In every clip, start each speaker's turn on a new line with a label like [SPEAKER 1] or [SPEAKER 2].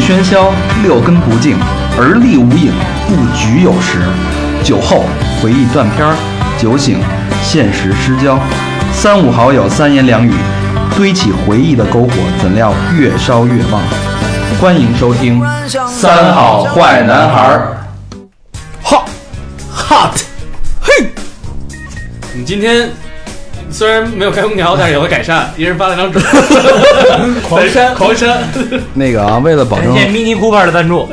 [SPEAKER 1] 喧嚣，六根不净，而立无影，不局有时。酒后回忆断片儿，酒醒现实失焦。三五好友三言两语，堆起回忆的篝火，怎料越烧越旺。欢迎收听《三好坏男孩儿
[SPEAKER 2] hot hot，嘿，我们今天虽然没有开空调，但是有了改善，一人发了张 纸，狂扇狂扇，》。
[SPEAKER 1] 那个啊，为了保证
[SPEAKER 3] 感谢 Mini Cooper 的赞 助，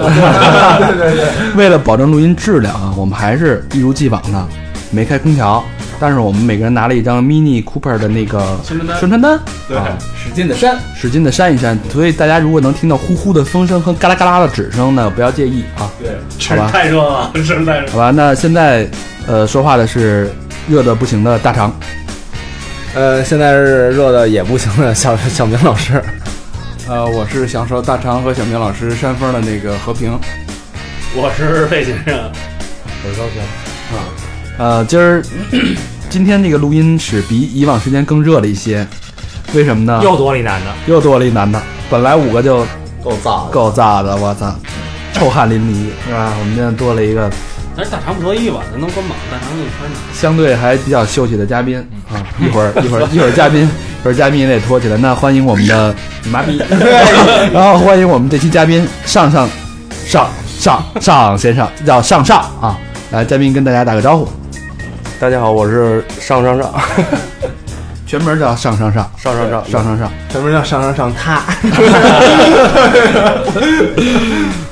[SPEAKER 1] 为了保证录音质量啊，我们还是一如既往的没开空调，但是我们每个人拿了一张 Mini Cooper 的那个
[SPEAKER 2] 宣传单
[SPEAKER 1] 宣传单，
[SPEAKER 2] 对
[SPEAKER 1] 啊
[SPEAKER 2] 使劲的扇，
[SPEAKER 1] 使劲的扇一扇。所以大家如果能听到呼呼的风声和嘎啦嘎啦的纸声呢，不要介意啊，
[SPEAKER 2] 对，
[SPEAKER 1] 好吧？
[SPEAKER 3] 太热了，实在是。
[SPEAKER 1] 好吧，那现在呃说话的是热的不行的大肠，
[SPEAKER 4] 呃，现在是热的也不行了，小小明老师，
[SPEAKER 5] 呃，我是享受大肠和小明老师扇风的那个和平。
[SPEAKER 3] 我是魏先
[SPEAKER 2] 啊
[SPEAKER 3] 生，
[SPEAKER 1] 呃，今儿今天这个录音室比以往时间更热了一些，为什么呢？
[SPEAKER 3] 啊又多了一男的，
[SPEAKER 1] 又多了一男的，本来五个就
[SPEAKER 4] 够燥的。
[SPEAKER 1] 够炸的，我操，臭汗淋漓是
[SPEAKER 5] 啊
[SPEAKER 1] 吧？我们现在多了一个
[SPEAKER 2] 但是大肠不乐意吧？咱能光膀，大肠给你穿上。
[SPEAKER 1] 相对还比较休息的嘉宾啊，一会儿一会儿一会儿嘉宾一会儿嘉宾也得拖起来。那欢迎我们的麻痹，然后欢迎我们这期嘉宾上上上上上先生叫上上啊，来嘉宾跟大家打个招呼，
[SPEAKER 4] 大家好，我是上上上
[SPEAKER 1] 全名叫上上上
[SPEAKER 4] 上上上，
[SPEAKER 1] 上上上，
[SPEAKER 4] 什么叫上上上？他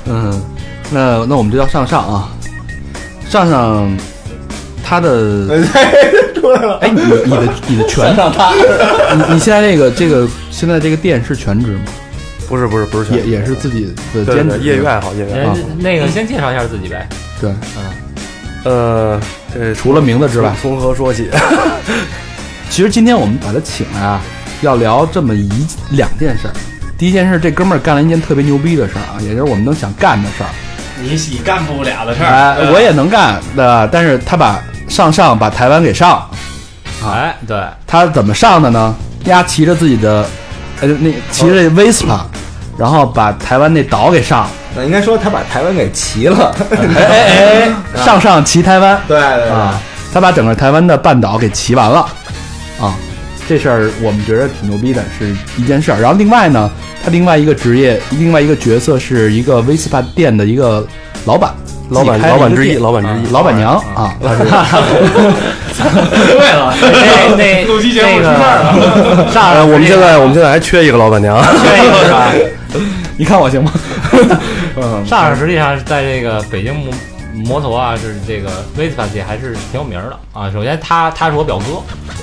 [SPEAKER 1] 嗯，那那我们就叫上上啊，上上他的
[SPEAKER 4] 出来了，
[SPEAKER 1] 哎，你你的你的全上他，你你现在这个这个现在这个店是全职吗？
[SPEAKER 4] 不是不是不是
[SPEAKER 1] 也也是自己的兼职，
[SPEAKER 4] 业余爱好，业余爱好。
[SPEAKER 1] 啊
[SPEAKER 3] 那个先介绍一下自己呗。
[SPEAKER 1] 对，
[SPEAKER 4] 呃，这
[SPEAKER 1] 除了名字之外，
[SPEAKER 6] 嗯
[SPEAKER 4] 从何说起？
[SPEAKER 1] 其实今天我们把他请来啊，要聊这么一两件事儿。第一件事，这哥们儿干了一件特别牛逼的事儿啊，也就是我们能想干的事儿。
[SPEAKER 3] 你喜干不了的事
[SPEAKER 1] 哎、
[SPEAKER 3] 儿，
[SPEAKER 1] 我也能干的，但是他把上上把台湾给上了，
[SPEAKER 3] 哎， 对，
[SPEAKER 1] 他怎么上的呢？丫骑着自己的，呃，那骑
[SPEAKER 4] 哦
[SPEAKER 1] 着 Vespa，然后把台湾那岛给上了。
[SPEAKER 4] 那应该说他把台湾给齐了。啊
[SPEAKER 1] 哎哎哎，上上骑台湾
[SPEAKER 4] 对对
[SPEAKER 1] 啊，他把整个台湾的半岛给骑完了啊，这事儿我们觉得挺牛逼的，是一件事儿。然后另外呢，他另外一个职业，另外一个角色是一个威斯帕店的一个老板，
[SPEAKER 4] 老板
[SPEAKER 1] 自己开了
[SPEAKER 4] 老板
[SPEAKER 1] 一个
[SPEAKER 4] 之一
[SPEAKER 1] 店
[SPEAKER 4] 老板之一
[SPEAKER 1] 啊老板娘啊，她 是
[SPEAKER 3] 对了， 那那
[SPEAKER 2] 录期节目
[SPEAKER 3] 那
[SPEAKER 2] 出事
[SPEAKER 3] 个
[SPEAKER 2] 儿了，
[SPEAKER 1] 啊
[SPEAKER 3] 上
[SPEAKER 4] 哎，
[SPEAKER 3] 上
[SPEAKER 4] 我 们现在我们现在还缺一个老板娘。
[SPEAKER 3] 缺一个是吧？
[SPEAKER 1] 你看我行吗？嗯，
[SPEAKER 3] 上上实际上是在这个北京摩摩托啊，是这个 Vespa 界还是挺有名儿的啊。首先他他是我表哥，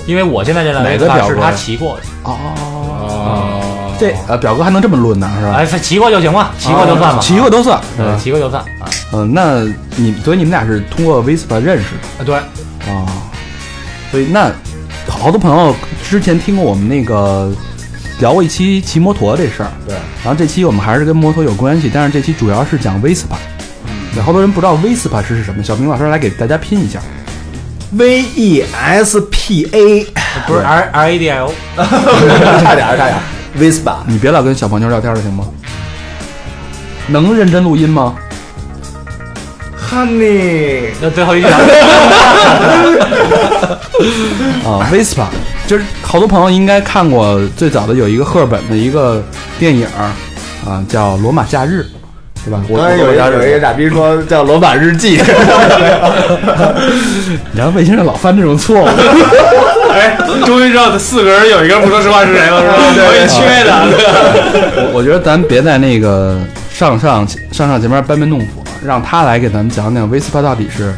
[SPEAKER 3] 因为我现在这辆
[SPEAKER 1] 哪个
[SPEAKER 3] Vespa
[SPEAKER 1] 表
[SPEAKER 3] 是
[SPEAKER 1] 哥
[SPEAKER 3] 他
[SPEAKER 1] 呀
[SPEAKER 3] 骑过的
[SPEAKER 1] 哦，
[SPEAKER 3] 哦
[SPEAKER 1] 这呃表哥还能这么论呢，是吧？
[SPEAKER 3] 哎，骑过就行了，骑过就算了，啊
[SPEAKER 1] 骑过都算。
[SPEAKER 3] 对，骑过就算啊。
[SPEAKER 1] 嗯，那你所以你们俩是通过 Vespa 认识
[SPEAKER 3] 啊
[SPEAKER 1] 的。
[SPEAKER 3] 对，
[SPEAKER 1] 啊，所以那好多朋友之前听过我们那个聊过一期骑摩托这事儿，
[SPEAKER 4] 对。
[SPEAKER 1] 然后这期我们还是跟摩托有关系，但是这期主要是讲 Vespa。对，好多人不知道 Vespa 是什么，小明老师来给大家拼一下。
[SPEAKER 4] V E S P A，
[SPEAKER 3] 不是 R R A D I O。
[SPEAKER 4] 差点儿差点儿，Vespa
[SPEAKER 1] 你别老跟小黄牛聊天了，行吗？能认真录音吗？
[SPEAKER 4] Honey，
[SPEAKER 3] 那最后一句啊，
[SPEAKER 1] 啊，Vespa，就是好多朋友应该看过最早的有一个赫本的一个电影儿，啊，叫《罗马假日》，对吧？我
[SPEAKER 4] 刚才 有一有一个傻逼说叫《罗马日记》，
[SPEAKER 1] 你看魏先生老犯这种错误。
[SPEAKER 2] 哎，终于知道四个人有一个人不说实话是谁了，是吧？我也缺的，
[SPEAKER 1] 我我觉得咱别在那个上上上上前面班门弄斧，让他来给咱们讲讲 Vespa 到底是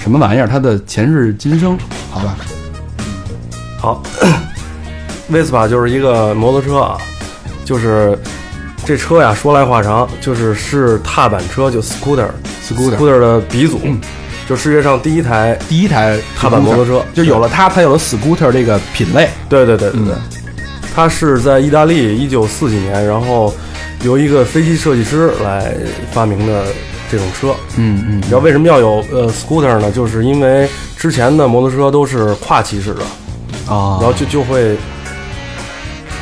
[SPEAKER 1] 什么玩意儿，它的前世今生，好吧？
[SPEAKER 6] 好 ，Vespa 就是一个摩托车啊，就是这车呀，说来话长，就是是踏板车，就 scooter
[SPEAKER 1] Scooter
[SPEAKER 6] 的鼻祖，
[SPEAKER 4] 嗯
[SPEAKER 6] 就世界上第一台
[SPEAKER 1] 第一台
[SPEAKER 6] 踏板摩托车
[SPEAKER 1] 就有了它，才有了 Scooter 这个品类。
[SPEAKER 6] 对对对对
[SPEAKER 3] 嗯
[SPEAKER 6] 对，它是在意大利一九四几年，然后由一个飞机设计师来发明的这种车。
[SPEAKER 1] 嗯嗯
[SPEAKER 6] 你知道为什么要有呃 scooter 呢？就是因为之
[SPEAKER 3] 啊
[SPEAKER 6] 前的摩托车都是跨骑式的，
[SPEAKER 1] 啊，
[SPEAKER 6] 然后就就会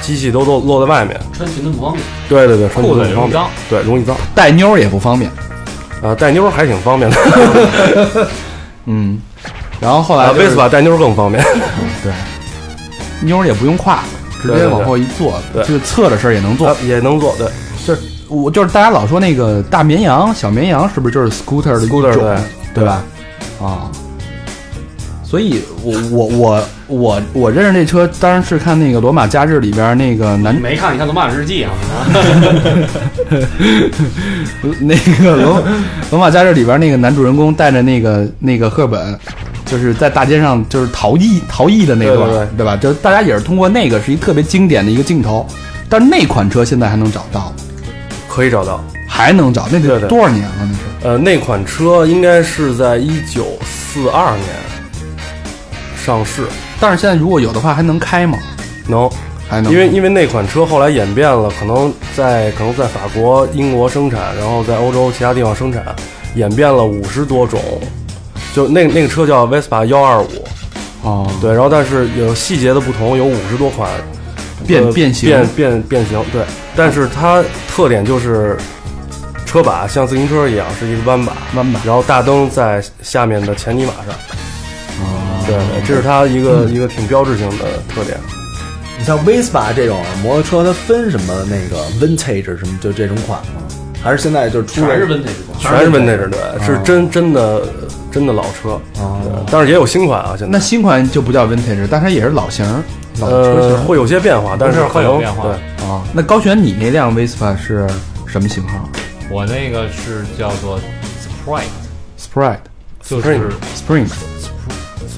[SPEAKER 6] 机器都露露在外面。
[SPEAKER 7] 穿裙子不方便。
[SPEAKER 6] 对对对，穿
[SPEAKER 3] 裤子
[SPEAKER 6] 着
[SPEAKER 3] 也
[SPEAKER 6] 不
[SPEAKER 3] 容
[SPEAKER 6] 方
[SPEAKER 3] 易
[SPEAKER 6] 便
[SPEAKER 3] 脏，
[SPEAKER 6] 对，容易脏。
[SPEAKER 1] 带妞儿也不方便。
[SPEAKER 6] 啊，带妞儿还挺方便的，
[SPEAKER 1] 嗯，然后后来
[SPEAKER 6] 啊，
[SPEAKER 1] 就
[SPEAKER 6] 威
[SPEAKER 1] 是
[SPEAKER 6] 斯巴带妞儿更方 便。
[SPEAKER 1] 妞儿也不用挎，直
[SPEAKER 6] 对
[SPEAKER 1] 接
[SPEAKER 6] 对
[SPEAKER 1] 往后一坐，
[SPEAKER 6] 对
[SPEAKER 1] 就是侧着身儿也能坐
[SPEAKER 6] 啊。 也能坐，对
[SPEAKER 1] 我就是大家老说那个大绵羊、小绵羊，是不是就是 scooter 的一
[SPEAKER 6] Scooter，
[SPEAKER 1] 种
[SPEAKER 6] 对，
[SPEAKER 1] 对吧？啊，所以我我我我我认识这车，当然是看那个《罗马假日》里边那个 男
[SPEAKER 7] 没看，你看《罗马日记》啊，
[SPEAKER 1] 那个罗《罗马假日》里边那个男主人公带着那个那个赫本，就是在大街上就是逃逸逃逸的那段，
[SPEAKER 6] 对对对
[SPEAKER 1] 吧？就是大家也是通过那个是一特别经典的一个镜头，但是那款车现在还能找到，
[SPEAKER 6] 可以找到。
[SPEAKER 1] 还能找，那
[SPEAKER 6] 对
[SPEAKER 1] 得
[SPEAKER 6] 对
[SPEAKER 1] 多少年了？那是
[SPEAKER 6] 呃，那款车应该是在一九四二年上市，
[SPEAKER 1] 但是现在如果有的话，还能开吗？
[SPEAKER 6] 能，
[SPEAKER 1] 还能？
[SPEAKER 6] 因为因为那款车后来演变了，可能在可能在法国、英国生产，然后在欧洲其他地方生产，演变了五十多种，就那那个车叫 Vespa 幺二五，
[SPEAKER 1] 哦，
[SPEAKER 6] 对，然后但是有细节的不同，有五十多款
[SPEAKER 1] 变
[SPEAKER 6] 呃
[SPEAKER 1] 变形
[SPEAKER 6] 变变变形，对，但是它特点就是车把像自行车一样是一个弯把，
[SPEAKER 1] 弯把
[SPEAKER 6] 然后大灯在下面的前泥马上。对，对这是它一个、一个挺标志性的特点。
[SPEAKER 8] 你像 Vespa 这种摩托车，它分什么那个 Vintage 什么就这种款吗？还是现在就是出
[SPEAKER 7] 全是
[SPEAKER 8] 了
[SPEAKER 7] 温腿光。
[SPEAKER 6] 全是 vintage 对，是真真的真的老车，对但是也有新款啊，现
[SPEAKER 1] 那
[SPEAKER 6] 在
[SPEAKER 1] 新款就不叫 vintage，但它也是老型儿老车型
[SPEAKER 6] 呃
[SPEAKER 1] 儿
[SPEAKER 6] 会有些变化，但是
[SPEAKER 3] 是
[SPEAKER 6] 可
[SPEAKER 3] 会有
[SPEAKER 6] 能
[SPEAKER 3] 变化
[SPEAKER 6] 对，
[SPEAKER 1] 啊。那高璇，你那辆 Vespa 是什么型号
[SPEAKER 3] 我那个是叫做 Sprite，
[SPEAKER 1] ？Sprite
[SPEAKER 3] 就是
[SPEAKER 6] Spring
[SPEAKER 1] Spring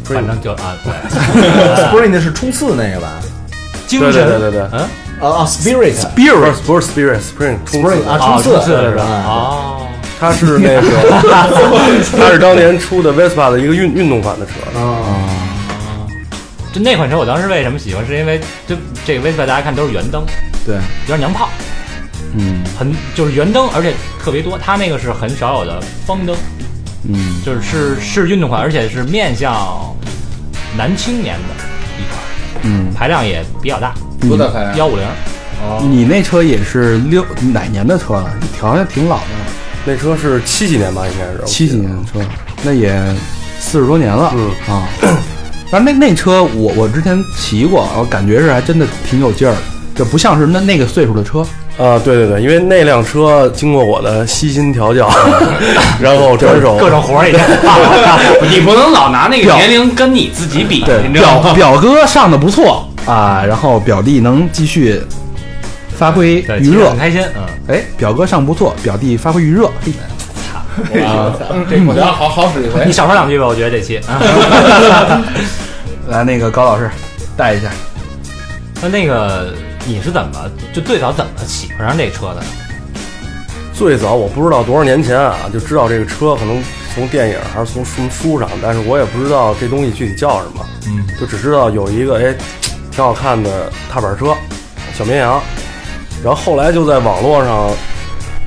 [SPEAKER 3] 反正就啊对，
[SPEAKER 8] Sprint 是冲刺那个吧？
[SPEAKER 3] 精
[SPEAKER 6] 对对对
[SPEAKER 3] 神
[SPEAKER 6] 对对。
[SPEAKER 3] 嗯
[SPEAKER 8] 啊啊，Spirit。
[SPEAKER 6] Spirit 不是 Spirit Spring 冲刺
[SPEAKER 8] Spring 啊，
[SPEAKER 3] 啊
[SPEAKER 8] 冲刺
[SPEAKER 3] 冲刺
[SPEAKER 8] 是
[SPEAKER 3] 是吧？
[SPEAKER 8] 吧？
[SPEAKER 3] 哦，
[SPEAKER 6] 它是那 个，它是当年出的 Vespa 的一个运运动款的车，
[SPEAKER 3] 就那款车我当时为什么喜欢，是因为就这个 Vespa 大家看都是圆灯，
[SPEAKER 1] 对，
[SPEAKER 3] 有点娘炮，
[SPEAKER 1] 嗯
[SPEAKER 3] 很就是圆灯，而且特别多。它那个是很少有的方灯，
[SPEAKER 1] 嗯，
[SPEAKER 3] 就是是是运动款，而且是面向男青年的一款，
[SPEAKER 1] 嗯，
[SPEAKER 3] 排量也比较大，嗯
[SPEAKER 1] 多大
[SPEAKER 8] 排？
[SPEAKER 3] 幺五零。
[SPEAKER 1] 你那车也是六哪年的车了？好像挺老的了，
[SPEAKER 6] 那车是七几年吧，应该是
[SPEAKER 1] 七几年的车，那也四十多年了。
[SPEAKER 6] 嗯
[SPEAKER 1] 啊， 但是那那车我我之前骑过，我感觉是还真的挺有劲儿的，就不像是那那个岁数的车。
[SPEAKER 6] 啊，对对对，因为那辆车经过我的悉心调教， 然后转手
[SPEAKER 3] 嗯各种活儿已经干了。
[SPEAKER 7] 哦 你不能老拿那个年龄跟你自己比，你知道
[SPEAKER 1] 表
[SPEAKER 7] 吗？
[SPEAKER 1] 表哥上的不错啊，然后表弟能继续发挥
[SPEAKER 3] 对，
[SPEAKER 1] 余
[SPEAKER 3] 其实
[SPEAKER 1] 热
[SPEAKER 3] 很。开心，嗯，
[SPEAKER 1] 哎，表哥上不错，表弟发挥余热。嘿
[SPEAKER 6] 嗯
[SPEAKER 7] 我要好好使一回。
[SPEAKER 3] 你少说两句吧，我觉得这期啊，
[SPEAKER 1] 来，那个高老师带一下。
[SPEAKER 3] 那那个你是怎么就最早怎么喜欢上这车的呢？
[SPEAKER 6] 最早我不知道多少年前啊，就知道这个车可能从电影还是从什么书上，但是我也不知道这东西具体叫什么，
[SPEAKER 3] 嗯，
[SPEAKER 6] 就只知道有一个哎挺好看的踏板车，小绵羊。然后后来就在网络上，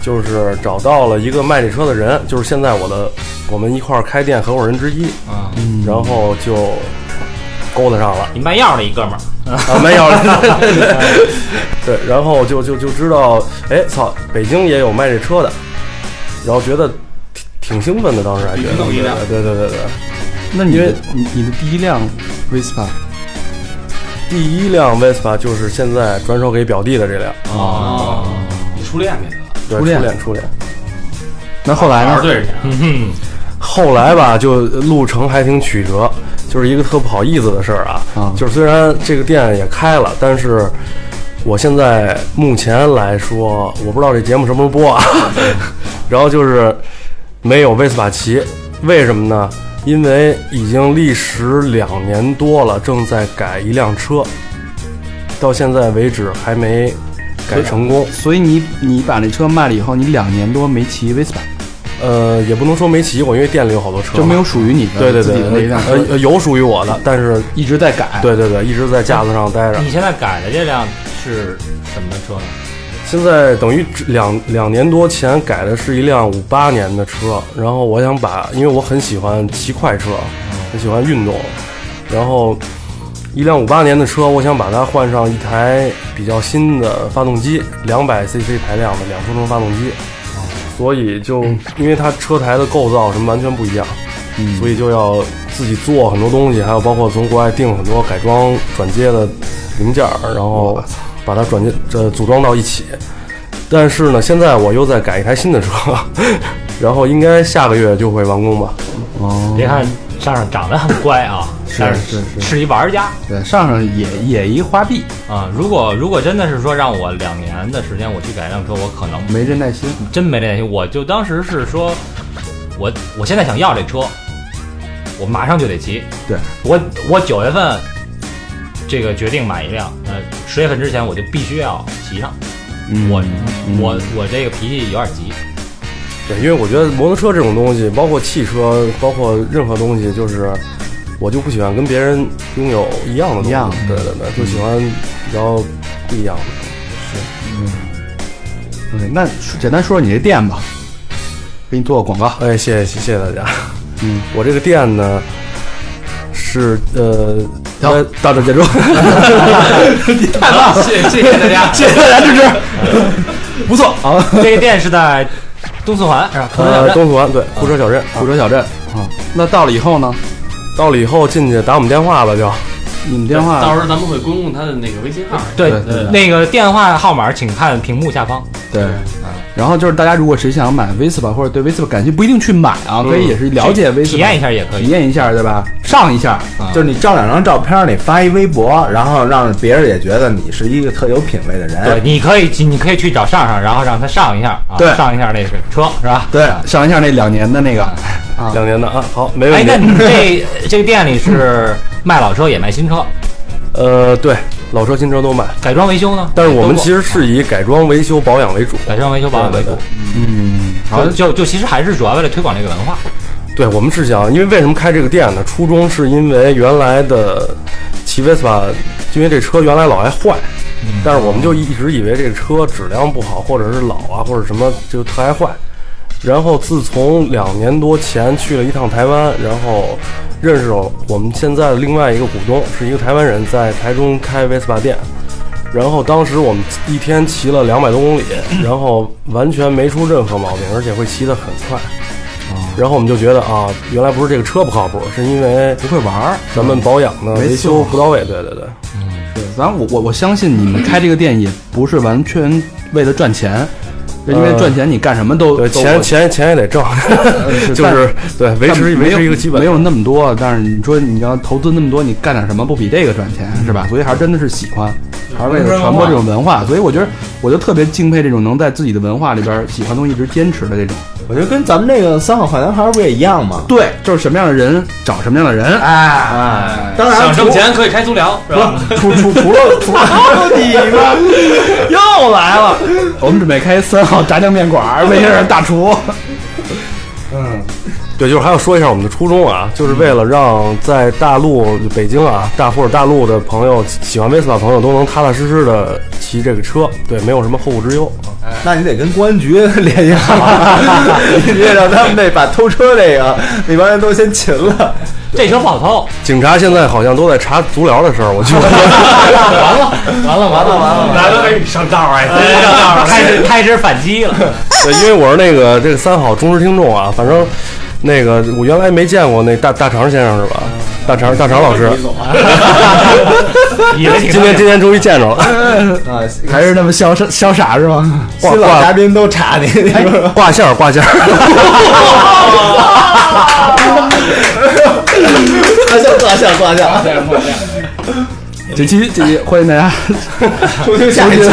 [SPEAKER 6] 就是找到了一个卖这车的人，就是现在我的我们一块儿开店合伙人之一，
[SPEAKER 3] 啊，
[SPEAKER 6] 然后就勾搭上了。
[SPEAKER 3] 你卖药的一哥们儿，
[SPEAKER 6] 啊， 没有 了。对，然后就就就知道，哎，操，北京也有卖这车的，然后觉得挺挺兴奋的，当时还觉得，
[SPEAKER 7] 弄一辆
[SPEAKER 6] 对对对对对。
[SPEAKER 1] 那你的
[SPEAKER 6] 因为
[SPEAKER 1] 你你的第一辆 Vespa
[SPEAKER 6] 第一辆 Vespa 就是现在转手给表弟的这辆，
[SPEAKER 7] 哦，你初恋那个，
[SPEAKER 6] 对
[SPEAKER 1] 初恋
[SPEAKER 6] 初恋初恋。
[SPEAKER 1] 那后来
[SPEAKER 7] 二
[SPEAKER 1] 呢
[SPEAKER 7] 十？岁去，
[SPEAKER 3] 嗯，
[SPEAKER 6] 后来吧，就路程还挺曲折，就是一个特不好意思的事儿啊。
[SPEAKER 1] 啊
[SPEAKER 6] 就是虽然这个店也开了，但是我现在目前来说，我不知道这节目什么时候 播啊。然后就是没有威斯帕奇，为什么呢？因为已经历时两年多了，正在改一辆车，到现在为止还没改成功。
[SPEAKER 1] 所以你你把那车卖了以后，你两年多没骑 Vespa，
[SPEAKER 6] 呃，也不能说没骑过，因为店里有好多车嘛，
[SPEAKER 1] 就没有属于你的
[SPEAKER 6] 对对
[SPEAKER 1] 自己的那
[SPEAKER 6] 对，
[SPEAKER 1] 辆
[SPEAKER 6] 呃
[SPEAKER 1] 车，
[SPEAKER 6] 呃有属于我的，但是
[SPEAKER 1] 一直在改。，
[SPEAKER 6] 对对对，一直在架子上待着。
[SPEAKER 3] 你现在改的这辆是什么车呢？
[SPEAKER 6] 现在等于只两两年多前改的是一辆五八年的车，然后我想把，因为我很喜欢骑快车，很喜欢运动，然后一辆五八年的车，我想把它换上一台比较新的发动机，两百 cc 排量的两冲程发动机，所以就因为它车台的构造什么完全不一样，所以就要自己做很多东西，还有包括从国外订很多改装转接的零件儿，然后把它转接这组装到一起。但是呢，现在我又在改一台新的车， 然后应该下个月就会完工吧。
[SPEAKER 3] 别看上上长得很乖啊，但哦是是是一玩家
[SPEAKER 1] 对，上上也也一花臂，
[SPEAKER 3] 啊。如果如果真的是说让我两年的时间我去改一辆车，我可能
[SPEAKER 1] 没这耐心。嗯
[SPEAKER 3] 真没这耐心。我就当时是说，我我现在想要这车，我马上就得骑。
[SPEAKER 1] 对
[SPEAKER 3] 我我九月份这个决定买一辆，呃，十月份之前我就必须要骑上。
[SPEAKER 1] 嗯
[SPEAKER 3] 我我我这个脾气有点 急，
[SPEAKER 6] 对，因为我觉得摩托车这种东西，包括汽车，包括任何东西，就是我就不喜欢跟别人拥有一样的东西。
[SPEAKER 1] 一样
[SPEAKER 6] 对对对，就喜欢比较不一样的。
[SPEAKER 1] OK，那嗯简单说说你这店吧，给你做个广告。
[SPEAKER 6] 哎，谢谢谢谢大家。嗯，我这个店呢是呃，
[SPEAKER 1] 好
[SPEAKER 6] 到这结束。
[SPEAKER 7] 谢谢谢谢大家，
[SPEAKER 1] 谢谢大家支持。
[SPEAKER 3] 这个店是在东四环是吧？可能小
[SPEAKER 6] 呃，
[SPEAKER 3] 镇
[SPEAKER 6] 东四环对，库车小镇。
[SPEAKER 1] 虎车小镇啊，那到了以后呢？
[SPEAKER 6] 到了以后进去打我们电话吧，就
[SPEAKER 1] 你们电话
[SPEAKER 7] 到时候咱们会公布他的那个微信号。
[SPEAKER 3] 对
[SPEAKER 1] 对对
[SPEAKER 3] 呃那个电话号码请看屏幕下方。
[SPEAKER 1] 对，然后就是大家如果谁想买 Vespa 或者对 Vespa 感兴趣，不一定去买啊，可以也是了解 Vespa，
[SPEAKER 3] 体验一下也可
[SPEAKER 1] 体
[SPEAKER 3] 以。
[SPEAKER 1] 验一下，对吧？上一下，
[SPEAKER 8] 就是你照两张照片，你发一微博，然后让别人也觉得你是一个特有品位的
[SPEAKER 3] 对，
[SPEAKER 8] 人。
[SPEAKER 3] 你可以去，你可以去找上上，然后让他上一下啊，
[SPEAKER 1] 对
[SPEAKER 3] 上一下那个车是吧？
[SPEAKER 1] 对，上一下那两年的那个，
[SPEAKER 6] 两年的啊，好，没
[SPEAKER 3] 哎
[SPEAKER 6] 问，题
[SPEAKER 3] 那。你这这个店里是卖老车也卖新车，
[SPEAKER 6] 呃，对，老车新车都卖，
[SPEAKER 3] 改装维修呢？
[SPEAKER 6] 但是我们
[SPEAKER 3] 都
[SPEAKER 6] 其实是以改装、维修、保养为主。
[SPEAKER 3] 改装维修保养为主，
[SPEAKER 1] 嗯，好
[SPEAKER 3] 就，就就其实还是主要为了推广这个文化。
[SPEAKER 6] 对，我们是想，因为为什么开这个店呢？初衷是因为原来的骑 Vespa，因为这车原来老爱坏，但是我们就一直以为这个车质量不好，或者是老啊，或者什么就特爱坏。然后自从两年多前去了一趟台湾，然后认识了我们现在的另外一个股东，是一个台湾人，在台中开 Vespa 店。然后当时我们一天骑了两百多公里，然后完全没出任何毛病，而且会骑得很快。然后我们就觉得啊，原来不是这个车不靠谱，是因为
[SPEAKER 1] 不会玩儿。
[SPEAKER 6] 咱们保养呢
[SPEAKER 1] 没错
[SPEAKER 6] 维修不到位。对对对，
[SPEAKER 1] 对，咱我我我相信你们开这个店也不是完全为了赚钱，因为赚钱你干什么都
[SPEAKER 6] 对
[SPEAKER 1] 都
[SPEAKER 6] 钱钱钱也得挣， 就是对维持
[SPEAKER 1] 但没
[SPEAKER 6] 维
[SPEAKER 1] 有
[SPEAKER 6] 持一个基本
[SPEAKER 1] 没。有那么多，但是你说你要投资那么多，你干点什么不比这个赚钱是吧？所以还真的是喜欢，还是为了传播这种文化。所以我觉得，我就特别敬佩这种能在自己的文化里边喜欢东西一直坚持的这种。
[SPEAKER 8] 我觉得跟咱们这个三好坏男孩不也一样吗？
[SPEAKER 1] 对，就是什么样的人找什么样的人。
[SPEAKER 7] 哎，
[SPEAKER 8] 当然
[SPEAKER 7] 想挣钱可以开足疗，是吧？
[SPEAKER 1] 除除除了除了你们又来了， 我们准备开三号炸酱面馆儿，没事儿 大厨。
[SPEAKER 6] 对，就是还要说一下我们的初衷啊，就是为了让在大陆、北京啊，大或者大陆的朋友喜欢 Vespa 的朋友都能踏踏实实的骑这个车，对，没有什么后顾之忧。
[SPEAKER 8] 那你得跟公安局联系好，你得让他们那把偷车这个那帮人都先擒了。
[SPEAKER 3] 这车不好偷，
[SPEAKER 6] 警察现在好像都在查足疗的事儿，我觉得。
[SPEAKER 3] 完了完了完了完了，来了哎上道哎，开始开始反击了，
[SPEAKER 6] 对，因为我是那个这个三好忠实听众啊，反正那个我原来没见过那大大肠先生是吧？大肠大肠老师，
[SPEAKER 3] 以为挺
[SPEAKER 6] 今天今天终于见着了，
[SPEAKER 8] 啊，
[SPEAKER 1] 还是那么潇洒潇洒是吗？
[SPEAKER 6] 挂
[SPEAKER 8] 新老
[SPEAKER 6] 挂
[SPEAKER 8] 嘉宾都查你，
[SPEAKER 6] 挂线儿挂线儿，
[SPEAKER 8] 挂相挂相挂相，
[SPEAKER 1] 这期这期欢迎大家
[SPEAKER 8] 收听下一期。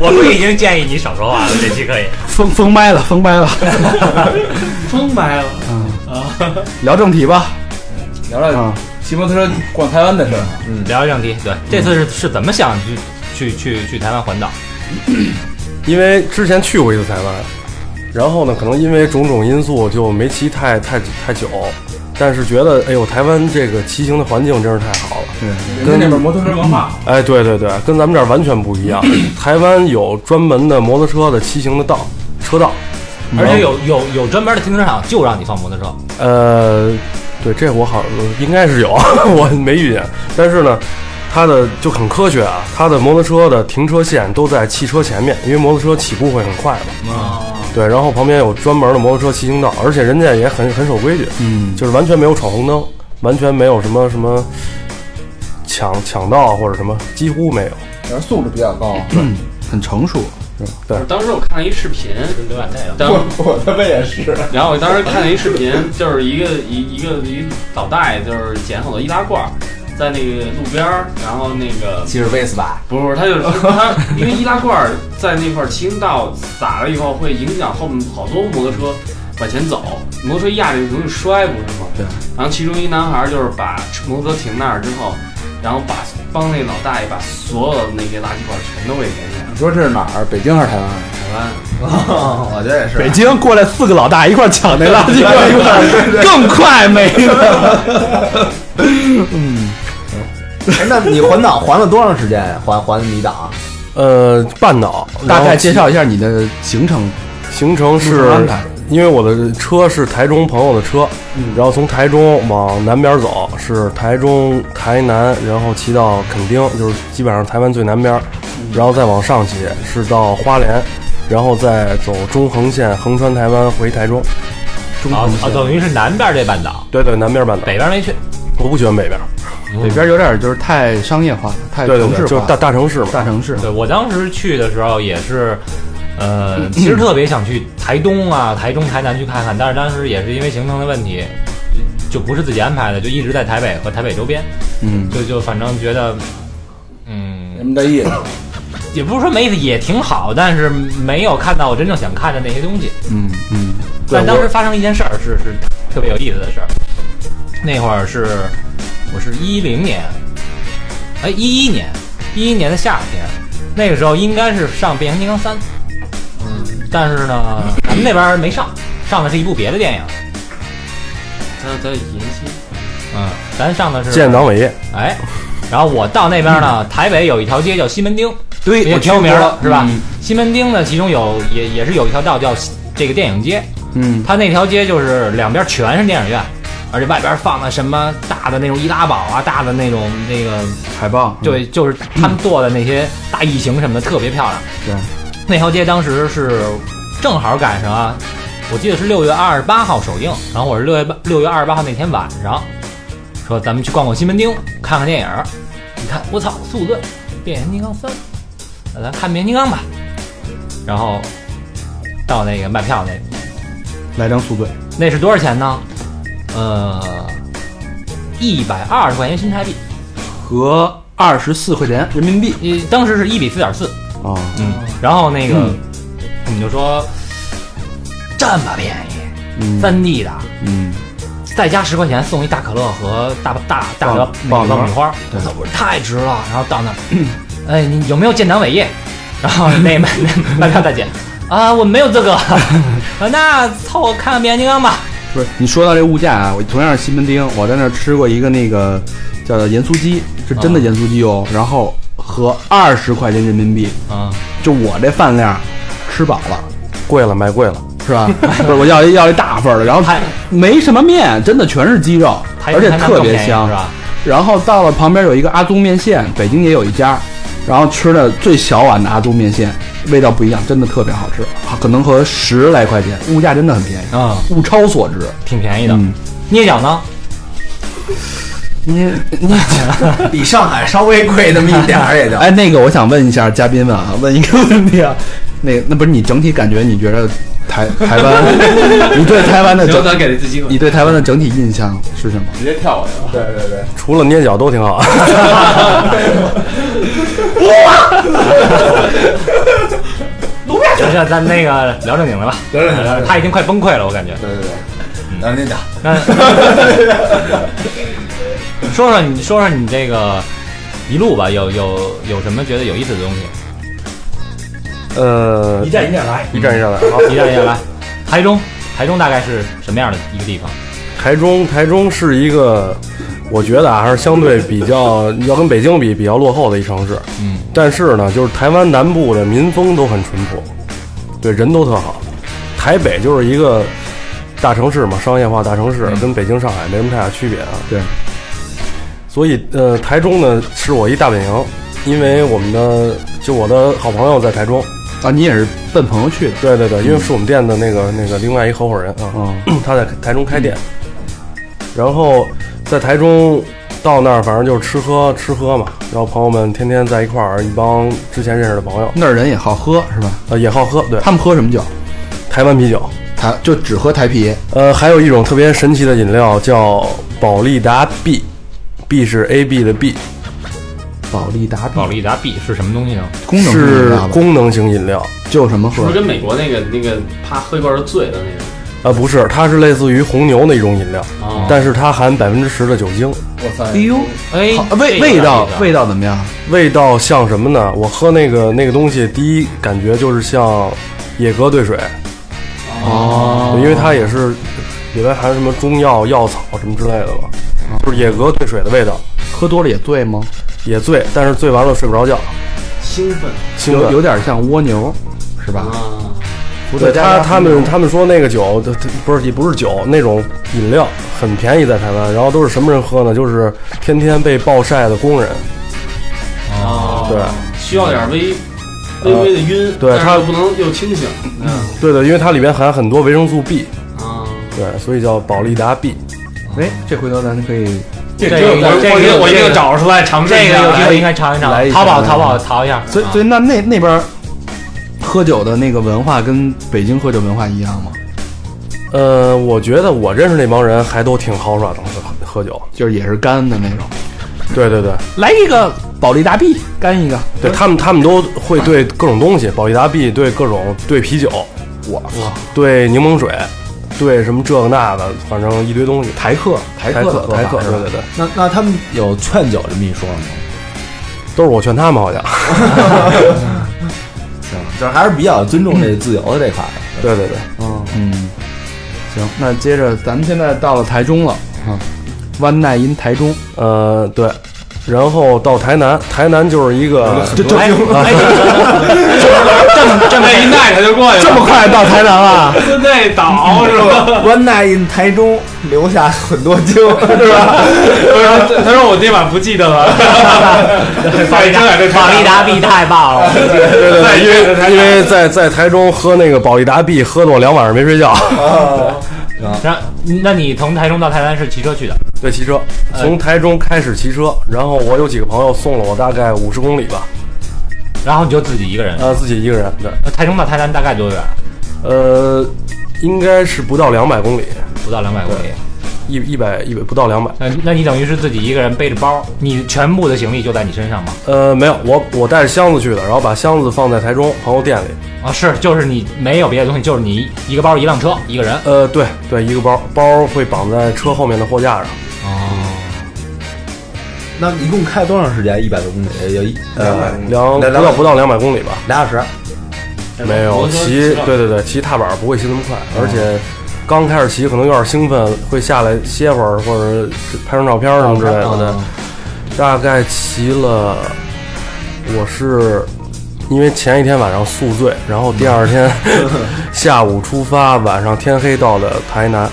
[SPEAKER 3] 我们已经建议你少说话了，这期可以。
[SPEAKER 1] 封封麦了，封麦了。嗯
[SPEAKER 7] 疯 白了，
[SPEAKER 1] 聊正题吧。
[SPEAKER 9] 聊聊
[SPEAKER 1] 啊
[SPEAKER 9] 骑摩托车逛台湾的事儿。
[SPEAKER 3] 聊聊正题，对，这次是是怎么想去去去去台湾环岛？
[SPEAKER 6] 因为之前去过一次台湾，然后呢，可能因为种种因素就没骑太太太久，但是觉得哎呦，台湾这个骑行的环境真是太好了。
[SPEAKER 9] 人家那边摩托车文化，
[SPEAKER 6] 哎，对对对，跟咱们这儿完全 不一样。台湾有专门的摩托车的骑行的道车道，
[SPEAKER 3] 而且有有有专门的停车场就让你放摩托车，
[SPEAKER 6] 呃，对，这我好应该是有， 我没遇见。但是呢，它的就很科学啊，它的摩托车的停车线都在汽车前面，因为摩托车起步会很快嘛。
[SPEAKER 1] 啊
[SPEAKER 6] 对，然后旁边有专门的摩托车骑行道，而且人家也很很守规矩，
[SPEAKER 1] 嗯，
[SPEAKER 6] 就是完全没有闯红灯，完全没有什么什么抢抢道或者什么，几乎没有。
[SPEAKER 9] 反正素质比较高。
[SPEAKER 1] 很成熟，
[SPEAKER 7] 就是当时我看了一视频，
[SPEAKER 3] 对吧？那个
[SPEAKER 7] 当
[SPEAKER 9] 我他妈也是，
[SPEAKER 7] 然后我当时看了一视频，就是一个一一个一老大爷，就是捡好多易拉罐儿，在那个路边儿，然后那个
[SPEAKER 8] 其实 Vespa
[SPEAKER 7] 不是不是，他就是他，因为易拉罐儿在那块儿倾倒撒了以后，会影响后面好多摩托车往前走，摩托车压着就容易摔，不是吗？
[SPEAKER 1] 对。
[SPEAKER 7] 然后其中一男孩儿就是把摩托车停那儿之后，然后把帮那老大爷把所有的那些垃圾罐儿全都给捡起来了，
[SPEAKER 9] 你说这是哪儿？北京还是台湾？
[SPEAKER 7] 台湾。
[SPEAKER 8] 我觉得也
[SPEAKER 1] 北京过来四个老大一块儿抢那垃圾罐，一块儿更快没了。
[SPEAKER 8] 是。那你环岛环了多长时间呀？环环迷岛？
[SPEAKER 6] 呃，半岛
[SPEAKER 1] 大概介
[SPEAKER 6] 绍。
[SPEAKER 1] 绍一下你的行程，
[SPEAKER 6] 行程
[SPEAKER 1] 路
[SPEAKER 6] 是
[SPEAKER 1] 程安排
[SPEAKER 6] 因为我的车是台中朋友的车，然后从台中往南边走是台中、台南，然后骑到垦丁，就是基本上台湾最南边，然后再往上骑是到花莲，然后再走中横线横穿台湾回台中。
[SPEAKER 1] 中
[SPEAKER 3] 啊
[SPEAKER 1] 途
[SPEAKER 3] 啊，等于是南边这半岛，
[SPEAKER 6] 对对，南边半岛，
[SPEAKER 3] 北边没去。
[SPEAKER 6] 我不喜欢北边，
[SPEAKER 3] 嗯
[SPEAKER 1] 北边有点就是太商业化了，太
[SPEAKER 6] 对对
[SPEAKER 1] 城市化，
[SPEAKER 6] 对，就是大大城市嘛。
[SPEAKER 1] 大城市。
[SPEAKER 3] 对我当时去的时候也是，呃，其实特别想去台东啊、台中、台南去看看，但是当时也是因为行程的问题，就不是自己安排的，就一直在台北和台北周边，
[SPEAKER 1] 嗯，
[SPEAKER 3] 就就反正觉得，嗯，
[SPEAKER 9] 没这意思。
[SPEAKER 3] 也不是说没意思，也挺好，但是没有看到我真正想看的那些东西。
[SPEAKER 1] 嗯嗯，
[SPEAKER 6] 对
[SPEAKER 3] 但当
[SPEAKER 6] 我
[SPEAKER 3] 时发生一件事儿，是是特别有意思的事儿。那会儿是我是一零年，哎一一年，一一年的夏天，那个时候应该是上《变形金刚三》，嗯，但是呢，咱们那边儿没上，上的是一部别的电影，
[SPEAKER 7] 他他延期，
[SPEAKER 3] 嗯，咱上的是
[SPEAKER 6] 建党伟业，
[SPEAKER 3] 哎，然后我到那边呢，台北有一条街叫西门町，
[SPEAKER 1] 对，
[SPEAKER 3] 也
[SPEAKER 1] 哎我嗯
[SPEAKER 3] 挺有名儿的
[SPEAKER 1] 了，，
[SPEAKER 3] 是吧？西门町呢，其中有也也是有一条道叫这个电影街，
[SPEAKER 1] 嗯，
[SPEAKER 3] 它那条街就是两边全是电影院，而且外边放的什么大的那种易拉宝啊，大的那种那个，
[SPEAKER 1] 海报，
[SPEAKER 3] 对，就是他们做的那些大异形什么的，特别漂亮。
[SPEAKER 1] 对，
[SPEAKER 3] 那条街当时是正好赶上啊，我记得是六月二十八号首映，然后我是六月八六月二十八号那天晚上，说咱们去逛逛西门町，看看电影儿。你看，我操，速度，变形金刚三，那咱看变形金刚吧。然后到那个卖票那
[SPEAKER 1] 来张速对，
[SPEAKER 3] 那是多少钱呢？呃，一百二十块钱新台币，
[SPEAKER 1] 和二十四块钱人民币
[SPEAKER 3] 呃，当时是一比四点四。
[SPEAKER 1] 啊，
[SPEAKER 3] 嗯，然后那个、
[SPEAKER 1] 嗯
[SPEAKER 3] 我们就说这么便宜，
[SPEAKER 1] 嗯
[SPEAKER 3] 三 D 的，
[SPEAKER 1] 嗯，
[SPEAKER 3] 再加十块钱送一大可乐和大大大的那
[SPEAKER 1] 爆
[SPEAKER 3] 个
[SPEAKER 1] 爆
[SPEAKER 3] 爆米花，
[SPEAKER 1] 对
[SPEAKER 3] 我操，不是太值了。然后到那儿， 哎，你有没有建党伟业？然后那 卖卖票大姐啊，我没有这个，啊那凑合看看变形金刚吧。
[SPEAKER 1] 不是，你说到这物价啊，我同样是西门町，我在那儿吃过一个那个叫做盐酥鸡，是真的盐酥鸡
[SPEAKER 3] 啊
[SPEAKER 1] 哦，然后和二十块钱人民币，
[SPEAKER 3] 嗯，
[SPEAKER 1] 就我这饭量，吃饱了。
[SPEAKER 6] 贵了，买贵了。
[SPEAKER 1] 是吧？不是，我要一要一大份儿的，然后
[SPEAKER 3] 还
[SPEAKER 1] 没什么面，真的全是鸡肉，
[SPEAKER 3] 还
[SPEAKER 1] 而且
[SPEAKER 3] 还能
[SPEAKER 1] 特
[SPEAKER 3] 更
[SPEAKER 1] 别
[SPEAKER 3] 便宜
[SPEAKER 1] 香
[SPEAKER 3] 是，吧？
[SPEAKER 1] 然后到了旁边有一个阿宗面线，北京也有一家，然后吃的最小碗的阿宗面线，味道不一样，真的特别好吃，好可能和十来啊块钱，物价真的很便宜，
[SPEAKER 3] 嗯，
[SPEAKER 1] 物超所值。
[SPEAKER 3] 挺便宜的。
[SPEAKER 1] 嗯
[SPEAKER 3] 捏脚呢？
[SPEAKER 1] 你你
[SPEAKER 8] 比上海稍微贵那么一点儿也就。
[SPEAKER 1] 哎，那个我想问一下嘉宾们啊，问一个问题啊， 那那不是你整体感觉？你觉得台台湾， 你对台湾的
[SPEAKER 7] 刘
[SPEAKER 1] 整，
[SPEAKER 7] 德给了一次机会。
[SPEAKER 1] 你对台湾的整体印象是什么？
[SPEAKER 9] 直接跳过去了。对对对，
[SPEAKER 6] 除了捏脚都挺好，
[SPEAKER 3] 行行，咱那个聊正经的吧。
[SPEAKER 9] 聊正经聊正经
[SPEAKER 3] 他已经快崩溃了，我感觉。嗯
[SPEAKER 9] 对对对，然后你讲，
[SPEAKER 3] 那 说说你，说说你这个一路吧，有有有什么觉得有意思的东西？
[SPEAKER 6] 呃，
[SPEAKER 9] 站一站来。
[SPEAKER 6] 一站一站来啊。
[SPEAKER 3] 一站一 站来，台中，台中大概是什么样的一个地方？
[SPEAKER 6] 台中，台中是一个，我觉得啊，还是相对比较要跟北京比比较落后的一城市。
[SPEAKER 3] 嗯，
[SPEAKER 6] 但是呢，就是台湾南部的民风都很淳朴，对人都特好。台北就是一个大城市嘛，商业化大城市跟北京、上海没什么太大区别啊。
[SPEAKER 1] 对，
[SPEAKER 6] 所以呃，台中呢是我一大本营，因为我们的就我的好朋友在台中，
[SPEAKER 1] 啊，你也是奔朋友去的，
[SPEAKER 6] 对对对，因为是我们店的那个那个另外一合伙人啊，
[SPEAKER 1] 嗯，
[SPEAKER 6] 他在台中开店，然后在台中到那儿反正就是吃喝吃喝嘛，然后朋友们天天在一块儿，一帮之前认识的朋友，
[SPEAKER 1] 那儿人也好喝是吧？
[SPEAKER 6] 呃，也好喝，对，
[SPEAKER 1] 他们喝什么酒？
[SPEAKER 6] 台湾啤酒，
[SPEAKER 1] 台就只喝台啤，
[SPEAKER 6] 呃，还有一种特别神奇的饮料叫保利达 B，B 是 A B 的 B，
[SPEAKER 1] 保利达啤
[SPEAKER 3] 保利达 B 是什么东西呢？
[SPEAKER 1] 功能性饮
[SPEAKER 6] 是
[SPEAKER 1] 料吧
[SPEAKER 6] 功能型饮料。
[SPEAKER 1] 就什么
[SPEAKER 7] 是不
[SPEAKER 1] 喝
[SPEAKER 7] 是？跟美国那个那个啪喝一罐就醉的那个？
[SPEAKER 6] 呃，不是，它是类似于红牛的一种饮料，
[SPEAKER 7] 哦
[SPEAKER 6] 但是它含百分之十的酒精，
[SPEAKER 1] 哎呦，
[SPEAKER 3] 哎
[SPEAKER 1] 好味味道味道怎么样？
[SPEAKER 6] 味道像什么呢？我喝那个那个东西，第一感觉就是像野格兑水，
[SPEAKER 1] 哦
[SPEAKER 6] 因为它也是里边含什么中药、药草什么之类的嘛，
[SPEAKER 7] 嗯
[SPEAKER 6] 就是野格兑水的味道，
[SPEAKER 1] 喝多了也醉吗？
[SPEAKER 6] 也醉，但是醉完了睡不着觉，
[SPEAKER 7] 兴奋
[SPEAKER 6] 兴
[SPEAKER 1] 有
[SPEAKER 6] 奋。
[SPEAKER 1] 有点像蜗牛，是吧？
[SPEAKER 7] 啊！
[SPEAKER 1] 伏特
[SPEAKER 6] 对
[SPEAKER 1] 加
[SPEAKER 6] 他，
[SPEAKER 1] 加
[SPEAKER 6] 他
[SPEAKER 1] 红
[SPEAKER 6] 们
[SPEAKER 1] 牛
[SPEAKER 6] 他们说那个酒，它它不是也不是酒，那种饮料很便宜在台湾，然后都是什么人喝呢？就是天天被暴晒的工人，
[SPEAKER 7] 哦，
[SPEAKER 6] 对，
[SPEAKER 7] 需要点微微微的晕，
[SPEAKER 6] 对
[SPEAKER 7] 但是
[SPEAKER 6] 它
[SPEAKER 7] 又不能又清醒，
[SPEAKER 6] 对的，因为它里边含很多维生素 B，
[SPEAKER 7] 啊，
[SPEAKER 6] 对，所以叫保利达 B。
[SPEAKER 1] 哎，这回头咱可以
[SPEAKER 3] 这
[SPEAKER 7] 这个我我一定我一定要找出来尝试
[SPEAKER 3] 这
[SPEAKER 7] 一
[SPEAKER 3] 个
[SPEAKER 7] 下
[SPEAKER 3] 有机会
[SPEAKER 7] 来。
[SPEAKER 3] 应该尝一尝，
[SPEAKER 1] 来一下
[SPEAKER 3] 淘宝
[SPEAKER 1] 来一
[SPEAKER 3] 淘宝
[SPEAKER 1] 下
[SPEAKER 3] 淘一下。
[SPEAKER 1] 所以，所以那那那边儿喝酒的那个文化跟北京喝酒文化一样吗？
[SPEAKER 6] 呃，我觉得我认识那帮人还都挺豪爽的，喝喝酒。
[SPEAKER 1] 就是也是干的那种，
[SPEAKER 6] 对对对，
[SPEAKER 1] 来一个保利达 B 干一个，
[SPEAKER 6] 对他们他们都会对各种东西，保利达 B 对各种对啤酒，
[SPEAKER 1] 我操，
[SPEAKER 6] 对柠檬水，对什么这个那的，反正一堆东西。
[SPEAKER 1] 台客台
[SPEAKER 6] 台
[SPEAKER 1] 的
[SPEAKER 6] 客
[SPEAKER 1] 喝
[SPEAKER 6] 台
[SPEAKER 1] 法
[SPEAKER 6] 客，
[SPEAKER 1] 是
[SPEAKER 6] 对
[SPEAKER 1] 吧
[SPEAKER 6] 对对，
[SPEAKER 8] 那那他们有劝酒这么一说吗？
[SPEAKER 6] 都是我劝他们 好像。
[SPEAKER 8] 行，就是还是比较尊重这自由的这块儿。
[SPEAKER 6] 对对对，
[SPEAKER 1] 嗯，行，那接着咱们现在到了台中了啊，One Night in 台 中，
[SPEAKER 6] 呃对，然后到台南，台南就是一 个
[SPEAKER 1] 这这
[SPEAKER 8] 哎
[SPEAKER 7] 这么一耐他就过去
[SPEAKER 1] 这
[SPEAKER 7] 了，
[SPEAKER 1] 么快到台南了，
[SPEAKER 7] 这那倒是吧？
[SPEAKER 8] One night in 台 中留下很多经，是吧？
[SPEAKER 7] 他说他说我那晚不记 得了，
[SPEAKER 3] 保利达保利达 B 太棒了，
[SPEAKER 6] 对对对，因为因为在在台中喝那个保利达 B，喝的我两晚上没 睡觉。
[SPEAKER 3] 然后，那你从台中到台南是骑车去的？
[SPEAKER 6] 对，骑车从台中开始骑车，然后我有几个朋友送了我大概五十公里吧，
[SPEAKER 3] 然后你就自己一个人？
[SPEAKER 8] 嗯
[SPEAKER 6] 呃，自己一个人，对，
[SPEAKER 3] 那台中到台南大概多远？
[SPEAKER 6] 呃，应该是不到两百公里，
[SPEAKER 3] 不到两百公里。
[SPEAKER 6] 一一百一百不到两百，
[SPEAKER 3] 那那你等于是自己一个人背着包，你全部的行李就在你身上吗？
[SPEAKER 6] 呃，没有，我我带着箱子去的，然后把箱子放在台中朋友店里，
[SPEAKER 3] 啊，是，就是你没有别的东西，就是你一个包一辆车一个人。
[SPEAKER 6] 呃，对对，一个包包会绑在车后面的货架上，
[SPEAKER 3] 哦，
[SPEAKER 8] 那一共开多长时间？一百多公里，有一呃
[SPEAKER 6] 两不
[SPEAKER 8] 来来
[SPEAKER 6] 到不到两百公里吧，
[SPEAKER 8] 俩小时。
[SPEAKER 6] 没有骑，对对对，骑踏板不会骑那么快，而且刚开始骑可能有点兴奋，会下来歇会儿或者拍张照片嗯什么之类的。对，大概骑了，我是因为前一天晚上宿醉，然后第二 天下午出发，晚上天黑到的台南，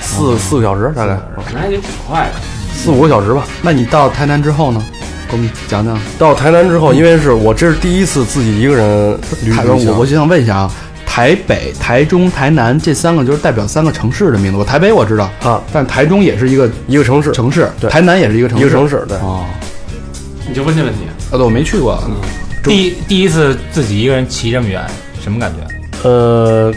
[SPEAKER 6] 四嗯四个小时大概
[SPEAKER 7] 那还挺快的。
[SPEAKER 6] 四五个小时吧。
[SPEAKER 1] 那你到台南之后呢？给我们讲讲。
[SPEAKER 6] 到台南之后，因为是我这是第一次自己一个人旅
[SPEAKER 1] 台
[SPEAKER 6] 旅
[SPEAKER 1] 湾，我我
[SPEAKER 6] 行，
[SPEAKER 1] 就想问一下啊，台北、台中、台南这三个就是代表三个城市的名字。我台北我知道
[SPEAKER 6] 啊，
[SPEAKER 1] 但台中也是一个
[SPEAKER 6] 一个城市，
[SPEAKER 1] 城市，
[SPEAKER 6] 对
[SPEAKER 1] 台南也是一个城
[SPEAKER 6] 一
[SPEAKER 1] 市，
[SPEAKER 6] 个城市，对。
[SPEAKER 1] 哦，
[SPEAKER 7] 你就问这问题，
[SPEAKER 1] 啊，对，我没去过，
[SPEAKER 6] 嗯
[SPEAKER 3] 第第一次自己一个人骑这么远，什么感觉？
[SPEAKER 6] 呃，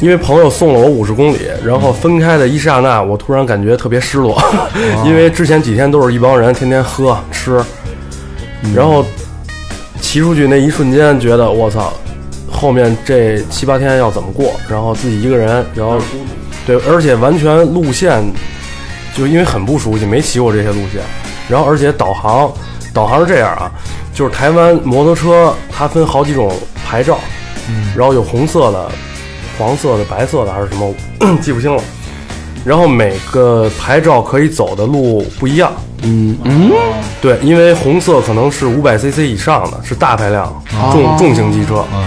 [SPEAKER 6] 因为朋友送了我五十公里，然后分开的一刹那，我突然感觉特别失落， 因为之前几天都是一帮人天天喝吃，然后骑出去那一瞬间，觉得我操，后面这七八天要怎么过？然后自己一个人，然后对，而且完全路线就因为很不熟悉，没骑过这些路线，然后而且导航导航是这样啊，就是台湾摩托车它分好几种牌照，然后有红色的、黄色的、白色的还是什么， 记不清了。然后每个牌照可以走的路不一样，
[SPEAKER 1] 嗯嗯，
[SPEAKER 6] 对，因为红色可能是五百 CC 以上的，是大排量重、重型机车，
[SPEAKER 3] 嗯，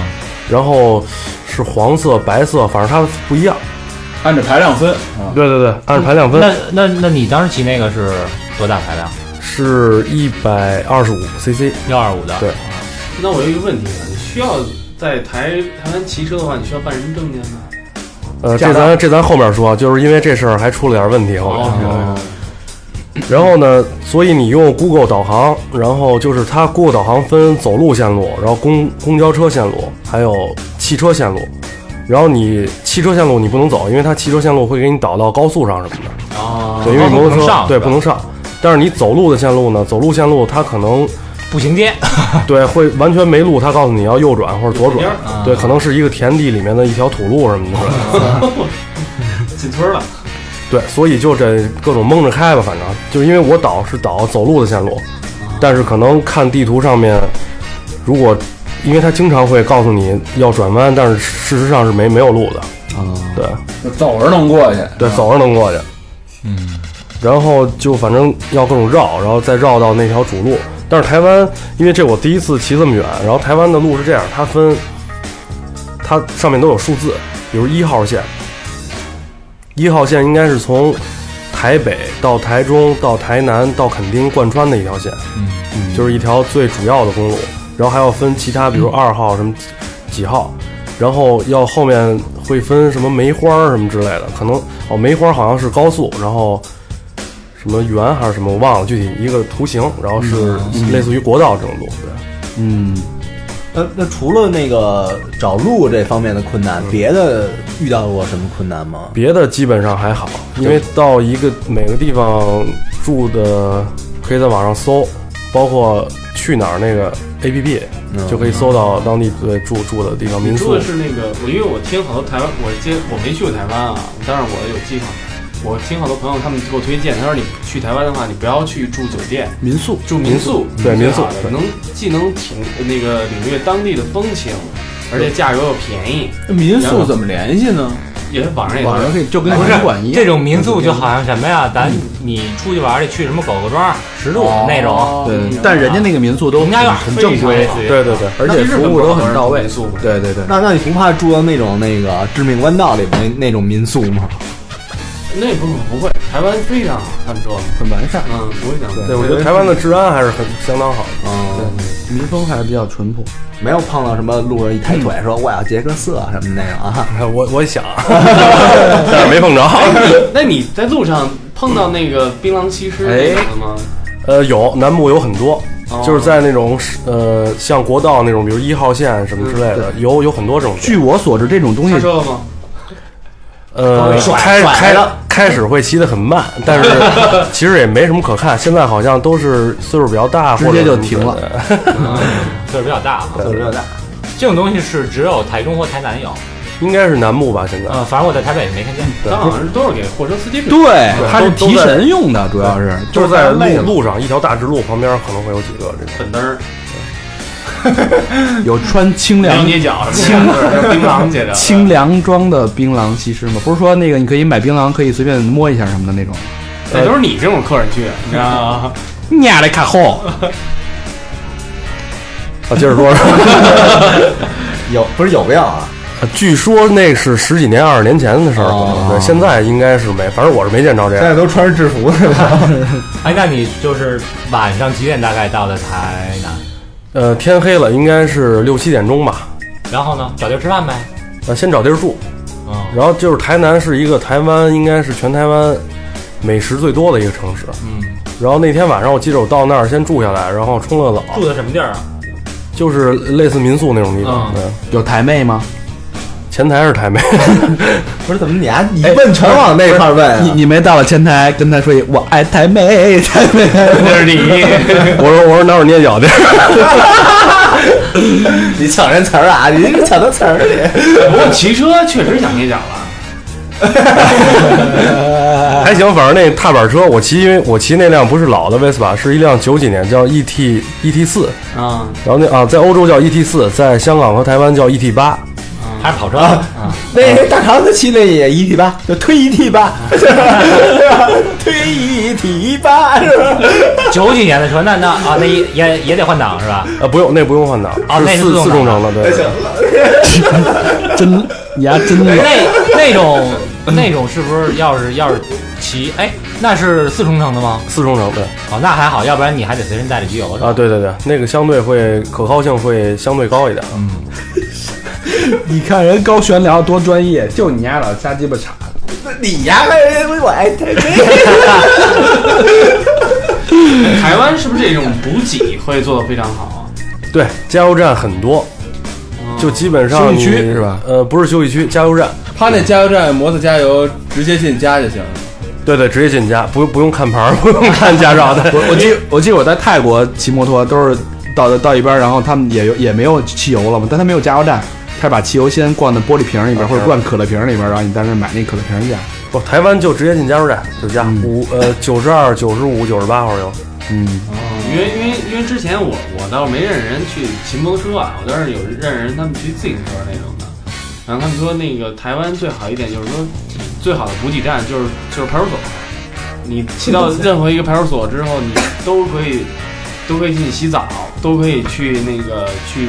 [SPEAKER 6] 然后是黄色、白色，反正它不一样。
[SPEAKER 9] 按照排量分啊，
[SPEAKER 6] 对对对，按着排量分
[SPEAKER 3] 那那那你当时骑那个是多大排量？
[SPEAKER 6] 是一百二十五 cc，
[SPEAKER 3] 幺二五的。
[SPEAKER 6] 对
[SPEAKER 7] 那我有一个问题啊，你需要在台台湾骑车的话，你需要办什么证件呢？
[SPEAKER 6] 呃，这咱这咱后面说，就是因为这事儿还出了点问题后面。
[SPEAKER 7] 哦，
[SPEAKER 6] 然后呢，所以你用 Google 导航，然后就是它 Google 导航分走路线路，然后公公交车线路，还有汽车线路。然后你汽车线路你不能走，因为它汽车线路会给你导到高速上什么的。
[SPEAKER 3] 哦
[SPEAKER 6] 对，因为摩
[SPEAKER 3] 不
[SPEAKER 6] 托
[SPEAKER 3] 能
[SPEAKER 6] 车
[SPEAKER 3] 上
[SPEAKER 6] 对
[SPEAKER 3] 是吧
[SPEAKER 6] 不能上。但是你走路的线路呢，走路线路它可 能
[SPEAKER 3] 步行街。
[SPEAKER 6] 对会完全没路，它告诉你要右转或者左
[SPEAKER 7] 边
[SPEAKER 6] 转
[SPEAKER 7] 儿，
[SPEAKER 3] 嗯
[SPEAKER 6] 对，可能是一个田地里面的一条土路什么 的。
[SPEAKER 7] 进村了，
[SPEAKER 6] 对，所以就这各种蒙着开吧，反正就是因为我导是导走路的线路，但是可能看地图上面，如果因为它经常会告诉你要转弯，但是事实上是没没有路的，对
[SPEAKER 9] 就走着能过去。
[SPEAKER 6] 对，走着能过去，
[SPEAKER 3] 嗯，
[SPEAKER 6] 然后就反正要各种绕，然后再绕到那条主路。但是台湾，因为这我第一次骑这么远，然后台湾的路是这样，它分，它上面都有数字，比如一号线，一号线应该是从台北到台中到台南到垦丁贯穿的一条线，嗯，就是一条最主要的公路。然后还要分其他，比如二号什么几号，然后要后面会分什么梅花儿什么之类的，可能哦梅花好像是高速，然后什么圆还是什么我忘了具体一个图
[SPEAKER 7] 嗯
[SPEAKER 6] 形，然后是类似于国道这种路，对，
[SPEAKER 1] 嗯，
[SPEAKER 8] 那那除了那个找路这方面的困难，别的遇到过什么困难吗？
[SPEAKER 6] 别的基本上还好，因为到一个每个地方住的可以在网上搜，包括去哪儿那个 A P P
[SPEAKER 8] 嗯
[SPEAKER 6] 就可以搜到当地对住住的地方民
[SPEAKER 7] 你住
[SPEAKER 6] 宿
[SPEAKER 7] 的，是那个我，因为我听好多台湾，我接我没去过台湾啊，但是我有计划。我听好多朋友他们给我推荐，他说你去台湾的话，你不要去住酒店，
[SPEAKER 6] 嗯
[SPEAKER 1] 民宿
[SPEAKER 7] 住民宿，
[SPEAKER 6] 对
[SPEAKER 7] 是最好
[SPEAKER 6] 民宿
[SPEAKER 7] 的
[SPEAKER 6] 对
[SPEAKER 7] 能既能体那个领略当地的风情，而且价格又便宜，
[SPEAKER 9] 民宿怎么联系呢？
[SPEAKER 7] 也网上也
[SPEAKER 1] 网上可以就
[SPEAKER 6] 哎
[SPEAKER 1] 跟
[SPEAKER 3] 不是
[SPEAKER 1] 旅馆一样，
[SPEAKER 3] 这种民宿就好像什么呀？咱你出去玩儿得去什么狗狗庄、石柱那种，
[SPEAKER 1] 对，
[SPEAKER 6] 嗯
[SPEAKER 1] 但人家那个民宿都
[SPEAKER 3] 我们家
[SPEAKER 1] 很
[SPEAKER 3] 院
[SPEAKER 1] 很正规，
[SPEAKER 6] 对对对，
[SPEAKER 1] 而且服务都很到位
[SPEAKER 7] 民。宿嘛
[SPEAKER 1] 对对对，
[SPEAKER 8] 那那你不怕住到那种那个致命弯道里边那那种民宿吗？
[SPEAKER 7] 那不不会，台湾非常好，他们说，
[SPEAKER 1] 很完善，
[SPEAKER 7] 嗯，不会这样。
[SPEAKER 6] 对我觉得台湾的治安还是很相当 好的。
[SPEAKER 8] 嗯，
[SPEAKER 1] 民风还是比较淳朴。
[SPEAKER 8] 没有碰到什么路上一抬腿说我要杰克瑟什么那种啊？
[SPEAKER 6] 哎我 我想，但是没碰着。
[SPEAKER 1] 哎
[SPEAKER 7] 那你在路上碰到那个槟榔西施
[SPEAKER 6] 哎
[SPEAKER 7] 什么吗？
[SPEAKER 6] 呃，有南部有很多，
[SPEAKER 7] 哦
[SPEAKER 6] 就是在那种呃，像国道那种，比如一号线什么之类的，有有很多这种。
[SPEAKER 1] 据我所知，这种东
[SPEAKER 7] 开
[SPEAKER 1] 西
[SPEAKER 7] 车吗？
[SPEAKER 6] 呃，开开开始会骑得很慢， 但是其实也没什么可看。现在好像都是岁数比较大，
[SPEAKER 1] 直
[SPEAKER 6] 或者
[SPEAKER 1] 接就
[SPEAKER 6] 什么之
[SPEAKER 1] 停
[SPEAKER 6] 类
[SPEAKER 1] 了
[SPEAKER 6] 的。
[SPEAKER 3] 岁数比较大嘛。
[SPEAKER 8] 就是这
[SPEAKER 3] 这种东西是只有台中或台南有，
[SPEAKER 6] 应该是南部吧？现在
[SPEAKER 3] 呃，反正我在台北没看见。
[SPEAKER 6] 对
[SPEAKER 7] 咱好像是都是给货车司机。，
[SPEAKER 1] 对，它是
[SPEAKER 6] 都
[SPEAKER 1] 提神用的，主要是
[SPEAKER 6] 就是
[SPEAKER 1] 大
[SPEAKER 6] 在
[SPEAKER 1] 家累了
[SPEAKER 6] 路路上一条大直路旁边可能会有几个这种。
[SPEAKER 7] 粉灯儿、
[SPEAKER 1] 有穿清
[SPEAKER 7] 牛
[SPEAKER 1] 凉
[SPEAKER 7] 捏脚、青槟榔去 的。
[SPEAKER 1] 清凉装的槟榔西施吗？不是说那个你可以买槟榔，可以随便摸一下什么的那种。
[SPEAKER 7] 那都是你这种客人去，你 知道吗？
[SPEAKER 1] 呀嘞卡后，
[SPEAKER 6] 啊，接着说，
[SPEAKER 8] 有不是有没有啊？
[SPEAKER 6] 据说那是十几年、二十年前的事儿
[SPEAKER 8] 哦
[SPEAKER 6] 了。对，现在应该是没，反正我是没见着这样
[SPEAKER 8] 现。在都穿着制服 了，
[SPEAKER 3] 哎，那你就是晚上几点大概到的台南？
[SPEAKER 6] 呃，天黑了，应该是六七点钟吧。
[SPEAKER 3] 然后呢，找地儿吃饭呗。
[SPEAKER 6] 呃，先找地儿住，
[SPEAKER 3] 嗯
[SPEAKER 6] 然后就是台南是一个台湾，应该是全台湾美食最多的一个城市。
[SPEAKER 3] 嗯，
[SPEAKER 6] 然后那天晚上，我记着我到那儿先住下来，然后冲了个澡，
[SPEAKER 3] 住的什么地儿啊？
[SPEAKER 6] 就是类似民宿那种地方。
[SPEAKER 3] 嗯
[SPEAKER 6] 对，
[SPEAKER 1] 有台妹吗？
[SPEAKER 6] 前台是台妹，
[SPEAKER 8] 不是怎么你还你问全往那块儿问
[SPEAKER 1] 哎你
[SPEAKER 8] 啊？
[SPEAKER 1] 你没到了前台，跟她说一我爱台妹， 台妹。
[SPEAKER 7] 那是你，
[SPEAKER 6] 我说我说哪有捏脚的？
[SPEAKER 8] 你抢人词儿啊？你这抢到词儿里，
[SPEAKER 7] 不过骑车确实想捏脚了。
[SPEAKER 6] 还行，反正那踏板车我骑，因为我骑那辆不是老的 Vespa，是一辆九几年叫 E ET ET 四，
[SPEAKER 7] 啊
[SPEAKER 3] 嗯
[SPEAKER 6] E 然后那啊在欧洲叫 ET 四，在香港和台湾叫 ET 八。
[SPEAKER 7] 啊！
[SPEAKER 3] 还是跑车
[SPEAKER 8] 啊
[SPEAKER 3] 啊？
[SPEAKER 8] 那大长的系列也一体吧，就推一体吧， 对吧？推一体吧，是吧？
[SPEAKER 3] 九几年的车，那那啊，那也也也得换挡是吧？
[SPEAKER 6] 呃，不用，那不用换挡，
[SPEAKER 3] 哦那是
[SPEAKER 6] 四
[SPEAKER 3] 自动挡
[SPEAKER 6] 四
[SPEAKER 3] 的哎
[SPEAKER 6] 冲程的，对。
[SPEAKER 1] 真你还真
[SPEAKER 8] 哎
[SPEAKER 3] 那
[SPEAKER 1] 冷，
[SPEAKER 3] 那种那种是不是要是要是骑哎，那是四冲程的吗？
[SPEAKER 6] 四冲程，对
[SPEAKER 3] 哦，那还好，要不然你还得随身带着机油是吧？
[SPEAKER 6] 啊，对对对，那个相对会可靠性会相对高一点。啊
[SPEAKER 1] 你看人高悬梁多专业，就你丫老瞎鸡巴插。
[SPEAKER 8] 你呀，还我爱
[SPEAKER 7] 台湾是不是这种补给会做的非常好啊？
[SPEAKER 6] 对，加油站很多，就基本上
[SPEAKER 1] 休息区
[SPEAKER 6] 你
[SPEAKER 1] 是吧？
[SPEAKER 6] 呃，不是休息区，加油站。
[SPEAKER 9] 他那加油站摩托加油直接进家就行了。
[SPEAKER 6] 对对，直接进家，不不用看牌儿， 不用看驾照的。
[SPEAKER 1] 我我记我记得我在泰国骑摩托都是到到一边，然后他们也有也没有汽油了嘛，但他没有加油站，他是把汽油先灌到玻璃瓶里边，或者灌可乐瓶里边，然后你在那买那可乐瓶去。啊
[SPEAKER 6] 不，台湾就直接进加油站就加五呃九十二、九十五、九十八号油。
[SPEAKER 1] 嗯，
[SPEAKER 7] 因为因为因为之前我我倒是没认识人去骑摩托车啊，我倒是有认识人他们骑自行车那种的。然后他们说那个台湾最好一点就是说，最好的补给站就是就是派出所，你骑到任何一个派出所之后，你都可以都可以进去洗澡，都可以去那个去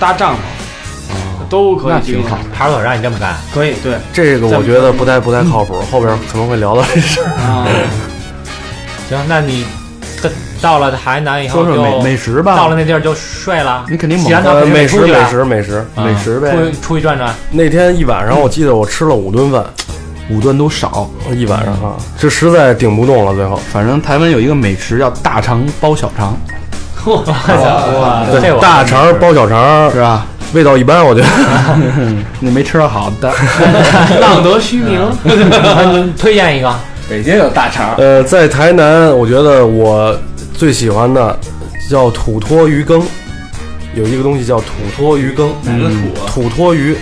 [SPEAKER 7] 搭帐篷，都可以去。
[SPEAKER 3] 派出所让你这么干，
[SPEAKER 7] 可以对
[SPEAKER 6] 这个我觉得不太不太靠谱，
[SPEAKER 1] 嗯
[SPEAKER 6] 后边可能会聊到这事儿。
[SPEAKER 7] 啊，
[SPEAKER 3] 行，那你到到了海南以后 就
[SPEAKER 1] 说说美美食
[SPEAKER 6] 啊
[SPEAKER 1] 吧，
[SPEAKER 3] 到了那地儿就睡了，
[SPEAKER 1] 你肯定猛
[SPEAKER 3] 洗完澡
[SPEAKER 6] 呃，
[SPEAKER 3] 肯定
[SPEAKER 6] 美
[SPEAKER 3] 得
[SPEAKER 6] 食
[SPEAKER 3] 出去
[SPEAKER 6] 美
[SPEAKER 3] 了
[SPEAKER 6] 食美食，
[SPEAKER 3] 啊
[SPEAKER 1] 美食呗
[SPEAKER 3] 出去出去转 转，
[SPEAKER 6] 那天一晚上我记得我吃了五顿饭，
[SPEAKER 1] 五顿都少。
[SPEAKER 6] 一晚上啊，这实在顶不动了，最后。
[SPEAKER 1] 反正台湾有一个美食叫大肠包小肠，
[SPEAKER 3] 哇，这我
[SPEAKER 6] 大肠儿包小肠儿
[SPEAKER 1] 是吧？
[SPEAKER 6] 味道一般，我觉得。
[SPEAKER 1] 你没吃到好，但
[SPEAKER 7] 浪得虚名。
[SPEAKER 3] 推荐一个，
[SPEAKER 9] 北京有大肠，
[SPEAKER 6] 呃，在台南，我觉得我最喜欢的叫土托鱼羹，有一个东西叫土托鱼羹，嗯
[SPEAKER 9] 哪个土啊？哦
[SPEAKER 6] 土托鱼，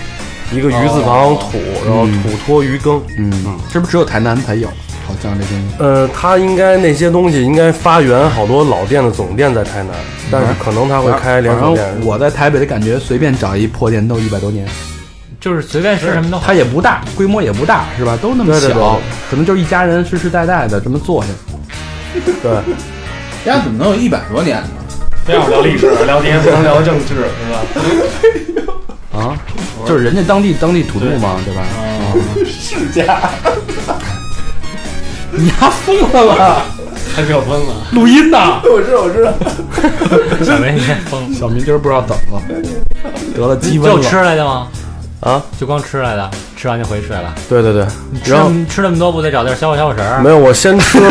[SPEAKER 6] 一个鱼字旁土，然后土托鱼羹。
[SPEAKER 1] 嗯，是不是只有台南才有？好像这东西。
[SPEAKER 6] 呃，它应该那些东西应该发源好多老店的总店在台南，但是可能它会开连锁店
[SPEAKER 1] 反。正我在台北的感觉，随便找一破店都一百多年，
[SPEAKER 3] 就是随便吃什么都好。
[SPEAKER 1] 它也不大，规模也不大，是吧？都那么
[SPEAKER 6] 对
[SPEAKER 1] 小，
[SPEAKER 6] 对对
[SPEAKER 1] 可能就是一家人世世代代的这么做下去。
[SPEAKER 6] 对，
[SPEAKER 9] 家怎么能有一百多年呢？
[SPEAKER 7] 非要聊历史，聊天不能聊政治，是吧？
[SPEAKER 1] 啊，
[SPEAKER 9] 哦
[SPEAKER 1] 就是人家当地当地土著嘛，对吧？
[SPEAKER 7] 还给我崩了。
[SPEAKER 1] 录音呢，
[SPEAKER 3] 小 梅，你先疯
[SPEAKER 1] 小明今儿不知道怎么了，得了鸡瘟
[SPEAKER 3] 就
[SPEAKER 1] 了。
[SPEAKER 3] 吃来的吗？
[SPEAKER 6] 啊，
[SPEAKER 3] 就光吃来的，吃完就回去睡了。
[SPEAKER 6] 对对对，
[SPEAKER 3] 吃
[SPEAKER 6] 然后
[SPEAKER 3] 吃那么多，不得找地儿消化消化食儿？
[SPEAKER 6] 没有，我先吃了，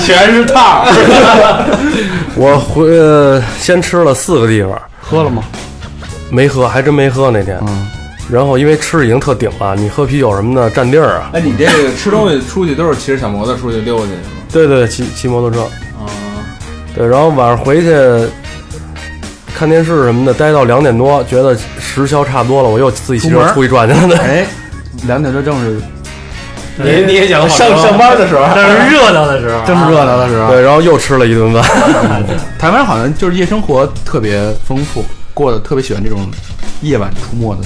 [SPEAKER 7] 全是套。
[SPEAKER 6] 我回、呃、先吃了四个地方，
[SPEAKER 1] 喝了吗？
[SPEAKER 6] 没喝，还真没喝那天。
[SPEAKER 1] 嗯
[SPEAKER 6] 然后因为吃已经特顶了，你喝啤酒什么的占地儿啊。
[SPEAKER 9] 哎，你这个吃东西出去都是骑着小摩托出去溜达去是吗？
[SPEAKER 6] 对对，骑骑摩托车。
[SPEAKER 9] 啊，
[SPEAKER 1] 哦
[SPEAKER 6] 对，然后晚上回去看电视什么的，待到两点多，觉得时效差不多了，我又自己骑
[SPEAKER 1] 出
[SPEAKER 6] 车
[SPEAKER 1] 门
[SPEAKER 6] 出去转去 了。
[SPEAKER 1] 哎，两点多正是
[SPEAKER 7] 你你也想
[SPEAKER 3] 上上班的时 候，但是热闹的时候，啊
[SPEAKER 1] 正是热闹的时候。
[SPEAKER 6] 对，然后又吃了一顿饭。
[SPEAKER 1] 台湾好像就是夜生活特别丰富，过得特别喜欢这种夜晚出没的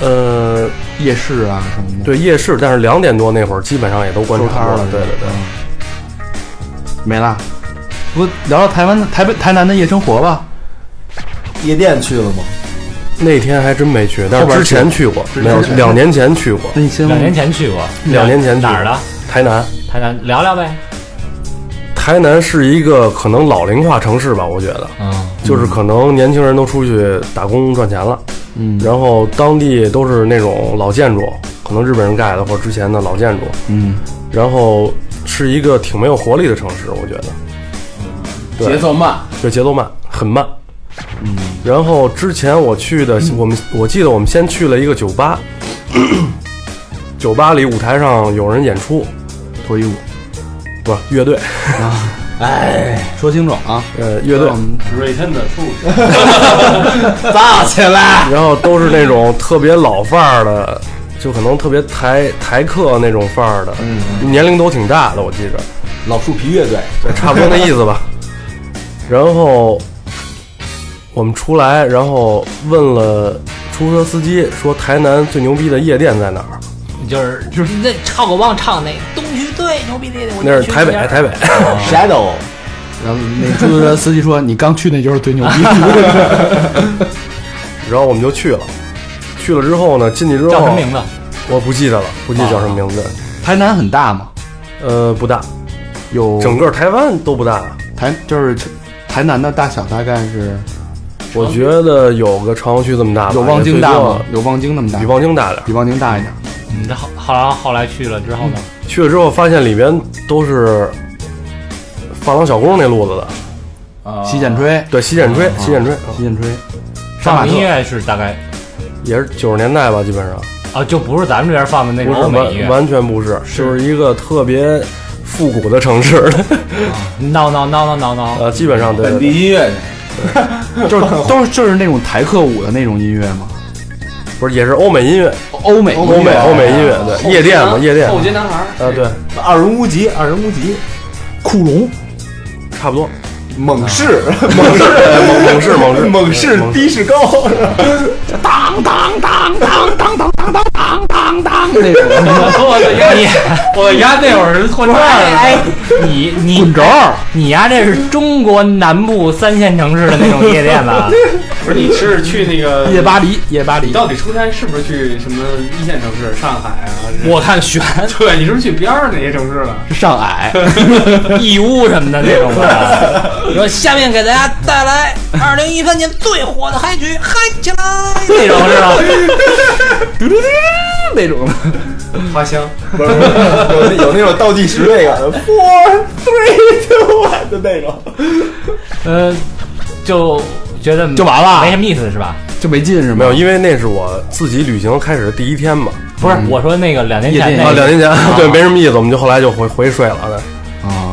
[SPEAKER 6] 呃，
[SPEAKER 1] 夜市啊什么的。
[SPEAKER 6] 对夜市，但是两点多那会儿基本上也都关
[SPEAKER 1] 收
[SPEAKER 6] 差
[SPEAKER 1] 摊
[SPEAKER 6] 不
[SPEAKER 1] 儿啊
[SPEAKER 6] 多了。对对对，
[SPEAKER 1] 对，嗯没啦。不聊聊台湾的台北台南的夜生活吧，
[SPEAKER 8] 夜店去了吗？
[SPEAKER 6] 那天还真没去，但是之前去过，没有两年前去过，
[SPEAKER 1] 那你先
[SPEAKER 3] 两年前去过，
[SPEAKER 6] 两年前去过
[SPEAKER 3] 哪儿的？
[SPEAKER 6] 台南。
[SPEAKER 3] 台南聊聊呗。
[SPEAKER 6] 台南是一个可能老龄化城市吧，我觉得，
[SPEAKER 3] 嗯，
[SPEAKER 6] 就是可能年轻人都出去打工赚钱了，
[SPEAKER 1] 嗯
[SPEAKER 6] 然后当地都是那种老建筑，可能日本人盖的或者之前的老建筑，
[SPEAKER 1] 嗯，
[SPEAKER 6] 然后是一个挺没有活力的城市，我觉得，对
[SPEAKER 9] 节奏慢，
[SPEAKER 6] 就节奏慢，很慢。嗯，然后之前我去的，
[SPEAKER 1] 嗯
[SPEAKER 6] 我们我记得我们先去了一个酒 吧，酒吧里舞台上有人演出，
[SPEAKER 1] 脱衣舞，
[SPEAKER 6] 不是乐队，
[SPEAKER 1] 说清楚啊，
[SPEAKER 6] 呃，乐队，
[SPEAKER 7] Return 的兔子，
[SPEAKER 8] 造起来！
[SPEAKER 6] 然后都是那种特别老范儿的，就可能特别台台客那种范儿的，
[SPEAKER 8] 嗯
[SPEAKER 6] 年龄都挺大的，我记着。
[SPEAKER 8] 老树皮乐队，
[SPEAKER 6] 对，差不多那意思吧。然后我们出来，然后问了出租车司机，说台南最牛逼的夜店在哪儿？
[SPEAKER 3] 就是就是那超狗帮唱那东区最牛逼的，我就
[SPEAKER 6] 那是
[SPEAKER 3] 去
[SPEAKER 6] 台北，
[SPEAKER 3] 那边
[SPEAKER 6] 台北。
[SPEAKER 8] Shadow，
[SPEAKER 1] 然后那出租车司机说：“你刚去那就是最牛 逼。
[SPEAKER 6] 然后我们就去了，去了之后呢，进去之后
[SPEAKER 3] 叫什么名字？啊
[SPEAKER 6] 我不记得了，不记得叫什么名字。”
[SPEAKER 1] 台南很大嘛，
[SPEAKER 6] 呃，不大，
[SPEAKER 1] 有
[SPEAKER 6] 整个台湾都不大。
[SPEAKER 1] 台就是台南的大小大概是
[SPEAKER 6] 我觉得有个朝阳区这么大吧，
[SPEAKER 1] 有望京大
[SPEAKER 6] 也最
[SPEAKER 1] 吗有
[SPEAKER 6] 多？
[SPEAKER 1] 望京那么大
[SPEAKER 6] 比，望京大点儿。
[SPEAKER 1] 比望京大一点。
[SPEAKER 3] 你这后后来后来去了之后呢？
[SPEAKER 6] 去了之后发现里边都是放狼小工那路子的，嗯
[SPEAKER 9] 啊，
[SPEAKER 1] 洗
[SPEAKER 6] 哦
[SPEAKER 1] 剪吹，
[SPEAKER 6] 对，洗剪吹，洗剪吹
[SPEAKER 1] 洗剪吹，杀
[SPEAKER 3] 放
[SPEAKER 1] 马
[SPEAKER 3] 的音
[SPEAKER 1] 特，
[SPEAKER 3] 乐是大概
[SPEAKER 6] 也是九十年代吧，基本上
[SPEAKER 3] 啊，就不是咱们这边放的那
[SPEAKER 6] 不
[SPEAKER 3] 种
[SPEAKER 6] 是
[SPEAKER 3] 欧美音
[SPEAKER 6] 完
[SPEAKER 3] 乐，
[SPEAKER 6] 完全不是，就是一个特别复古的城市，
[SPEAKER 3] 闹闹闹闹闹闹，
[SPEAKER 6] 呃，基本上对
[SPEAKER 9] 本
[SPEAKER 6] 对对
[SPEAKER 9] 地音乐
[SPEAKER 1] 就是都是就是那种台客舞的那种音乐嘛，
[SPEAKER 6] 不是也是欧美音乐，
[SPEAKER 1] 欧美
[SPEAKER 6] 欧美
[SPEAKER 3] 啊
[SPEAKER 6] 欧美音乐，对，夜店嘛，夜店，
[SPEAKER 7] 后
[SPEAKER 6] 啊，
[SPEAKER 7] 街男孩儿，
[SPEAKER 6] 对，
[SPEAKER 8] 二人无极，二人无极，库龙，
[SPEAKER 6] 差不多，呃
[SPEAKER 8] 猛士，
[SPEAKER 6] 猛士，猛猛士，猛 士，
[SPEAKER 8] 猛士
[SPEAKER 6] 猛
[SPEAKER 8] 的士高，
[SPEAKER 1] 那种
[SPEAKER 3] 我的丫你，我的丫那会儿是混蛋。哎，你你
[SPEAKER 1] 滚轴，
[SPEAKER 3] 你丫这是中国南部三线城市的那种夜店 吧？
[SPEAKER 7] 不是你是去 那个
[SPEAKER 1] 夜巴黎，夜巴
[SPEAKER 7] 你
[SPEAKER 1] 黎。
[SPEAKER 7] 到底出差是不是去什么一线城市，上海啊？
[SPEAKER 3] 我看选
[SPEAKER 7] 对，你是不是去边上那些城市了？
[SPEAKER 1] 上海，
[SPEAKER 3] 义乌什么的那种 的。你说下面给大家带来二零一三年最火的嗨曲，嗨起来那种是吧？
[SPEAKER 1] 那种的，嗯
[SPEAKER 7] 花香，
[SPEAKER 8] 不是不是有那有那种倒计时那个 four three two one 的那种，
[SPEAKER 3] 呃，就觉得
[SPEAKER 1] 就完了
[SPEAKER 3] 没什么意思是吧？
[SPEAKER 1] 就没劲是吗？
[SPEAKER 6] 没有，因为那是我自己旅行开始的第一天嘛，
[SPEAKER 3] 不是，我说那个两年
[SPEAKER 1] 嗯夜
[SPEAKER 3] 前
[SPEAKER 1] 店哦
[SPEAKER 3] 那个
[SPEAKER 6] 啊，两年前， 对，没什么意思，我们就后来就回回睡了。对，
[SPEAKER 1] 啊，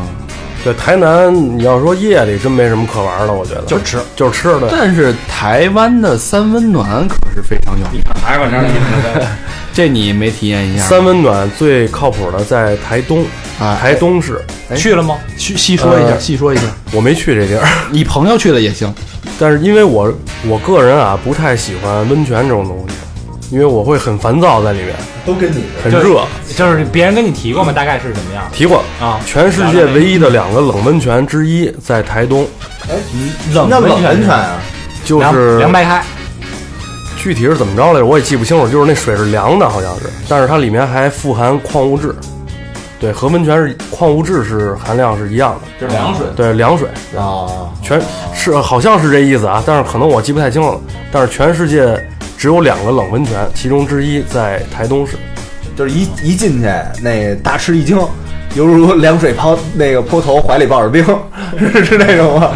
[SPEAKER 6] 对，台南你要说夜里真没什么可玩的，我觉得就吃就吃的，
[SPEAKER 1] 但是台湾的三温暖可是非常有名，
[SPEAKER 7] 还是往这儿去？
[SPEAKER 1] 这你没体验一下吗？
[SPEAKER 6] 三温暖最靠谱的在台东，
[SPEAKER 3] 哎
[SPEAKER 1] 啊，
[SPEAKER 6] 台东市
[SPEAKER 1] 哎
[SPEAKER 3] 去了吗？
[SPEAKER 1] 细细说一下，
[SPEAKER 6] 呃
[SPEAKER 1] 细说一下。
[SPEAKER 6] 我没去这地儿，
[SPEAKER 1] 你朋友去了也行，
[SPEAKER 6] 但是因为我我个人啊不太喜欢温泉这种东西，因为我会很烦躁在里面，
[SPEAKER 8] 都跟你
[SPEAKER 6] 很热。
[SPEAKER 3] 就是别人跟你提过吗？大概是什么样
[SPEAKER 6] 提过，
[SPEAKER 3] 啊？
[SPEAKER 6] 全世界唯一的两个冷温泉之一在台东，
[SPEAKER 3] 冷
[SPEAKER 8] 那冷
[SPEAKER 3] 温
[SPEAKER 8] 泉
[SPEAKER 3] 泉
[SPEAKER 8] 啊，
[SPEAKER 6] 就
[SPEAKER 3] 凉
[SPEAKER 6] 是
[SPEAKER 3] 凉白开，
[SPEAKER 6] 具体是怎么着来着，我也记不清楚。就是那水是凉的，好像是，但是它里面还富含矿物质。对，和温泉是矿物质是含量是一样的。
[SPEAKER 9] 就是凉水，
[SPEAKER 6] 对，凉水
[SPEAKER 8] 啊，
[SPEAKER 6] 全是好像是这意思啊，但是可能我记不太清了。但是全世界只有两个冷温泉，其中之一在台东市。
[SPEAKER 8] 就是一一进去那大吃一惊，犹如凉水抛那个泼头，怀里抱着冰， 是是那种吗？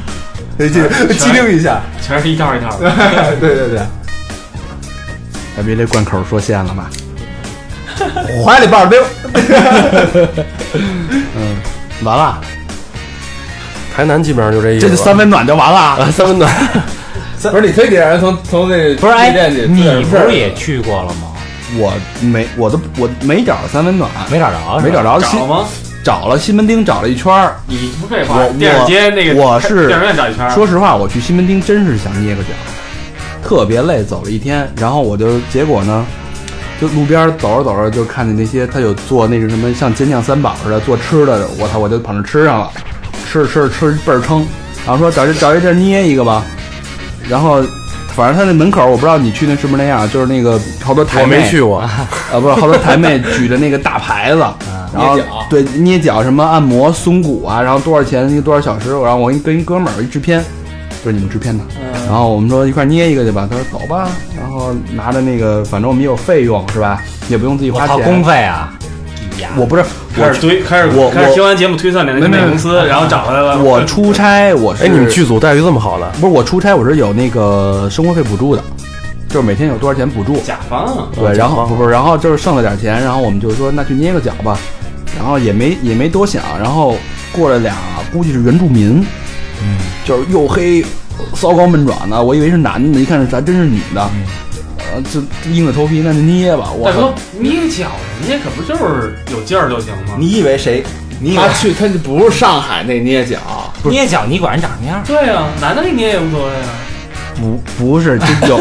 [SPEAKER 8] 得机机灵一下，
[SPEAKER 7] 全是一套一套的。
[SPEAKER 8] 对对对，
[SPEAKER 1] 哎，别这贯口说现了吧？
[SPEAKER 8] 怀里 抱着冰，
[SPEAKER 1] 嗯完了，
[SPEAKER 6] 台南基本上就这意思
[SPEAKER 1] 这
[SPEAKER 6] 了。
[SPEAKER 1] 就三温暖就完了。
[SPEAKER 6] 啊，三温暖，
[SPEAKER 9] 不是你非得让人从从那
[SPEAKER 3] 不是
[SPEAKER 9] 夜
[SPEAKER 3] 哎
[SPEAKER 9] 店里，
[SPEAKER 3] 你
[SPEAKER 9] 自
[SPEAKER 3] 不
[SPEAKER 9] 个儿
[SPEAKER 3] 是也去过了吗？
[SPEAKER 1] 我没，我都我没找着三温暖，
[SPEAKER 3] 没找着，
[SPEAKER 1] 没找
[SPEAKER 3] 着。
[SPEAKER 1] 着
[SPEAKER 7] 找
[SPEAKER 1] 西
[SPEAKER 7] 了吗？
[SPEAKER 1] 找了西门町找了一圈儿。
[SPEAKER 7] 你不废
[SPEAKER 1] 我
[SPEAKER 7] 话
[SPEAKER 1] 我，
[SPEAKER 7] 电视街那个
[SPEAKER 1] 我是
[SPEAKER 7] 电影院找一圈儿，
[SPEAKER 1] 说实话，我去西门町真是想捏个脚，特别累，走了一天，然后我就结果呢，就路边走着走着就看见那些他有做那个什么像煎酱三宝似的做吃的，我操，我就跑那吃上了，吃着吃着吃着倍儿撑，然后说找一找一地儿捏一个吧，然后。反正他那门口，我不知道你去那是不是那样，就是那个好多台
[SPEAKER 6] 我
[SPEAKER 1] 妹
[SPEAKER 6] 没 去过。哎
[SPEAKER 1] 啊，不是，好多台妹举着那个大牌子，然后对捏脚什么按摩松骨啊，然后多少钱一个多少小时，然后我一跟一哥们儿一制片，就是你们制片的，然后我们说一块儿捏一个去吧，他说走吧，然后拿着那个，反正我们也有费用是吧，也不用自己
[SPEAKER 3] 我
[SPEAKER 1] 花
[SPEAKER 3] 操，
[SPEAKER 1] 钱
[SPEAKER 3] 公，费啊！呀，
[SPEAKER 1] 我不是
[SPEAKER 7] 开始堆，开始
[SPEAKER 1] 我
[SPEAKER 7] 开
[SPEAKER 1] 我
[SPEAKER 7] 始听完节目推算两个
[SPEAKER 1] 没没
[SPEAKER 7] 美公司，然后找来了。
[SPEAKER 1] 我出差，我是
[SPEAKER 6] 哎，你们剧组待遇这么好呢？
[SPEAKER 1] 不是我出差，我是有那个生活费补助的，就是每天有多少钱补助，
[SPEAKER 7] 甲方啊，
[SPEAKER 1] 对，然后不不，然后就是剩了点钱，然后我们就说那去捏个脚吧，然后也没也没多想，然后过了俩估计是原住民，嗯，就是又黑，骚高闷爪的，我以为是男的，一看是咱真是女的，呃，就硬着头皮那就捏吧，我
[SPEAKER 7] 再
[SPEAKER 1] 操
[SPEAKER 7] 说捏脚，人家可不就是有劲儿就行吗？
[SPEAKER 8] 你以为谁？你以为
[SPEAKER 9] 他去他就不是上海那捏脚，
[SPEAKER 3] 捏脚你管人长什么样？
[SPEAKER 7] 对啊，男的给捏也无所谓啊。
[SPEAKER 1] 不不是，这有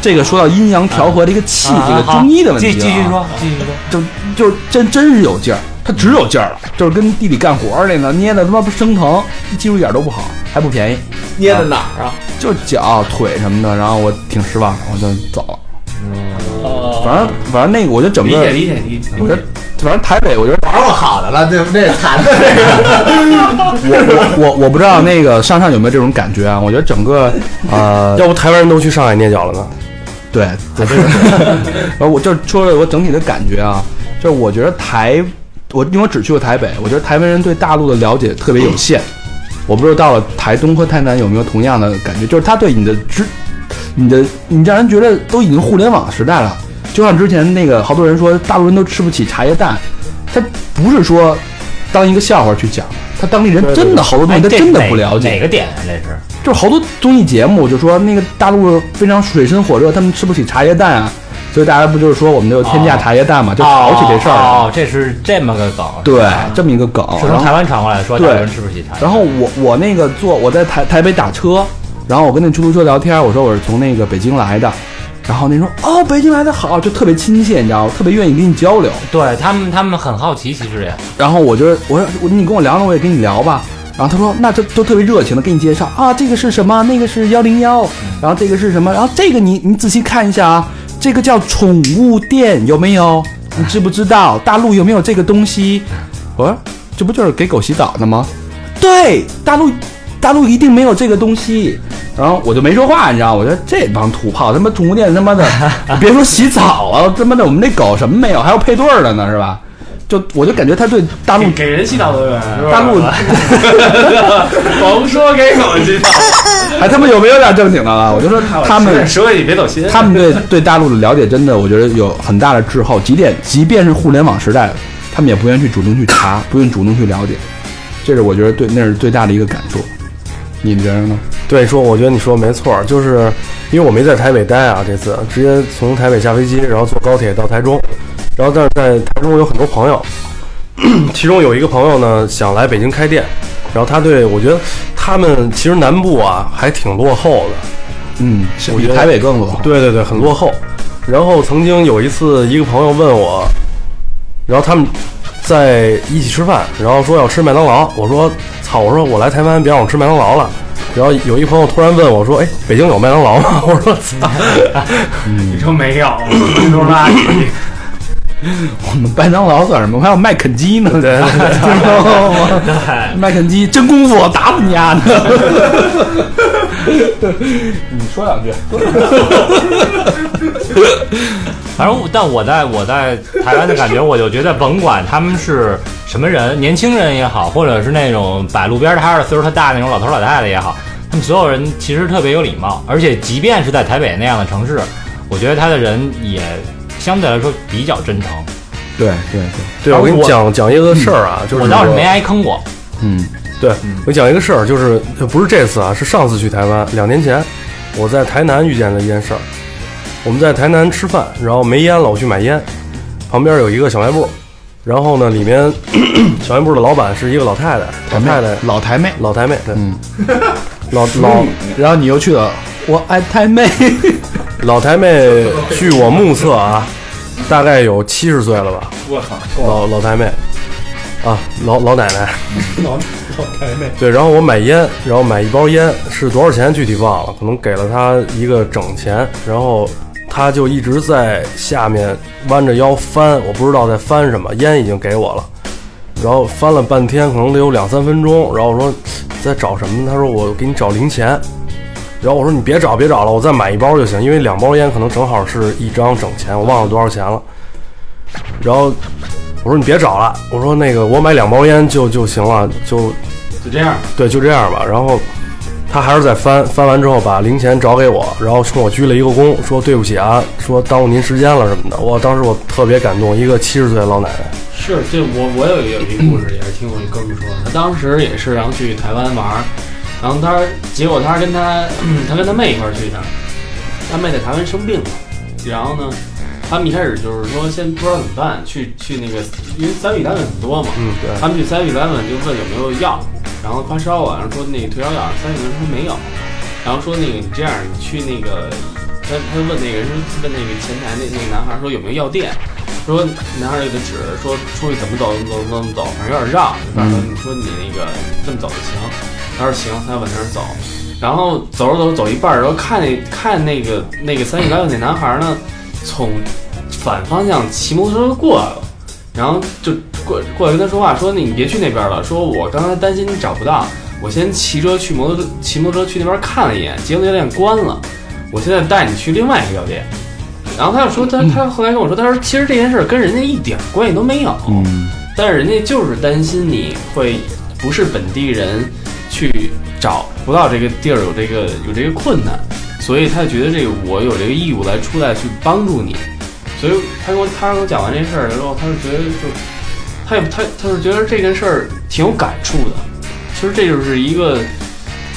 [SPEAKER 1] 这个说到阴阳调和这个气，这个中医的问题、啊，
[SPEAKER 3] 继继续，说，继续说。
[SPEAKER 1] 就就是真真是有劲儿，他只有劲儿了，就是跟地里干活儿那个捏的他妈不生疼，技术一点都不好，还不便宜，
[SPEAKER 8] 捏的哪儿啊？
[SPEAKER 1] 就脚腿什么的，然后我挺失望的，我就走了。
[SPEAKER 8] 嗯
[SPEAKER 1] 反正反正那个，我觉得整
[SPEAKER 7] 理
[SPEAKER 1] 个
[SPEAKER 7] 解，理解理解。
[SPEAKER 1] 我觉得反正台北，我觉得
[SPEAKER 8] 玩我好的了，这这惨的这
[SPEAKER 1] 我我我不知道那个上上有没有这种感觉啊？我觉得整个呃，
[SPEAKER 6] 要不台湾人都去上海捏脚了呢？
[SPEAKER 1] 对，还真是。然后我就说了我整体的感觉啊，就是我觉得台，我因为我只去过台北，我觉得台湾人对大陆的了解特别有限。我不知道到了台东和台南有没有同样的感觉，就是他对你的知，你的你让人觉得都已经互联网时代了。就像之前那个好多人说大陆人都吃不起茶叶蛋，他不是说当一个笑话去讲，他当地人真的好多东西他
[SPEAKER 3] 哎这
[SPEAKER 1] 真的
[SPEAKER 3] 哪
[SPEAKER 1] 不了解。
[SPEAKER 3] 哪个点啊？这是
[SPEAKER 1] 就是好多综艺节目就说那个大陆非常水深火热，他们吃不起茶叶蛋啊，所以大家不就是说我们就天
[SPEAKER 3] 啊
[SPEAKER 1] 价茶叶蛋嘛，就炒起这事儿来
[SPEAKER 3] 哦
[SPEAKER 1] 了。，
[SPEAKER 3] 这是这么个梗，
[SPEAKER 1] 对
[SPEAKER 3] 是吧，
[SPEAKER 1] 这么一个梗。
[SPEAKER 3] 是从
[SPEAKER 1] 然后
[SPEAKER 3] 台湾传过来的，说大
[SPEAKER 1] 对
[SPEAKER 3] 陆人吃不起茶。
[SPEAKER 1] 然后我我那个坐我在台台北打车，然后我跟那出租车聊天，我说我是从那个北京来的，然后那说哦北京来的好，就特别亲切，你知道吗？特别愿意跟你交流。
[SPEAKER 3] 对他们，他们很好奇，其实也
[SPEAKER 1] 然后我就是我说我你跟我聊聊，我也跟你聊吧。然后他说那就都特别热情的给你介绍啊，这个是什么？那个是幺零幺，然后这个是什么？然后这个你你仔细看一下啊，这个叫宠物店有没有？你知不知道大陆有没有这个东西？我说啊这不就是给狗洗澡的吗？对，大陆大陆一定没有这个东西。然后我就没说话，你知道，我觉得这帮土炮他妈宠物店他妈的，别说洗澡了，他妈的我们那狗什么没有，还有配对儿的呢，是吧？就我就感觉他对大陆
[SPEAKER 7] 给给人洗澡都有人，
[SPEAKER 1] 大陆
[SPEAKER 7] 甭说给狗洗澡，
[SPEAKER 1] 还他妈有没有点正经的了？我就说他们
[SPEAKER 7] 说你别走心，
[SPEAKER 1] 他们对对大陆的了解真的，我觉得有很大的滞后。即便即便是互联网时代，他们也不愿意去主动去查，不愿意主动去了解，这是我觉得对那是最大的一个感触。你们觉得呢？
[SPEAKER 6] 对，说我觉得你说的没错儿，就是因为我没在台北待啊，这次直接从台北下飞机，然后坐高铁到台中，然后但是在台中我有很多朋友， 其中有一个朋友呢想来北京开店，然后他对我觉得他们其实南部啊还挺落后的，
[SPEAKER 1] 嗯，
[SPEAKER 6] 我
[SPEAKER 1] 比
[SPEAKER 6] 觉得
[SPEAKER 1] 台北更落后。
[SPEAKER 6] 对对对，很落后。然后曾经有一次，一个朋友问我，然后他们在一起吃饭，然后说要吃麦当劳。我说操，我说我来台湾，别让我吃麦当劳了。然后有一朋友突然问我说：“哎，北京有麦当劳吗？”我说：“操，
[SPEAKER 7] 你说没 有，都是垃圾。
[SPEAKER 1] 我们麦当劳算什么？还有麦肯基 呢，
[SPEAKER 6] 对
[SPEAKER 1] 知道吗？麦肯基真功夫，打死你啊丫的！你说两句。
[SPEAKER 3] 反正我，但我在我在台湾的感觉，我就觉得甭管他们是什么人，年轻人也好，或者是那种摆路边摊的岁数特大那种老头老太太也好，他们所有人其实特别有礼貌，而且即便是在台北那样的城市，我觉得他的人也相对来说比较真诚。
[SPEAKER 1] 对对对，
[SPEAKER 6] 对，我给你讲讲一个事儿啊，就是
[SPEAKER 3] 我倒是没挨坑过，
[SPEAKER 1] 嗯，
[SPEAKER 6] 对，我讲一个事儿，就是不是这次啊，是上次去台湾，两年前，我在台南遇见的一件事儿。我们在台南吃饭，然后没烟了，我去买烟，旁边有一个小卖部，然后呢，里面 小卖部的老板是一个老太太，老太太，
[SPEAKER 1] 老台妹，
[SPEAKER 6] 老台妹，对，
[SPEAKER 1] 嗯
[SPEAKER 6] 老老
[SPEAKER 1] 然后你又去了，我爱台妹。
[SPEAKER 6] 老台妹，据我目测啊，大概有七十岁了吧，
[SPEAKER 7] 我靠，
[SPEAKER 6] 老老台妹，啊，老老奶奶，老老台妹。对，然后我买烟，然后买一包烟是多少钱具体忘了，可能给了她一个整钱，然后她就一直在下面弯着腰翻，我不知道在翻什么，烟已经给我了，然后翻了半天，可能得有两三分钟，然后我说在找什么呢？她说我给你找零钱。然后我说你别找别找了，我再买一包就行，因为两包烟可能正好是一张整钱，我忘了多少钱了。然后我说你别找了，我说那个我买两包烟就就行了，就
[SPEAKER 7] 就这样，
[SPEAKER 6] 对就这样吧。然后他还是在翻，翻完之后把零钱找给我，然后冲我鞠了一个躬，说对不起啊，说耽误您时间了什么的。我当时我特别感动，一个七十岁的老奶奶，
[SPEAKER 7] 是这我我有有一故事，也是听我一哥们说的，他当时也是然后去台湾玩儿，然后他结果他跟他嗯他跟他妹一块儿去的，他妹在台湾生病了，然后呢，他们一开始就是说先不知道怎么办，去去那个因为三 e 单位很多嘛，
[SPEAKER 6] 嗯，对，
[SPEAKER 7] 他们去三 e 单位就问有没有药，然后发烧啊，然后说那个退烧药，三里屯说没有，然后说那个你这样，你去那个，他他问那个人问那个前台那那个男孩说有没有药店，说男孩有个指说出去怎么走怎么走怎么走，反正有点绕，反正你说你那个这么走就行，他说行，他往那儿走。然后走着走着走一半儿的时候，看那看那个那个三里屯那男孩呢，从反方向骑摩托车过来了，然后就过过来跟他说话，说你别去那边了，说我刚才担心你找不到，我先骑车去摩托骑摩托车去那边看了一眼，结果那药店关了，我现在带你去另外一个药店。然后他就说
[SPEAKER 1] 嗯
[SPEAKER 7] 他他后来跟我说，他说其实这件事儿跟人家一点关系都没有，
[SPEAKER 1] 嗯，
[SPEAKER 7] 但是人家就是担心你会不是本地人去找不到这个地儿有这个有这个困难，所以他觉得这个我有这个义务来出来去帮助你，所以他跟我他跟我讲完这事儿之后，他就觉得就他也他他是觉得这件事儿挺有感触的，其实这就是一个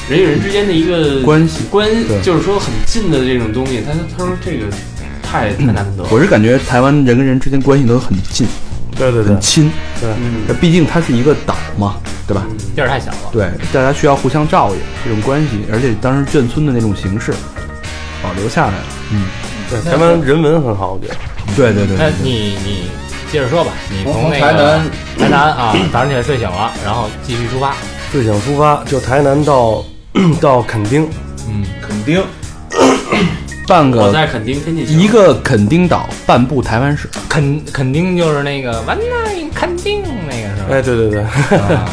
[SPEAKER 7] 人与人之间的一个
[SPEAKER 1] 关系。
[SPEAKER 7] 关
[SPEAKER 1] 对，
[SPEAKER 7] 就是说很近的这种东西，他他说这个太太难得了，
[SPEAKER 1] 我是感觉台湾人跟人之间关系都很近
[SPEAKER 6] 对对对
[SPEAKER 1] 很，亲，
[SPEAKER 7] 嗯
[SPEAKER 1] 毕竟它是一个岛嘛，对吧？
[SPEAKER 7] 嗯
[SPEAKER 3] 地儿太小了。
[SPEAKER 1] 对，大家需要互相照应这种关系，而且当时眷村的那种形式保留下来了。
[SPEAKER 6] 对，嗯台湾人文很好，我觉得。
[SPEAKER 1] 对对对
[SPEAKER 3] 那
[SPEAKER 9] 哎
[SPEAKER 1] 对对
[SPEAKER 3] 你你接着说吧，你
[SPEAKER 9] 从
[SPEAKER 3] 从那个
[SPEAKER 9] 台南
[SPEAKER 3] 台南啊，早上起来睡醒了，然后继续出发。
[SPEAKER 6] 最想出发，就台南到 到垦丁，
[SPEAKER 3] 嗯，
[SPEAKER 9] 垦丁，
[SPEAKER 1] 半
[SPEAKER 7] 我
[SPEAKER 1] 个
[SPEAKER 7] 在垦丁天气晴
[SPEAKER 1] 一个垦丁岛，半部台湾省。
[SPEAKER 3] 肯肯定就是那个完了，肯定那个是吧？
[SPEAKER 6] 哎，对 对对，
[SPEAKER 3] 啊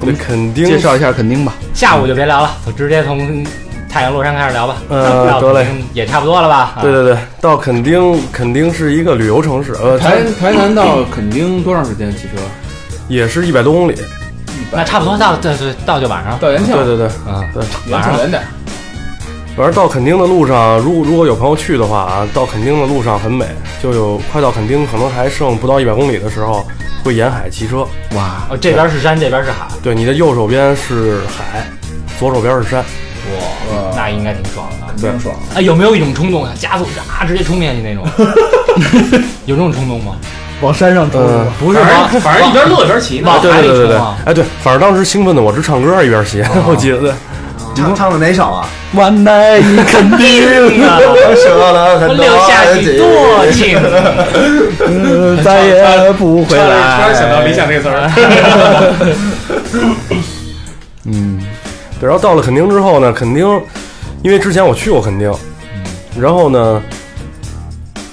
[SPEAKER 6] 对垦丁
[SPEAKER 1] 介绍一下垦丁吧，
[SPEAKER 3] 下午就别聊了，就直接从太阳落山开始聊吧。啊
[SPEAKER 6] 呃
[SPEAKER 3] 到
[SPEAKER 6] 得嘞
[SPEAKER 3] 肯定也差不多了吧？啊
[SPEAKER 6] 对，对对，到垦丁，垦丁是一个旅游城市，呃，它
[SPEAKER 9] 台台南到垦丁多长时间？骑车？
[SPEAKER 6] 也是一百多公里。
[SPEAKER 3] 那差不多到对对到就晚上了
[SPEAKER 9] 到延庆
[SPEAKER 6] 对，对对，
[SPEAKER 3] 啊，
[SPEAKER 6] 对，
[SPEAKER 9] 延
[SPEAKER 6] 嗯
[SPEAKER 9] 庆远点。
[SPEAKER 6] 反正到垦丁的路上，如果如果有朋友去的话啊，到垦丁的路上很美，就有快到垦丁可能还剩不到一百公里的时候，会沿海骑车。
[SPEAKER 1] 哇，
[SPEAKER 3] 哦这边是山，这边是海，
[SPEAKER 6] 对，你的右手边是海，左手边是山。嗯
[SPEAKER 3] 哇，那应该挺爽的啊。
[SPEAKER 9] 挺爽。
[SPEAKER 3] 哎，有没有一种冲动啊？加速啊，直接冲下去 那种？有这种冲动吗？
[SPEAKER 1] 往山上
[SPEAKER 6] 呃，不是
[SPEAKER 7] 反
[SPEAKER 6] 往
[SPEAKER 7] 正反正一边乐一边骑呢。
[SPEAKER 3] 往
[SPEAKER 6] 对
[SPEAKER 3] 海
[SPEAKER 6] 对
[SPEAKER 3] 里
[SPEAKER 6] 对
[SPEAKER 3] 冲
[SPEAKER 6] 对对
[SPEAKER 3] 啊！，
[SPEAKER 6] 哎对，反正当时兴奋的我直唱歌一边骑，
[SPEAKER 3] 哦
[SPEAKER 6] 我记得对。
[SPEAKER 8] 唱唱的哪首啊？
[SPEAKER 1] 万代垦丁啊，
[SPEAKER 8] 舍了很
[SPEAKER 3] 我
[SPEAKER 8] 多
[SPEAKER 3] 留下
[SPEAKER 6] 哎
[SPEAKER 3] 许多 情。
[SPEAKER 1] 再也不回来。
[SPEAKER 7] 突 然想到理想这个词儿，
[SPEAKER 1] 嗯，
[SPEAKER 6] 对，然后到了垦丁之后呢，垦丁，因为之前我去过垦丁，然后呢，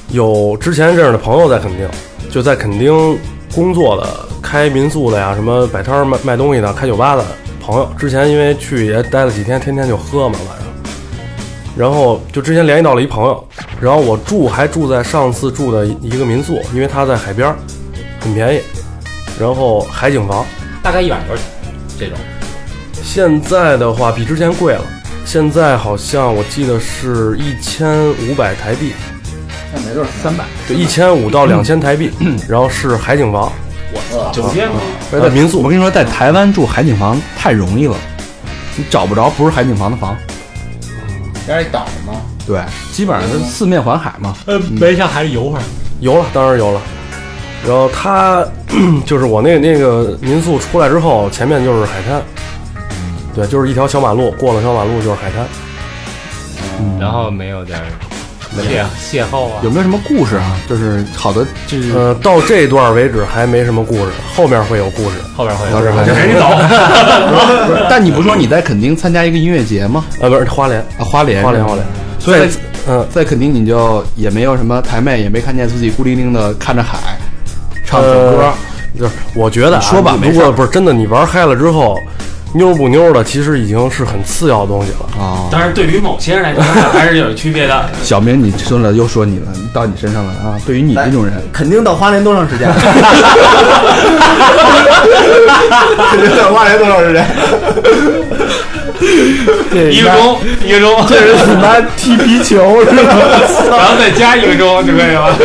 [SPEAKER 6] 有之前认识的朋友在垦丁，就在垦丁工作的，开民宿的呀，什么摆摊儿卖卖东西的，开酒吧的朋友，之前因为去也待了几天，天天就喝嘛晚上，然后就之前联系到了一朋友，然后我住还住在上次住的一个民宿，因为他在海边儿，很便宜，然后海景房。
[SPEAKER 3] 大概一晚多少钱？这种
[SPEAKER 6] 现在的话比之前贵了，现在好像我记得是一千五百台币，
[SPEAKER 9] 那没准三百。
[SPEAKER 6] 就一千五到两千台币， 然后是海景房，
[SPEAKER 7] 酒店嘛，
[SPEAKER 6] 而且在民宿
[SPEAKER 1] 呃我跟你说，在台湾住海景房太容易了，你找不着不是海景房的房。
[SPEAKER 9] 边一岛嘛，
[SPEAKER 1] 对，基本上是四面环海嘛。
[SPEAKER 3] 呃，没上海里游会儿。
[SPEAKER 6] 游了，当然游了。然后它 就是我那那个民宿出来之后，前面就是海滩，对，就是一条小马路，过了小马路就是海滩。
[SPEAKER 3] 然后没有点儿邂邂逅啊
[SPEAKER 1] 有？没有什么故事啊？就是好的， 就是
[SPEAKER 6] 呃，到这段为止还没什么故事，后面会有故事。
[SPEAKER 3] 后边会
[SPEAKER 1] 到这儿还
[SPEAKER 6] 赶紧
[SPEAKER 1] 走。不是但你不说你在垦丁参加一个音乐节吗？
[SPEAKER 6] 啊，不是花莲，
[SPEAKER 1] 啊，花莲，
[SPEAKER 6] 花莲，花莲。
[SPEAKER 1] 所以
[SPEAKER 6] 在嗯，
[SPEAKER 1] 在垦丁你就也没有什么台妹，也没看见自己孤零零的看着海，唱首歌
[SPEAKER 6] 呃。就是我觉得、啊，
[SPEAKER 1] 你说吧没
[SPEAKER 6] 如
[SPEAKER 1] 事儿
[SPEAKER 6] 果不是真的，你玩嗨了之后，妞不妞的，其实已经是很次要的东西了。
[SPEAKER 1] 啊。
[SPEAKER 7] 但是对于某些人来说还是有区别的。
[SPEAKER 1] 小明，你说了又说你了，到你身上了啊！对于你这种人，
[SPEAKER 8] 肯定到花莲多长时间？肯定到花莲多长时间？
[SPEAKER 7] 一个钟，一个钟，
[SPEAKER 1] 这人死妈踢皮球是吧？
[SPEAKER 7] 然后再加一个钟就可以了。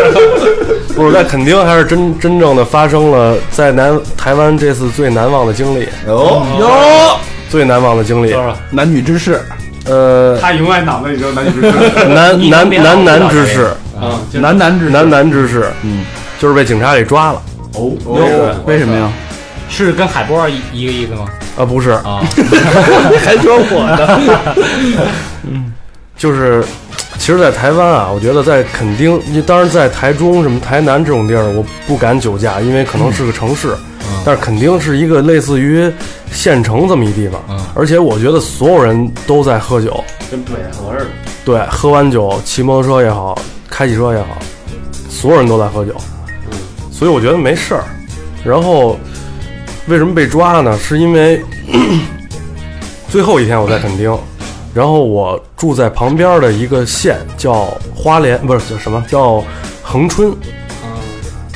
[SPEAKER 6] 不是，那肯定还是真真正的发生了在南台湾这次最难忘的经历，
[SPEAKER 8] 哟，
[SPEAKER 1] 哟，
[SPEAKER 6] 最难忘的经历
[SPEAKER 3] 多。少？
[SPEAKER 1] 男女之事，
[SPEAKER 6] 呃，
[SPEAKER 7] 他永远脑子里就男女之
[SPEAKER 6] 男男
[SPEAKER 3] 别老知道
[SPEAKER 6] 男男
[SPEAKER 3] 这
[SPEAKER 6] 之
[SPEAKER 3] 个
[SPEAKER 6] 事，
[SPEAKER 7] 啊，就
[SPEAKER 1] 男男之事
[SPEAKER 6] 男男之事，
[SPEAKER 1] 嗯，
[SPEAKER 6] 就是被警察给抓了。
[SPEAKER 1] 哟，为什么呀？
[SPEAKER 3] 是跟海波一一个意思吗？
[SPEAKER 6] 啊，不是，
[SPEAKER 3] 啊，
[SPEAKER 6] 还说我呢。嗯就是，其实，在台湾啊，我觉得在垦丁，你当然在台中、什么台南这种地儿，我不敢酒驾，因为可能是个城市。
[SPEAKER 3] 嗯
[SPEAKER 6] 但是垦丁是一个类似于县城这么一地方，
[SPEAKER 3] 嗯
[SPEAKER 6] 而且我觉得所有人都在喝酒，
[SPEAKER 7] 跟北河似的。
[SPEAKER 6] 对，喝完酒骑摩托车也好，开汽车也好，所有人都在喝酒，所以我觉得没事儿。然后为什么被抓呢？是因为 最后一天我在垦丁，然后我住在旁边的一个县叫花莲，不是叫什么叫恒春。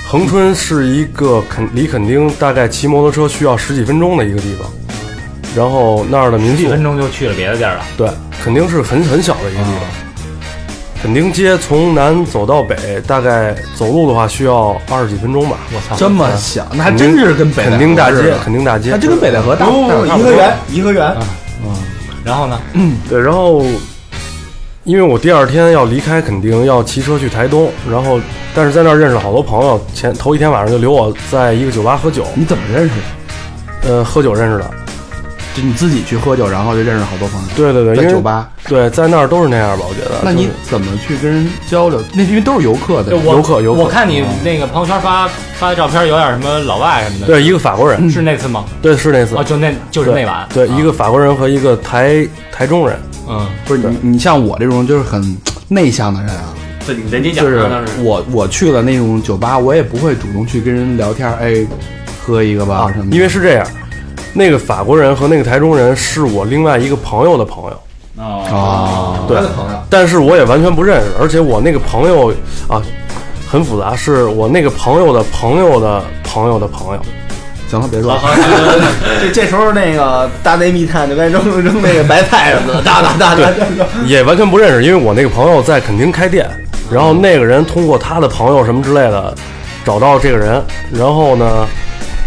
[SPEAKER 6] 恒春是一个垦离垦丁大概骑摩托车需要十几分钟的一个地方，然后那儿的民
[SPEAKER 3] 几
[SPEAKER 6] 宿
[SPEAKER 3] 分钟就去了别的地儿了。
[SPEAKER 6] 对，肯定是很很小的一个地方。垦丁街从南走到北，大概走路的话需要二十几分钟吧。
[SPEAKER 3] 我操，
[SPEAKER 1] 这
[SPEAKER 6] 嗯
[SPEAKER 1] 么想，那还真是跟北戴河
[SPEAKER 6] 垦丁大
[SPEAKER 1] 似
[SPEAKER 6] 街
[SPEAKER 1] 的，
[SPEAKER 6] 垦丁大街，
[SPEAKER 1] 还真跟北戴河大
[SPEAKER 8] 不不不，颐和园，颐和园，
[SPEAKER 3] 然后呢？
[SPEAKER 6] 对。然后，因为我第二天要离开垦丁，要骑车去台东，然后但是在那儿认识了好多朋友，前头一天晚上就留我在一个酒吧喝酒，
[SPEAKER 1] 你怎么认识的？
[SPEAKER 6] 呃，喝酒认识的。
[SPEAKER 1] 就你自己去喝酒，然后就认识好多朋友，
[SPEAKER 6] 对对对，因
[SPEAKER 1] 在
[SPEAKER 6] 为
[SPEAKER 1] 酒吧。
[SPEAKER 6] 对，在那儿都是那样吧，我觉得。
[SPEAKER 1] 那
[SPEAKER 6] 啊就
[SPEAKER 1] 你
[SPEAKER 6] 是
[SPEAKER 1] 怎么去跟人交流？那因为都是游客的，
[SPEAKER 3] 我
[SPEAKER 6] 游客游客
[SPEAKER 3] 我看你那个朋友圈发发的照片，有点什么老外什么的。
[SPEAKER 6] 对一个法
[SPEAKER 1] 嗯
[SPEAKER 6] 国人，
[SPEAKER 3] 是那次吗？
[SPEAKER 6] 对是那次
[SPEAKER 3] 啊，，就那就是
[SPEAKER 6] 对
[SPEAKER 3] 那晚。
[SPEAKER 6] 对
[SPEAKER 3] 啊
[SPEAKER 6] 一个法国人和一个台台中人。
[SPEAKER 3] 嗯，
[SPEAKER 1] 不是你，你像我这种就是很内向的人啊，
[SPEAKER 7] 对，你在你讲
[SPEAKER 1] 就是
[SPEAKER 7] 的当时，
[SPEAKER 1] 我我去了那种酒吧，我也不会主动去跟人聊天，哎，喝一个吧
[SPEAKER 6] 啊
[SPEAKER 1] 什么，的，
[SPEAKER 6] 因为是这样，那个法国人和那个台中人是我另外一个朋友的朋友，
[SPEAKER 1] 啊，
[SPEAKER 6] 对，但是我也完全不认识，而且我那个朋友啊，很复杂，是我那个朋友的朋友的朋友的朋友，
[SPEAKER 1] 行了，别说
[SPEAKER 7] 好
[SPEAKER 1] 了，
[SPEAKER 7] 好，行行行
[SPEAKER 8] 这这时候那个大内密探就该 扔扔那个白菜什么的，哒哒哒哒哒。
[SPEAKER 6] 也完全不认识，因为我那个朋友在垦丁开店，然后那个人通过他的朋友什么之类的找到这个人，然后呢，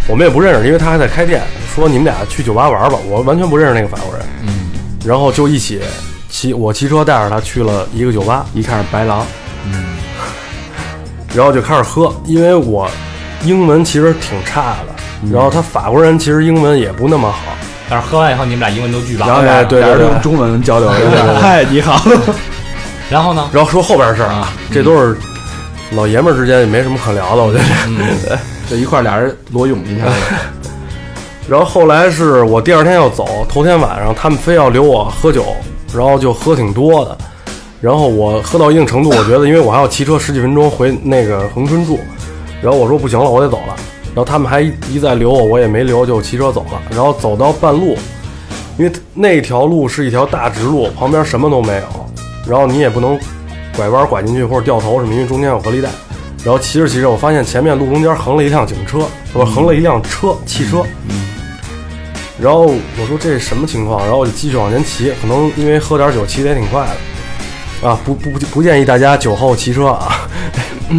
[SPEAKER 6] 我们也不认识，因为他还在开店，说你们俩去酒吧玩吧，我完全不认识那个法国人，嗯，然后就一起骑我骑车带着他去了一个酒吧，
[SPEAKER 1] 一看是白狼，
[SPEAKER 6] 然后就开始喝，因为我英文其实挺差的，然后他法国人其实英文也不那么好，
[SPEAKER 3] 但是喝完以后你们俩英文都巨棒。
[SPEAKER 6] 然后哎对
[SPEAKER 1] 俩
[SPEAKER 6] 对
[SPEAKER 1] 人
[SPEAKER 6] 对
[SPEAKER 1] 用，中文交流，
[SPEAKER 6] 嗨你好，
[SPEAKER 3] 然后呢？
[SPEAKER 6] 然后说后边的事儿啊，这都是老爷们儿之间也没什么可聊的，我觉得。
[SPEAKER 1] 就一块儿俩人裸泳 一下，
[SPEAKER 6] 然后后来是我第二天要走，头天晚上他们非要留我喝酒，然后就喝挺多的。然后我喝到一定程度，我觉得因为我还要骑车十几分钟回那个恒春住，然后我说不行了，我得走了。然后他们还一再留我，我也没留，就骑车走了。然后走到半路，因为那条路是一条大直路，旁边什么都没有，然后你也不能拐弯拐进去或者掉头什么，因为中间有隔离带。然后骑着骑着，我发现前面路中间横了一辆警车，不是横了一辆车汽车。然后我说这什么情况？然后我就继续往前骑，可能因为喝点酒骑得也挺快的，啊，不不不不建议大家酒后骑车啊。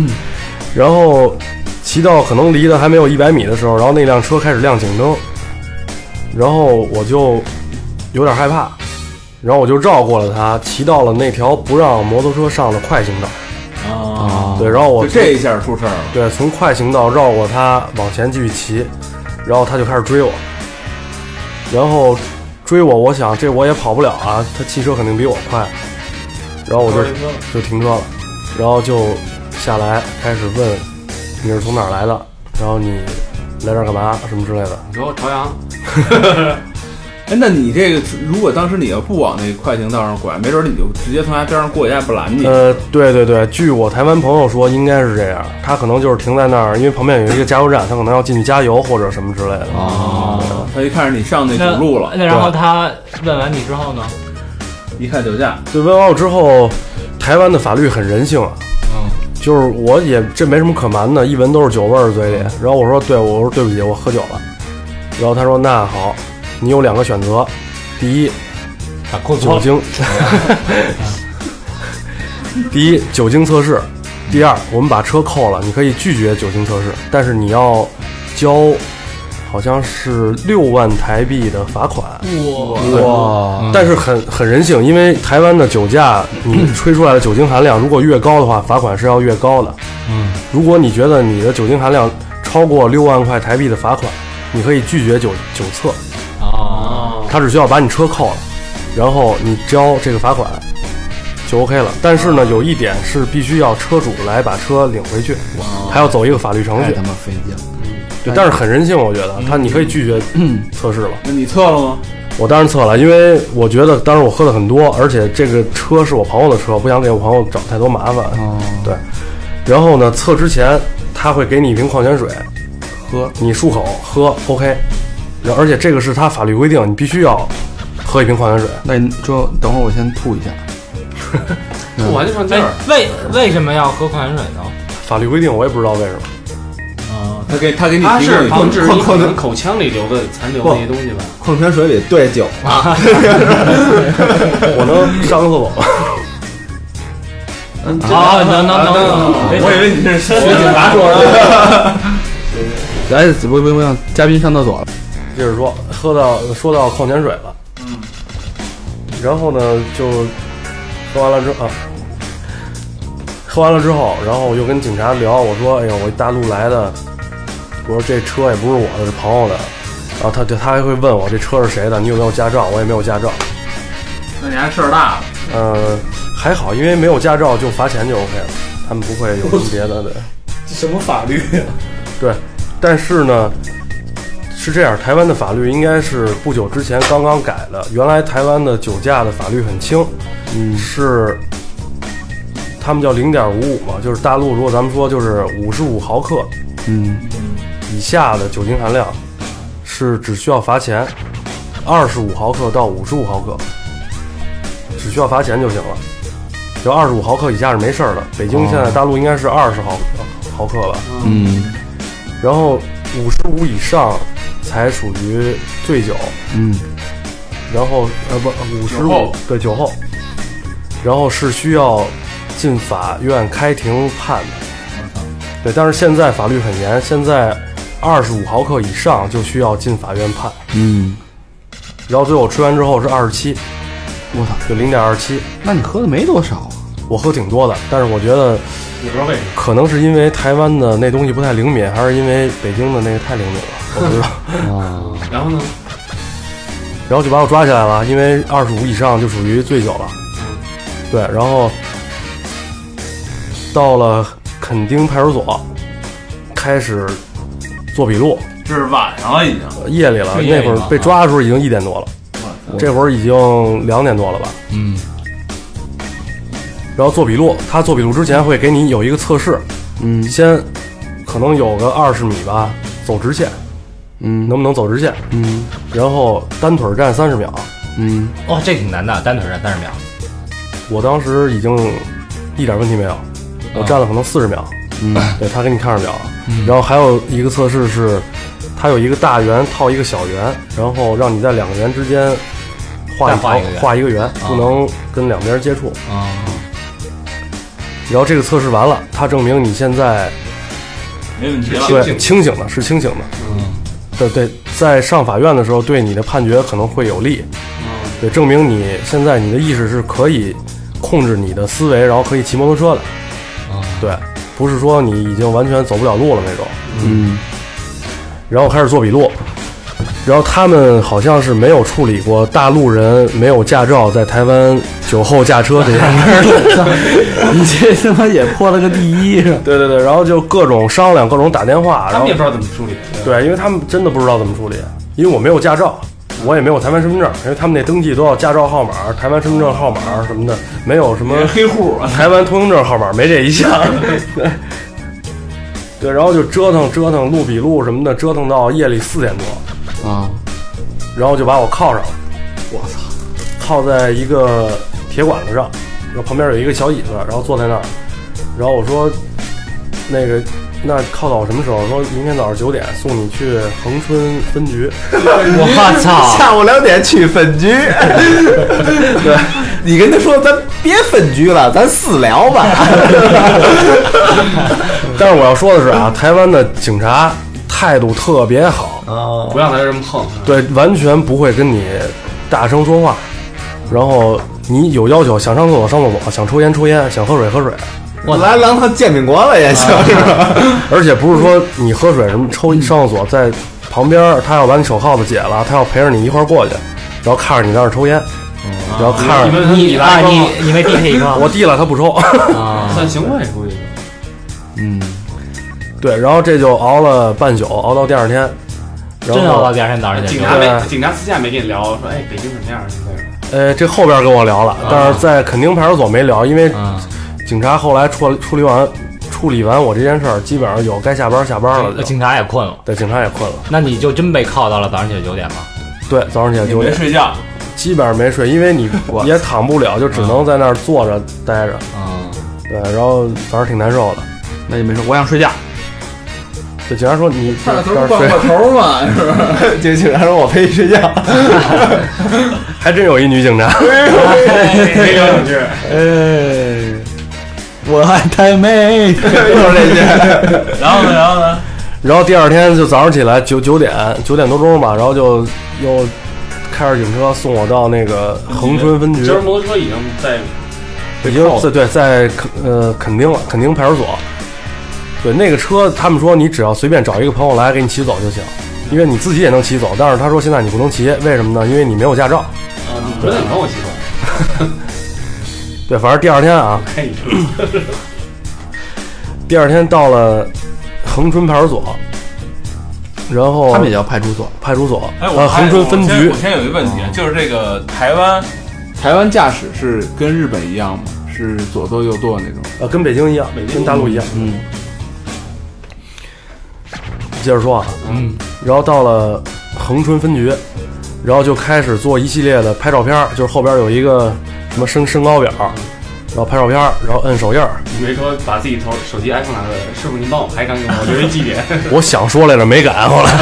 [SPEAKER 6] 然后骑到可能离得还没有一百米的时候，然后那辆车开始亮警灯，然后我就有点害怕，然后我就绕过了它，骑到了那条不让摩托车上的快行道。
[SPEAKER 9] 啊，
[SPEAKER 6] 对，然后我
[SPEAKER 9] 就这一下出事儿了，
[SPEAKER 6] 对，从快行道绕过他往前继续骑，然后他就开始追我，然后追我，我想这我也跑不了啊，他汽车肯定比我快，然后我就就停车了，然后就下来开始问你是从哪儿来的，然后你来这儿干嘛什么之类的，
[SPEAKER 7] 你说朝阳，
[SPEAKER 9] 哎，那你这个如果当时你要不往那快行道上拐，没准你就直接从他边上过，人家也不拦你。
[SPEAKER 6] 呃，对对对，据我台湾朋友说，应该是这样，他可能就是停在那儿，因为旁边有一个加油站，他可能要进去加油或者什么之类的。
[SPEAKER 9] 哦，他一看是你上那
[SPEAKER 3] 那
[SPEAKER 9] 主路
[SPEAKER 7] 哎
[SPEAKER 9] 了，
[SPEAKER 3] 那然后他问完你之后呢？
[SPEAKER 9] 一看酒驾，啊
[SPEAKER 6] 对，问完我之后，台湾的法律很人性啊。
[SPEAKER 3] 嗯，
[SPEAKER 6] 就是我也这没什么可瞒的，一闻都是酒味儿嘴里。然后我说对，我说对不起，我喝酒了。然后他说那好，你有两个选择，第一
[SPEAKER 3] 啊把裤子脱
[SPEAKER 6] 酒
[SPEAKER 3] 了。
[SPEAKER 6] 精，第一酒精测试，第二我们把车扣了，你可以拒绝酒精测试，但是你要交好像是六万台币的罚款。
[SPEAKER 1] 哇，
[SPEAKER 6] 但是很很人性，因为台湾的酒驾，你吹出来的酒精含量如果越高的话，罚款是要越高的。嗯，如果你觉得你的酒精含量超过六万块台币的罚款，你可以拒绝酒酒测。
[SPEAKER 3] 哦，
[SPEAKER 6] 他只需要把你车扣了，然后你交这个罚款就 OK 了。但是呢，有一点是必须要车主来把车领回去，还要走一个法律程
[SPEAKER 1] 太
[SPEAKER 6] 序
[SPEAKER 1] 他。妈费劲了。嗯
[SPEAKER 6] 对，但是很人性，我觉得他你可以拒绝测试了。
[SPEAKER 9] 那你测了吗？
[SPEAKER 6] 我当时测了，因为我觉得当时我喝的很多，而且这个车是我朋友的车，不想给我朋友找太多麻烦。
[SPEAKER 1] 哦，
[SPEAKER 6] 对，然后呢，测之前他会给你一瓶矿泉水，
[SPEAKER 1] 喝，
[SPEAKER 6] 你漱口喝，OK。然后而且这个是他法律规定，你必须要喝一瓶矿泉水。
[SPEAKER 1] 那你说等会儿我先吐一下。
[SPEAKER 7] 吐完就上劲
[SPEAKER 3] 哎
[SPEAKER 7] 儿，，
[SPEAKER 3] 为为什么要喝矿泉水呢？
[SPEAKER 6] 法律规定我也不知道为什么。
[SPEAKER 9] 啊，他给他给你
[SPEAKER 7] 它
[SPEAKER 9] 提供
[SPEAKER 7] 是
[SPEAKER 9] 一
[SPEAKER 7] 防止
[SPEAKER 8] 矿
[SPEAKER 7] 你可
[SPEAKER 8] 矿
[SPEAKER 7] 能口腔里留的残留的那些东西吧？
[SPEAKER 8] 矿泉水里兑酒啊，
[SPEAKER 6] 我能上个厕所吗？
[SPEAKER 7] 嗯，
[SPEAKER 3] 啊，能能能能，
[SPEAKER 9] 我以为你是学警察说的。
[SPEAKER 1] 哎，不不不，嘉宾上厕所了。
[SPEAKER 6] 接着说，喝到说到矿泉水了，嗯，然后呢就喝完了之后、啊，喝完了之后，然后我就跟警察聊，我说，哎呀，我大陆来的，我说这车也不是我的，是朋友的，然后他就他还会问我这车是谁的，你有没有驾照？我也没有驾照，
[SPEAKER 9] 那你还事儿大了，
[SPEAKER 6] 呃，还好，因为没有驾照就罚钱就 OK 了，他们不会有什么别的的。
[SPEAKER 8] 什么法律？
[SPEAKER 6] 对，但是呢，是这样，台湾的法律应该是不久之前刚刚改的。原来台湾的酒驾的法律很轻，嗯，是他们叫零点五五嘛，就是大陆如果咱们说就是五十五毫克
[SPEAKER 1] 嗯，
[SPEAKER 6] 以下的酒精含量是只需要罚钱，二十五毫克到五十五毫克，只需要罚钱就行了。就二十五毫克以下是没事儿的。北京现在大陆应该是二十毫毫克吧？
[SPEAKER 1] 嗯
[SPEAKER 6] 然后五十五以上才属于醉酒，
[SPEAKER 1] 嗯，
[SPEAKER 6] 然后呃不五十
[SPEAKER 9] 酒
[SPEAKER 6] 五
[SPEAKER 9] 后
[SPEAKER 6] 对酒后，然后是需要进法院开庭判的。对，但是现在法律很严，现在二十五毫克以上就需要进法院判。
[SPEAKER 1] 嗯，
[SPEAKER 6] 然后最后我吹完之后是二十七，
[SPEAKER 1] 我操，
[SPEAKER 6] 就零点二七。
[SPEAKER 1] 那你喝的没多少啊？
[SPEAKER 6] 我喝挺多的，但是我觉得
[SPEAKER 7] 也不知道为什么。
[SPEAKER 6] 可能是因为台湾的那东西不太灵敏，还是因为北京的那个太灵敏了，我不知道。
[SPEAKER 1] 啊，
[SPEAKER 7] 然后呢？
[SPEAKER 6] 然后就把我抓起来了，因为二十五以上就属于醉酒了。对，然后到了垦丁派出所，开始做笔录。
[SPEAKER 9] 这是晚上了已经。
[SPEAKER 6] 呃夜里了，
[SPEAKER 3] 是夜
[SPEAKER 6] 那
[SPEAKER 3] 里
[SPEAKER 6] 会儿
[SPEAKER 3] 了嗯
[SPEAKER 6] 被
[SPEAKER 3] 啊
[SPEAKER 6] 抓的时候已经一点多了，这会儿已经两点多了吧？
[SPEAKER 3] 嗯，
[SPEAKER 6] 然后做笔录，他做笔录之前会给你有一个测试，
[SPEAKER 1] 嗯
[SPEAKER 6] 先可能有个二十米吧，走直线，
[SPEAKER 1] 嗯
[SPEAKER 6] 能不能走直线？
[SPEAKER 1] 嗯
[SPEAKER 6] 然后单腿站三十秒，
[SPEAKER 1] 嗯，
[SPEAKER 3] 哇，哦这挺难的，单腿站三十秒，
[SPEAKER 6] 我当时已经一点问题没有，我站了可能四十秒，
[SPEAKER 1] 嗯，
[SPEAKER 6] 对他给你看着表，然后还有一个测试是，它有一个大圆套一个小圆，然后让你在两个圆之间画
[SPEAKER 3] 再
[SPEAKER 6] 一条
[SPEAKER 3] 画一个圆
[SPEAKER 6] 画一个圆，不能跟两边接触。
[SPEAKER 3] 啊，
[SPEAKER 6] 然后这个测试完了，它证明你现在
[SPEAKER 9] 没问题了。
[SPEAKER 6] 对清醒的，嗯是清醒的。对对，在上法院的时候，对你的判决可能会有利。对，证明你现在你的意识是可以控制你的思维，然后可以骑摩托车的。对，不是说你已经完全走不了路了那种。
[SPEAKER 1] 嗯，
[SPEAKER 6] 然后开始做笔录，然后他们好像是没有处理过大陆人没有驾照在台湾酒后驾车这件事 儿。
[SPEAKER 1] 你这他妈也破了个第一啊！
[SPEAKER 6] 对对对，然后就各种商量，各种打电话，
[SPEAKER 7] 他
[SPEAKER 6] 然后
[SPEAKER 7] 们也不知道怎么处理。
[SPEAKER 6] 对，因为他们真的不知道怎么处理，因为我没有驾照，我也没有台湾身份证，因为他们那登记都要驾照号码、台湾身份证号码什么的，没有什么
[SPEAKER 9] 黑户 啊，
[SPEAKER 6] 台湾通行证号码，没这一项。对对，然后就折腾折腾录笔录什么的，折腾到夜里四点多，然后就把我铐上了，我操，铐在一个铁管子上，然后旁边有一个小椅子，然后坐在那儿，然后我说，那个，那铐到我什么时候？说明天早上九点送你去恒春分局。
[SPEAKER 3] 我 操，
[SPEAKER 8] 下午两点去分局。对，你跟他说咱别分局了，咱私聊吧。
[SPEAKER 6] 但是我要说的是啊，台湾的警察态度特别好，
[SPEAKER 8] 哦，
[SPEAKER 7] 不要在这儿这么横。
[SPEAKER 6] 对，完全不会跟你大声说话，然后你有要求想上厕所上厕所，想抽烟抽烟，想喝水喝水，
[SPEAKER 8] 我来狼
[SPEAKER 9] 啊
[SPEAKER 8] 堂煎饼果子也行，是吧？
[SPEAKER 6] 而且不是说你喝水什么抽上厕所再旁边他要把你手铐子解了，他要陪着你一块儿过去，然后看着你在那儿抽烟，然后看
[SPEAKER 7] 你
[SPEAKER 6] 着
[SPEAKER 7] 们你
[SPEAKER 3] 啊，
[SPEAKER 7] 来
[SPEAKER 3] 你你没地铁一 个
[SPEAKER 6] 我递了他不抽，
[SPEAKER 3] 啊，
[SPEAKER 7] 算行为估计是。
[SPEAKER 1] 嗯，
[SPEAKER 6] 对，然后这就熬了半宿，熬到第二天，然
[SPEAKER 3] 真要
[SPEAKER 6] 后
[SPEAKER 3] 到第二天早上起
[SPEAKER 7] 警
[SPEAKER 3] 来
[SPEAKER 7] 察没
[SPEAKER 6] 对
[SPEAKER 7] 警察私下没跟你聊说，哎，北京怎么样？什么的
[SPEAKER 6] 呃，这后边跟我聊了，但是在垦丁派出所没聊，因为
[SPEAKER 3] 啊，
[SPEAKER 6] 警察后来处处理完处理完我这件事儿，基本上有该下班下班了
[SPEAKER 1] 哎
[SPEAKER 3] 那
[SPEAKER 6] 就。
[SPEAKER 3] 警察也困了，
[SPEAKER 6] 对，警察也困了。
[SPEAKER 3] 那你就真被铐到了早上起来九点吗？
[SPEAKER 6] 对，早上起来
[SPEAKER 9] 你
[SPEAKER 6] 九
[SPEAKER 9] 没
[SPEAKER 6] 点，
[SPEAKER 9] 睡觉，
[SPEAKER 6] 基本上没睡，因 为你也躺不了，就只能在那儿坐着待着。
[SPEAKER 3] 嗯，
[SPEAKER 6] 对，然后反正挺难受的。
[SPEAKER 1] 那也没事，我想睡觉。
[SPEAKER 6] 对，警察说你
[SPEAKER 9] 上
[SPEAKER 6] 这
[SPEAKER 9] 头
[SPEAKER 6] 儿
[SPEAKER 9] 灌
[SPEAKER 6] 睡
[SPEAKER 9] 过，头嘛， 是不是？
[SPEAKER 8] 这警察说我陪你 睡觉，
[SPEAKER 6] 还真有一女警察。
[SPEAKER 7] 没聊两句。
[SPEAKER 1] 嗯哎，我爱太 妹。
[SPEAKER 8] 就是这些。
[SPEAKER 9] 然后呢，然后呢？
[SPEAKER 6] 然后第二天就早上起来九九点九点多钟吧，然后就又开着警车送我到那个恒春分局
[SPEAKER 7] 今，儿摩托车已经在
[SPEAKER 6] 已经在对在垦呃垦丁了，垦丁派出所。对，那个车他们说你只要随便找一个朋友来给你骑走就行，因为你自己也能骑走。但是他说现在你不能骑，为什么呢？因为你没有驾照。
[SPEAKER 7] 啊，你说你跟我媳妇
[SPEAKER 6] 对，反正第二天啊，
[SPEAKER 7] 开你车，
[SPEAKER 6] 第二天到了恒春派出所，然后
[SPEAKER 1] 他们也叫派出所，
[SPEAKER 6] 派出所，
[SPEAKER 9] 哎，
[SPEAKER 6] 呃
[SPEAKER 9] 我
[SPEAKER 6] 恒春分
[SPEAKER 9] 我先
[SPEAKER 6] 局
[SPEAKER 9] 我，先有一个问题，就是这个台湾，哦台湾驾驶是跟日本一样吗？是左舵右舵那种？
[SPEAKER 6] 呃，跟北京一样，跟大陆一样。
[SPEAKER 1] 嗯，
[SPEAKER 6] 接着说啊，
[SPEAKER 3] 嗯，
[SPEAKER 6] 然后到了恒春分局，然后就开始做一系列的拍照片儿，就是后边有一个什么身身高表，然后拍照片儿，然后摁手 印儿。
[SPEAKER 7] 你没说把自己头手机 iPhone 拿出来，师傅您帮我拍张给我，我留一纪念。
[SPEAKER 6] 我想说来着，没敢，后来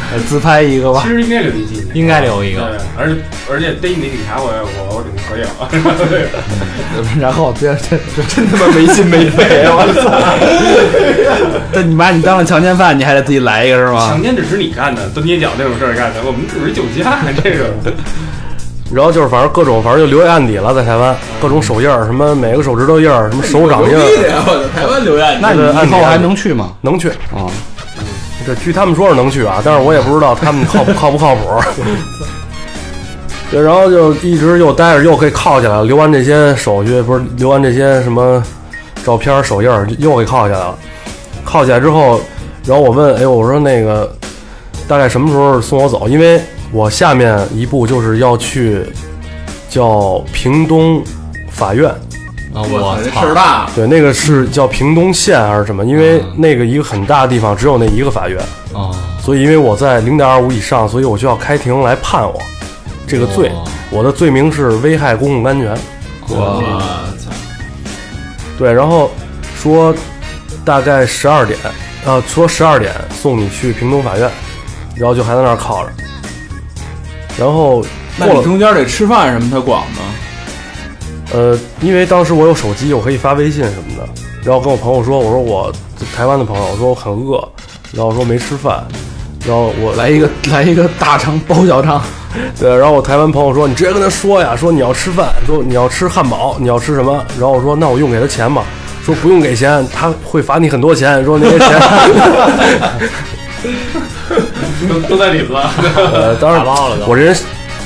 [SPEAKER 1] 自拍一个吧
[SPEAKER 7] 其。实应该留一纪念。
[SPEAKER 3] 应该留一
[SPEAKER 7] 对
[SPEAKER 3] 个，，
[SPEAKER 7] 而且而且逮你那警察，我我我肯定合影。
[SPEAKER 1] 然后这这
[SPEAKER 8] 真他妈没心没 肺，我操！
[SPEAKER 1] 这你妈，你当了强奸犯，你还得自己来一个是吗
[SPEAKER 7] 强？奸只是你干的，蹲捏脚那种事儿干的，我们只是酒驾这个。
[SPEAKER 6] 然后就是反正各种，反正就留下案底了，在台
[SPEAKER 1] 嗯
[SPEAKER 6] 湾各种手印儿，什么每个手指头印儿，什么手掌印
[SPEAKER 9] 牛逼的
[SPEAKER 6] 儿，
[SPEAKER 9] 呀！我的台湾留言，
[SPEAKER 1] 那你
[SPEAKER 6] 这个按
[SPEAKER 1] 以
[SPEAKER 6] 理
[SPEAKER 1] 后
[SPEAKER 6] 按
[SPEAKER 1] 还
[SPEAKER 6] 理
[SPEAKER 1] 能去吗？
[SPEAKER 6] 能去。
[SPEAKER 1] 啊，
[SPEAKER 6] 这据他们说是能去啊，但是我也不知道他们 靠不靠不靠谱。对，然后就一直又待着，又给铐起来了。留完这些手续，不是留完这些什么照片、手印儿，又给铐起来了。铐起来之后，然后我问，哎，我说那个大概什么时候送我走？因为我下面一步就是要去叫屏东法院，
[SPEAKER 3] 啊，
[SPEAKER 9] 我操，这
[SPEAKER 3] 我
[SPEAKER 9] 事儿
[SPEAKER 3] 操，
[SPEAKER 9] 大。
[SPEAKER 6] 对，那个是叫屏东县还是什么？因为
[SPEAKER 9] 嗯
[SPEAKER 6] 那个一个很大的地方只有那一个法院。
[SPEAKER 3] 哦，
[SPEAKER 6] 所以因为我在零点二五以上，所以我就要开庭来判我这个罪。
[SPEAKER 3] 哦
[SPEAKER 6] 我的罪名是危害公共安全。
[SPEAKER 9] 我
[SPEAKER 3] 我
[SPEAKER 9] 操！
[SPEAKER 6] 对，然后说大概十二点，呃，说十二点送你去屏东法院，然后就还在那儿铐着。然后
[SPEAKER 9] 那
[SPEAKER 6] 过
[SPEAKER 9] 你
[SPEAKER 6] 了，
[SPEAKER 9] 中间得吃饭什么，他管吗？
[SPEAKER 6] 呃，因为当时我有手机，我可以发微信什么的。然后跟我朋友说，我说我台湾的朋友，我说我很饿，然后说没吃饭，然后我
[SPEAKER 1] 来一个 来一个大肠包小肠，
[SPEAKER 6] 对，然后我台湾朋友说，你直接跟他说呀，说你要吃饭，说你要吃汉堡，你要吃什么？然后我说，那我用给他钱吗？说不用给钱，他会罚你很多钱。 说那些钱，
[SPEAKER 7] 都都在里子了。
[SPEAKER 6] 呃，当然
[SPEAKER 3] 打包了都
[SPEAKER 6] 我这人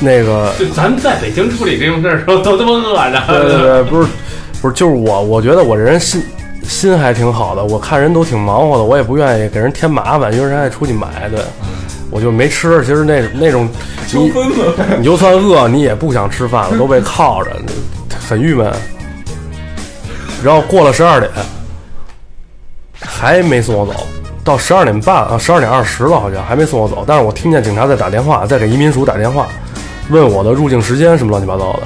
[SPEAKER 6] 那个，
[SPEAKER 7] 就咱们在北京处理这种事儿的时候，都他妈饿着。
[SPEAKER 6] 对对对，不是不是，就是我，我觉得我这人心心还挺好的，我看人都挺忙活的，我也不愿意给人添麻烦，因为人爱出去买，对。我就没吃，其实那那种你你就算饿，你也不想吃饭了，都被铐着，很郁闷。然后过了十二点，还没送我走，到十二点半啊，十二点二十了好像还没送我走，但是我听见警察在打电话，在给移民署打电话，问我的入境时间什么乱七八糟的。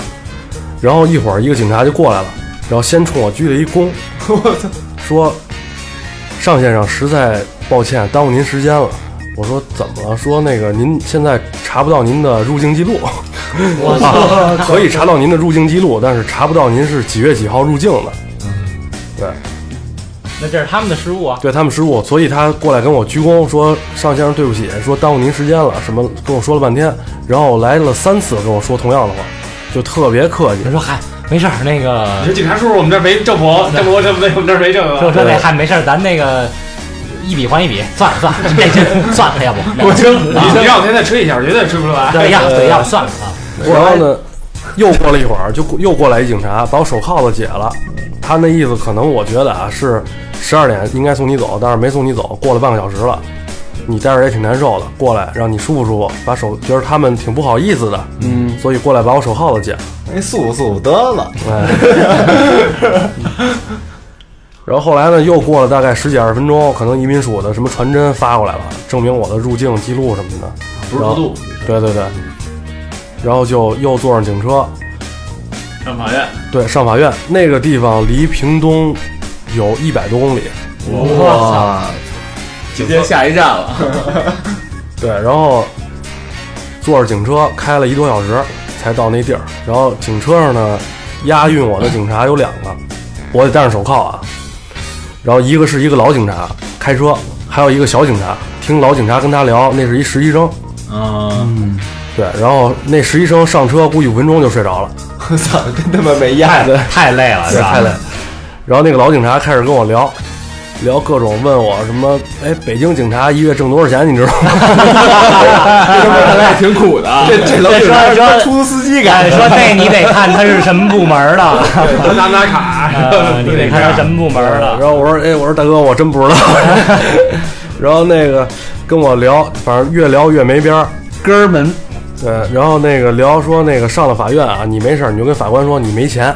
[SPEAKER 6] 然后一会儿一个警察就过来了，然后先冲我鞠了一躬，说：“尚先生，实在抱歉耽误您时间了。”我说：“怎么了？”说那个您现在查不到您的入境记录，啊，可以查到您的入境记录，但是查不到您是几月几号入境的。对，
[SPEAKER 3] 那这是他们的失误啊，
[SPEAKER 6] 对他们失误，所以他过来跟我鞠躬说：“尚先生，对不起，说耽误您时间了。”什么跟我说了半天，然后来了三次跟我说同样的话，就特别客气
[SPEAKER 3] 他。说嗨，没事儿，那个
[SPEAKER 7] 你说警察叔叔，我们这儿没政府，政府什么的，我们这儿没政啊
[SPEAKER 3] 说
[SPEAKER 7] 府。
[SPEAKER 3] 说那嗨，没事儿，咱那个一笔还一笔，算了算了，这这算了，要不我
[SPEAKER 7] 你让我现在吹一下，我绝对吹不出来。
[SPEAKER 3] 对要对要不算了啊，
[SPEAKER 6] 然后呢，又过了一会儿，就过又过来一警察，把我手铐子解了。他那意思可能我觉得啊是十二点应该送你走，但是没送你走，过了半个小时了，你待着也挺难受的，过来让你舒服舒服，把手觉得他们挺不好意思的，嗯，所以过来把我手铐子解了。哎
[SPEAKER 8] 哎，素素得了，
[SPEAKER 6] 然后后来呢，又过了大概十几二十分钟，可能移民署的什么传真发过来了，证明我的入境记录什么的。
[SPEAKER 7] 不是不度，
[SPEAKER 6] 对对对，然后就又坐上警车，
[SPEAKER 9] 上法院，
[SPEAKER 6] 对，上法院那个地方离屏东有一百多公里，
[SPEAKER 8] 哇，
[SPEAKER 9] 直接下一站了。
[SPEAKER 6] 对，然后坐着警车开了一多小时才到那地儿，然后警车上呢押运我的警察有两个，我得戴上手铐啊，然后一个是一个老警察开车，还有一个小警察，听老警察跟他聊，那是一实习生，
[SPEAKER 9] 嗯，
[SPEAKER 6] 对，然后那实习生上车估计五分钟就睡着了。
[SPEAKER 8] 我操，跟 他妈没样
[SPEAKER 3] 太太累了，是吧？
[SPEAKER 6] 太累了。然后那个老警察开始跟我聊，聊各种问我什么，哎，北京警察一月挣多少钱，你知道吗？
[SPEAKER 9] 看来也挺苦的啊。
[SPEAKER 8] 这老警察
[SPEAKER 3] 说
[SPEAKER 8] 是他妈
[SPEAKER 3] 说
[SPEAKER 8] 出租司机干的，
[SPEAKER 3] 敢说这你得看他是什么部门的，
[SPEAKER 7] 拿不拿卡？
[SPEAKER 3] 呃你得看他什么部门
[SPEAKER 6] 然
[SPEAKER 3] 的。
[SPEAKER 6] 后我说，哎，我说大哥，我真 不知道。然后那个跟我聊，反正越聊越没边儿。
[SPEAKER 1] 哥们，
[SPEAKER 6] 对，然后那个聊说那个上了法院啊，你没事儿，你就跟法官说你没钱，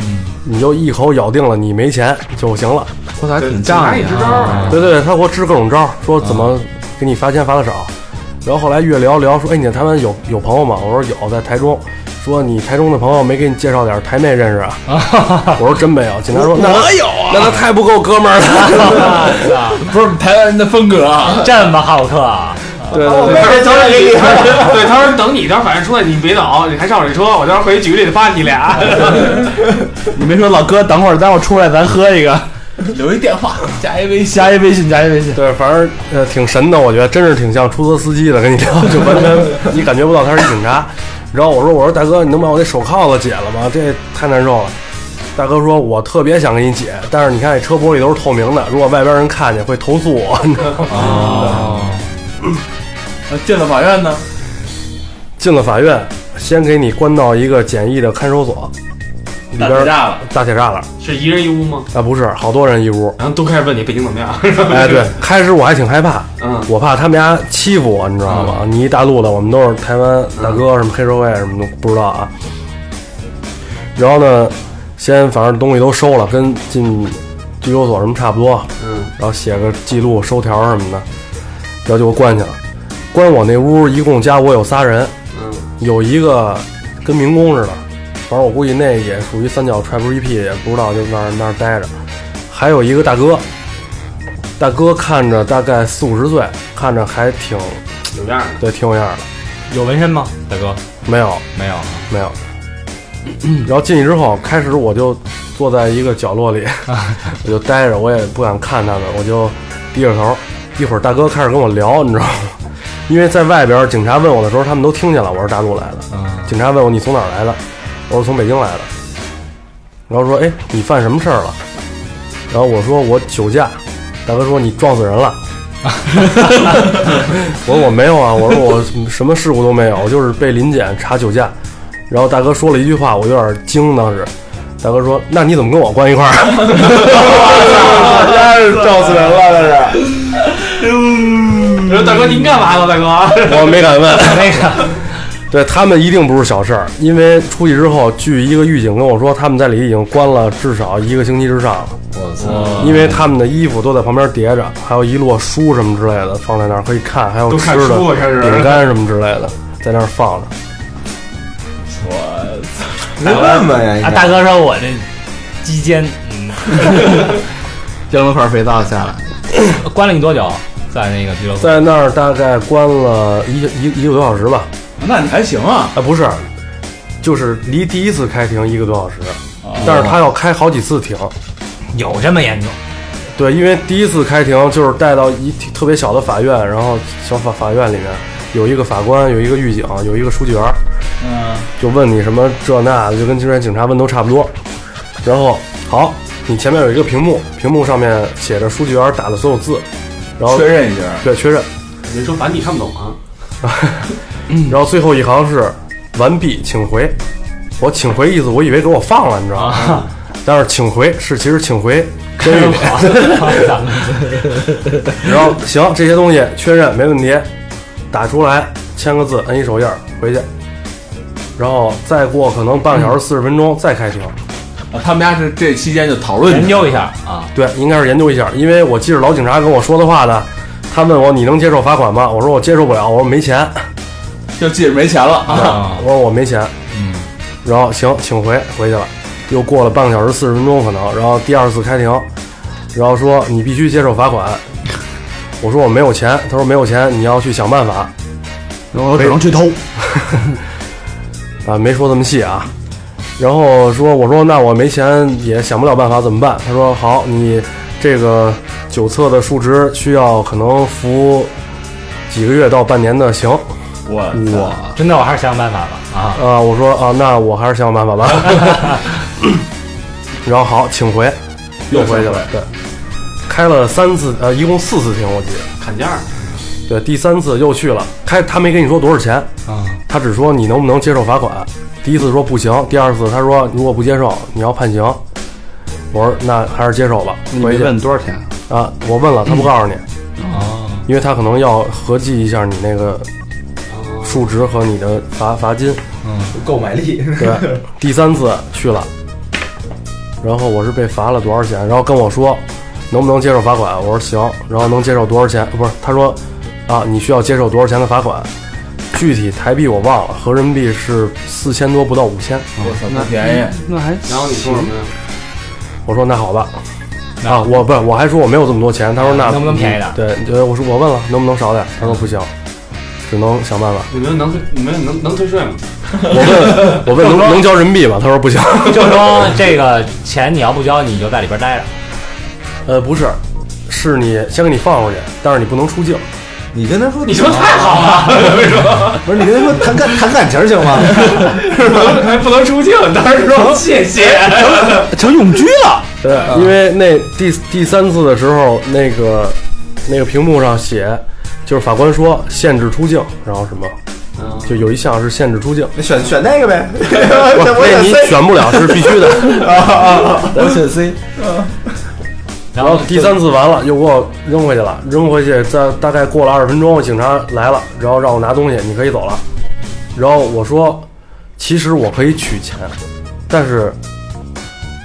[SPEAKER 1] 嗯
[SPEAKER 6] 你就一口咬定了你没钱就行了。
[SPEAKER 1] 我操，还挺
[SPEAKER 7] 警察
[SPEAKER 1] 仗
[SPEAKER 7] 也
[SPEAKER 1] 义
[SPEAKER 7] 支
[SPEAKER 1] 啊。
[SPEAKER 7] 招啊！
[SPEAKER 6] 对对，他给我支各种招儿，说怎么给你罚钱罚的少。然后后来越聊聊说，哎，你在台湾有有朋友吗？我说有，在台中。说你台中的朋友没给你介绍点儿台妹认识啊？我说真没有。警察说那我有啊，那他太不够哥们儿了。
[SPEAKER 9] 不是台湾人的风格啊。
[SPEAKER 3] 这么好客啊，
[SPEAKER 6] 对对对，
[SPEAKER 7] 对，他说，对，他说等你到时候反正出来，你别走，你还上我这车，我到时候回局里得发你俩。
[SPEAKER 1] 你没说老哥，等会儿待会儿出来咱喝一个，
[SPEAKER 9] 留一电 话，加一微信。
[SPEAKER 1] 加一微信，加一微信。
[SPEAKER 6] 对，反正呃挺神的，我觉得真是挺像出租车司机的，跟你聊就完全 你感觉不到他是一警察。然后我说我说大哥，你能把我那手铐子解了吗？这太难受了。大哥说，我特别想给你解，但是你看这车玻璃都是透明的，如果外边人看见会投 诉我。你知道吗
[SPEAKER 9] 那进了法院呢？
[SPEAKER 6] 进了法院，先给你关到一个简易的看守所，里
[SPEAKER 9] 打
[SPEAKER 6] 边
[SPEAKER 9] 架
[SPEAKER 6] 儿
[SPEAKER 9] 了。
[SPEAKER 6] 大铁栅栏
[SPEAKER 7] 是一人一屋吗？
[SPEAKER 6] 啊，不是好多人一屋。
[SPEAKER 7] 然后都开始问你北京怎么 样？
[SPEAKER 6] 哎，对，开始我还挺害怕，
[SPEAKER 7] 嗯，
[SPEAKER 6] 我怕他们家欺负我，你知道吗？你一大陆的，我们都是台湾大哥，什么黑社会什么都不知道啊。然后呢，先反正东西都收了，跟进拘留所什么差不多。
[SPEAKER 7] 嗯，
[SPEAKER 6] 然后写个记录、收条什么的，然后就给我关去了。关我那屋一共加我有仨人，
[SPEAKER 7] 嗯，
[SPEAKER 6] 有一个跟民工似的，反正我估计那也属于三脚踹不出一屁，也不知道就那儿那儿待着。还有一个大哥，大哥看着大概四五十岁，看着还挺
[SPEAKER 7] 有样儿的。
[SPEAKER 6] 对，挺有样儿的。
[SPEAKER 3] 有纹身吗，大哥？
[SPEAKER 6] 没有，
[SPEAKER 3] 没有。
[SPEAKER 6] 没有。 然后进去之后，开始我就坐在一个角落里，我就待着，我也不敢看他们，我就低着头。一会儿大哥开始跟我聊，你知道吗？ 因为在外边儿，警察问我的时候，他们都听见了，我是大陆来的。
[SPEAKER 3] 嗯，
[SPEAKER 6] 警察问我你从哪儿来的，我说从北京来的。然后说，哎，你犯什么事儿了？然后我说我酒驾。大哥说你撞死人了。 我说我没有啊，我说我什么事故都没有，我就是被临检查酒驾。然后大哥说了一句话，我有点惊，当时。大哥说：“那你怎么跟我关一块儿
[SPEAKER 8] 真是撞死人了，这是。
[SPEAKER 7] 我说大哥您干嘛了？大哥，？”
[SPEAKER 6] 我没敢问。
[SPEAKER 3] 那个
[SPEAKER 6] 对他们一定不是小事儿，因为出去之后，据一个狱警跟我说，他们在里已经关了至少一个星期之上了。
[SPEAKER 8] 我操！
[SPEAKER 6] 因为他们的衣服都在旁边叠着，还有一摞书什么之类的放在那儿可以看，还有
[SPEAKER 7] 都看
[SPEAKER 6] 吃的
[SPEAKER 7] 书啊了开始
[SPEAKER 6] 饼干什么之类的在那儿放着。
[SPEAKER 8] 能问问呀？应
[SPEAKER 3] 啊，
[SPEAKER 8] 该
[SPEAKER 3] 大哥说我这鸡奸，嗯，
[SPEAKER 1] 扔了块肥皂下来，
[SPEAKER 3] 关了你多久？在那个拘留所？
[SPEAKER 6] 在那儿大概关了一一一个多小时吧，
[SPEAKER 9] 那你还行啊。
[SPEAKER 6] 啊不是，就是离第一次开庭一个多小时，
[SPEAKER 7] 哦
[SPEAKER 6] 但是他要开好几次庭。
[SPEAKER 3] 有这么严重？
[SPEAKER 6] 对，因为第一次开庭就是带到一特别小的法院，然后小法法院里面有一个法官，有一个狱警，有一个书记员儿，
[SPEAKER 9] 嗯，
[SPEAKER 6] 就问你什么这那的，就跟今天警察问都差不多。然后好，你前面有一个屏幕，屏幕上面写着书记员打的所有字，然后
[SPEAKER 9] 确认一下。
[SPEAKER 6] 对确认，
[SPEAKER 7] 人说繁体看不懂啊，
[SPEAKER 9] 嗯
[SPEAKER 6] 然后最后一行是完毕，请回。我请回意思，我以为给我放了，你
[SPEAKER 7] 啊
[SPEAKER 6] 知道吗？但是请回是其实请回真语。 然后行，这些东西确认没问题，打出来签个字，摁一手印儿回去，然后再过可能半个小时四十分钟再开庭。
[SPEAKER 9] 啊他们家是这期间就讨论
[SPEAKER 3] 研究一下啊，
[SPEAKER 6] 对，应该是研究一下，因为我记着老警察跟我说的话呢，他问我你能接受罚款吗？我说我接受不了，我说没钱，
[SPEAKER 9] 就记着没钱了啊，
[SPEAKER 6] 我说我没钱，
[SPEAKER 3] 嗯，
[SPEAKER 6] 然后行，请回回去了，又过了半个小时四十分钟可能，然后第二次开庭，然后说你必须接受罚款，我说我没有钱，他说没有钱你要去想办法
[SPEAKER 1] 然后我只能去偷。
[SPEAKER 6] 啊，没说这么细啊，然后说我说那我没钱也想不了办法怎么办？他说好，你这个酒测的数值需要可能服几个月到半年的刑，
[SPEAKER 9] 我
[SPEAKER 1] 哇，
[SPEAKER 7] 嗯
[SPEAKER 3] 真的我还是想想办法吧啊，
[SPEAKER 6] 啊，我说啊，那我还是想想办法吧。 然后好，请回，又回去了。对，开了三次，呃，一共四次庭，我记得。
[SPEAKER 7] 砍价儿，
[SPEAKER 6] 对，第三次又去了，开他没跟你说多少钱
[SPEAKER 3] 啊，
[SPEAKER 6] 他只说你能不能接受罚款。第一次说不行，第二次他说如果不接受你要判刑。我说那还是接受吧，
[SPEAKER 1] 你
[SPEAKER 6] 回
[SPEAKER 1] 没
[SPEAKER 6] 去
[SPEAKER 1] 问多少钱？
[SPEAKER 6] 啊，我问了，他不告诉你，
[SPEAKER 3] 哦，
[SPEAKER 6] 因为他可能要合计一下你那个数值和你的罚罚金。
[SPEAKER 8] 嗯购买力，
[SPEAKER 6] 对，第三次去了，然后我是被罚了多少钱，然后跟我说能不能接受罚款，我说行，然后能接受多少钱？不是，他说啊，你需要接受多少钱的罚款？具体台币我忘了，合人民币是四千多不到五千。
[SPEAKER 9] 我操，不便宜，
[SPEAKER 1] 那还
[SPEAKER 7] 然后你说什么呀？
[SPEAKER 6] 我说那好吧，
[SPEAKER 3] 那哎
[SPEAKER 6] 啊，我不是我还说我没有这么多钱，他说那
[SPEAKER 3] 能不能便宜点嗯儿
[SPEAKER 6] 对，对，我说我问了能不能少点儿，他说不行，只能想办法。
[SPEAKER 7] 你们能退，你们能能退税吗？
[SPEAKER 6] 我 问我问能能交人民币吗？他说不行。
[SPEAKER 3] 就说这个钱你要不交，你就在里边待着。
[SPEAKER 6] 呃，不是，是你先给你放回去，但是你不能出境。
[SPEAKER 8] 你跟他说，
[SPEAKER 7] 你说太好
[SPEAKER 3] 啊
[SPEAKER 7] 了，
[SPEAKER 8] 不是你跟他说谈感谈感情行吗？
[SPEAKER 7] 还不能出境，当时说谢谢。
[SPEAKER 1] 成永居了。
[SPEAKER 6] 对，呃因为那第第三次的时候，那个那个屏幕上写，就是法官说限制出境，然后什么，
[SPEAKER 7] 嗯，
[SPEAKER 6] 就有一项是限制出境，
[SPEAKER 8] 你选选那个 呗，
[SPEAKER 6] 不
[SPEAKER 8] 我
[SPEAKER 6] 那
[SPEAKER 8] 选
[SPEAKER 6] 你
[SPEAKER 8] C，
[SPEAKER 6] 选不了是必须的。
[SPEAKER 8] 我选 C，
[SPEAKER 3] 然
[SPEAKER 6] 然后
[SPEAKER 3] 后
[SPEAKER 6] 第三次完了，又给我扔回去了，扔回去，再大概过了二十分钟，警察来了，然后让我拿东西，你可以走了。然后我说，其实我可以取钱，但是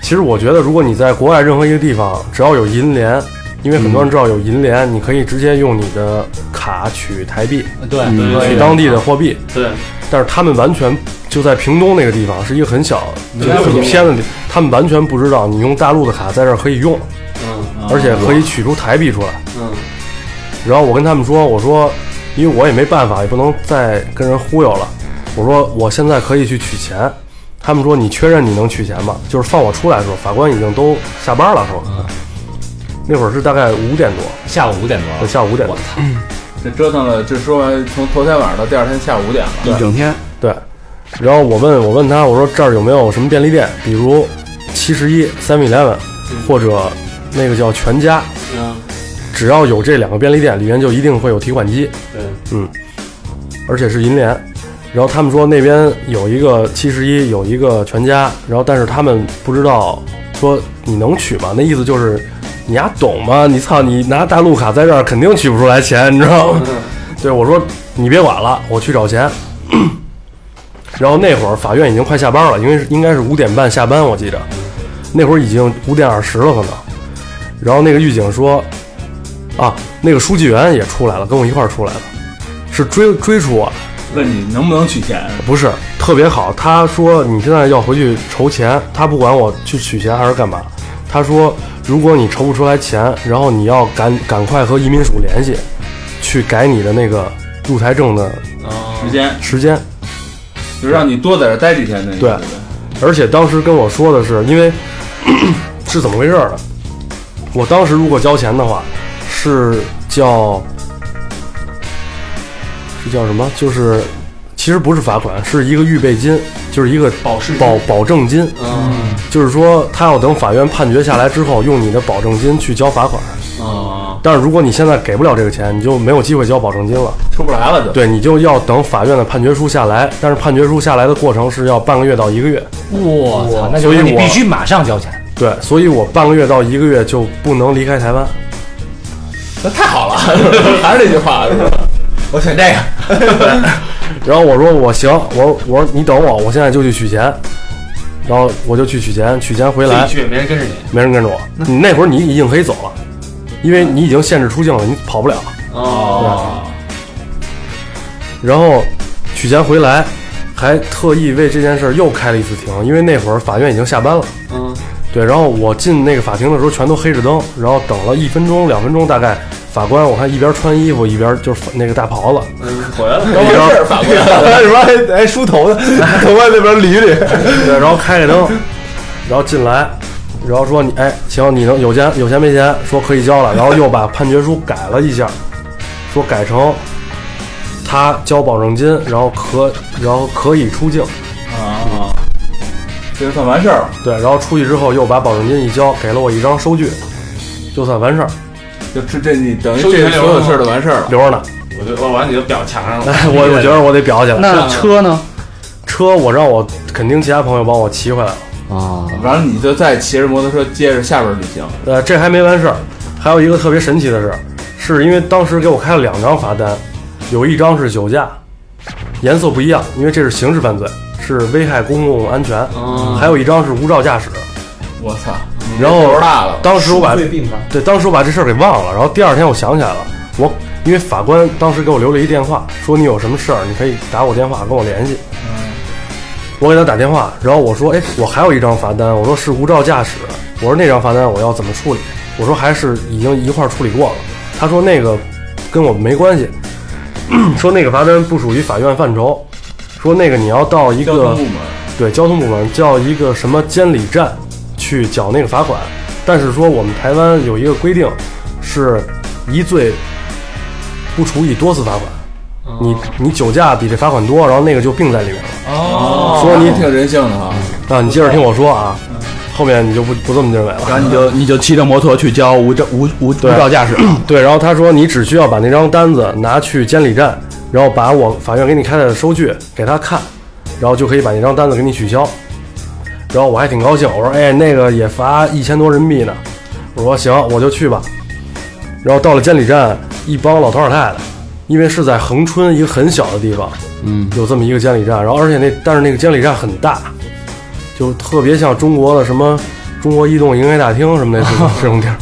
[SPEAKER 6] 其实我觉得，如果你在国外任何一个地方，只要有银联，因为很多人知道有银联，你可以直接用你的卡取台币，
[SPEAKER 3] 对
[SPEAKER 1] 嗯
[SPEAKER 7] 对对
[SPEAKER 6] 取当地的货币。
[SPEAKER 7] 对，
[SPEAKER 6] 但是他们完全就在屏东那个地方，是一个很小、就是很偏的地，他们完全不知道你用大陆的卡在这儿可以用，
[SPEAKER 7] 嗯
[SPEAKER 6] 而且可以取出台币出来。
[SPEAKER 7] 嗯，
[SPEAKER 6] 然后我跟他们说，我说，因为我也没办法，也不能再跟人忽悠了。我说我现在可以去取钱。他们说你确认你能取钱吗？就是放我出来的时候，法官已经都下班了，说。那会儿是大概五点多，
[SPEAKER 3] 下午五点多，
[SPEAKER 6] 下午五点多。
[SPEAKER 9] 这折腾了，这说完从头天晚上到第二天下午五点了，
[SPEAKER 1] 一整天，
[SPEAKER 6] 对，然后我问我问他，我说这儿有没有什么便利店，比如七十一、Seven Eleven，或者那个叫全家，
[SPEAKER 7] 嗯，
[SPEAKER 6] 只要有这两个便利店，里面就一定会有提款机，
[SPEAKER 7] 对，
[SPEAKER 6] 而且是银联。然后他们说那边有一个七十一，有一个全家，然后但是他们不知道，说你能取吗？那意思就是你丫懂吗？你操，你拿大陆卡在这儿肯定取不出来钱，你知道吗？对我说你别管了，我去找钱。 然后那会儿法院已经快下班了，因为是应该是五点半下班，我记着，那会儿已经五点二十了可能。然后那个狱警说，啊，那个书记员也出来了，跟我一块儿出来了，是追追出我的。
[SPEAKER 9] 问你能不能取钱？
[SPEAKER 6] 不是特别好。他说你现在要回去筹钱，他不管我去取钱还是干嘛。他说如果你筹不出来钱，然后你要赶赶快和移民署联系，去改你的那个入台证的
[SPEAKER 7] 哦
[SPEAKER 9] 时间
[SPEAKER 6] 时间。
[SPEAKER 9] 就让你多在这儿待几天的意思呗。
[SPEAKER 6] 而且当时跟我说的是，因为 是怎么回事儿呢？我当时如果交钱的话，是叫是叫什么？就是其实不是罚款，是一个预备金，就是一个
[SPEAKER 7] 保释金
[SPEAKER 6] 保保证金。
[SPEAKER 7] 嗯
[SPEAKER 6] 就是说他要等法院判决下来之后，用你的保证金去交罚款。
[SPEAKER 7] 啊，
[SPEAKER 6] 但是如果你现在给不了这个钱，你就没有机会交保证金了。
[SPEAKER 9] 出不来了就。
[SPEAKER 6] 对你就要等法院的判决书下来，但是判决书下来的过程是要半个月到一个月。
[SPEAKER 3] 我操，那就
[SPEAKER 6] 所以
[SPEAKER 3] 是你
[SPEAKER 6] 我
[SPEAKER 3] 必须马上交钱。
[SPEAKER 6] 对，所以我半个月到一个月就不能离开台湾。
[SPEAKER 9] 那太好了， 还是那句话，
[SPEAKER 8] 我选这个，
[SPEAKER 6] 然后我说我行，我说我说你等我，我现在就去取钱。然后我就去取钱，取钱回
[SPEAKER 7] 自己
[SPEAKER 6] 来
[SPEAKER 7] 去没人跟着你。
[SPEAKER 6] 没人跟着我。你那会儿你已经可以走了，因为你已经限制出境了，你跑不了。
[SPEAKER 7] 哦，
[SPEAKER 6] 然后取钱回来，还特意为这件事儿又开了一次庭，因为那会儿法院已经下班了。
[SPEAKER 7] 嗯，
[SPEAKER 6] 对，然后我进那个法庭的时候全都黑着灯，然后等了一分钟、两分钟，大概法官我看一边穿衣服一边就是那个大袍子，
[SPEAKER 7] 嗯回 来了。
[SPEAKER 6] 一边
[SPEAKER 9] 法 官
[SPEAKER 8] 什么还还梳头呢，头发那边捋捋。
[SPEAKER 6] 对，然后开着灯，然后进来，然后说你哎行，你能有钱有钱没钱？说可以交了，然后又把判决书改了一下，说改成他交保证金，然后可然后可以出境。
[SPEAKER 9] 啊，这就算完事儿了，
[SPEAKER 6] 对，然后出去之后又把保证金一交，给了我一张收据，就算完事儿，
[SPEAKER 9] 就这这你等于
[SPEAKER 7] 收据
[SPEAKER 9] 这
[SPEAKER 7] 还留
[SPEAKER 9] 所有
[SPEAKER 7] 着
[SPEAKER 9] 事儿都完事儿了。
[SPEAKER 6] 留着呢。
[SPEAKER 7] 我就我把你的表抢上了。
[SPEAKER 6] 哎，我我觉得我得表起来。
[SPEAKER 1] 那车呢？
[SPEAKER 6] 车我让我肯定其他朋友帮我骑回来了。
[SPEAKER 1] 啊，
[SPEAKER 9] 完了，你就再骑着摩托车接着下边儿旅行。
[SPEAKER 6] 呃，这还没完事儿，还有一个特别神奇的事儿，是因为当时给我开了两张罚单，有一张是酒驾，颜色不一样，因为这是刑事犯罪，是危害公共安全；
[SPEAKER 7] 嗯，
[SPEAKER 6] 还有一张是无照驾驶。
[SPEAKER 9] 哦我操！你
[SPEAKER 6] 然后
[SPEAKER 9] 这头大了，
[SPEAKER 6] 当时我把
[SPEAKER 1] 罪并罚。
[SPEAKER 6] 对，当时我把这事儿给忘了，然后第二天我想起来了，我因为法官当时给我留了一电话，说你有什么事儿，你可以打我电话跟我联系。我给他打电话，然后我说，哎，我还有一张罚单，我说是无照驾驶，我说那张罚单我要怎么处理？我说还是已经一块儿处理过了。他说那个跟我没关系， 说那个罚单不属于法院范畴，说那个你要到一
[SPEAKER 9] 交通
[SPEAKER 6] 个
[SPEAKER 9] 部门。
[SPEAKER 6] 对交通部门叫一个什么监理站去缴那个罚款，但是说我们台湾有一个规定，是一罪不处以多次罚款。你你酒驾比这罚款多，然后那个就并在里面了
[SPEAKER 9] 哦
[SPEAKER 6] 说你
[SPEAKER 9] 挺有人性的哈。
[SPEAKER 6] 啊！你接着听我说啊，后面你就不不这么认为了。
[SPEAKER 1] 然后你就你就骑着摩托去交无照无无无照驾驶了，
[SPEAKER 6] 对，然后他说你只需要把那张单子拿去监理站，然后把我法院给你开的收据给他看，然后就可以把那张单子给你取消。然后我还挺高兴，我说哎，那个也罚一千多人民币呢，我说行，我就去吧。然后到了监理站，一帮老头老太太，因为是在恒春一个很小的地方，
[SPEAKER 1] 嗯，
[SPEAKER 6] 有这么一个监理站，然后而且那但是那个监理站很大，就特别像中国的什么中国移动营业大厅什么的 这种这种地儿。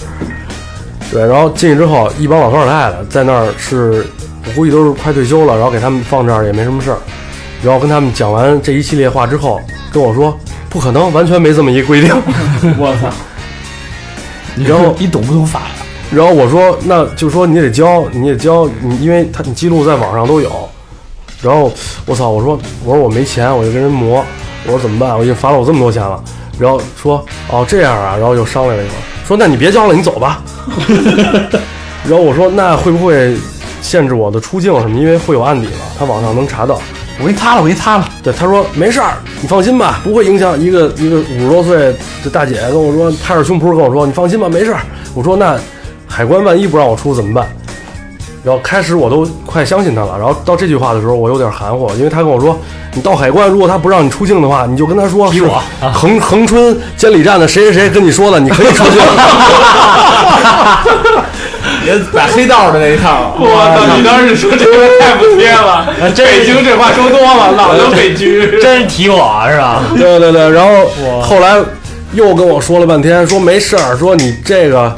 [SPEAKER 6] 对，然后进去之后，一帮老头老太太在那儿是，我估计都是快退休了，然后给他们放这儿也没什么事儿，然后跟他们讲完这一系列话之后，跟我说不可能，完全没这么一规定。
[SPEAKER 9] 我操！
[SPEAKER 6] 然后
[SPEAKER 3] 你懂不懂法呀？
[SPEAKER 6] 然后我说，那就说你得交，你得交，你因为他你记录在网上都有。然后我操，我说我说我没钱，我就跟人磨，我说怎么办？我已经罚了我这么多钱了。然后说哦这样啊，然后又商量了一会儿，说那你别交了，你走吧。然后我说那会不会限制我的出境什么？因为会有案底嘛，他网上能查到。
[SPEAKER 1] 我给你擦了，我给你擦了。
[SPEAKER 6] 对，他说没事儿，你放心吧，不会影响一个一个五十多岁的大姐跟我说，拍着胸脯跟我说，你放心吧，没事儿。我说那海关万一不让我出怎么办？然后开始我都快相信他了，然后到这句话的时候，我有点含糊，因为他跟我说，你到海关，如果他不让你出境的话，你就跟他说是
[SPEAKER 3] 我
[SPEAKER 6] 恒恒春监理站的谁谁谁跟你说的，你可以出境。
[SPEAKER 9] 别打黑道的那一套，
[SPEAKER 3] 啊
[SPEAKER 7] 我操！你当时说这个太不贴了，北京这话说多了，老能被拘。
[SPEAKER 3] 呃真是提我啊是吧？
[SPEAKER 6] 对对对，然后后来又跟我说了半天，说没事儿，说你这个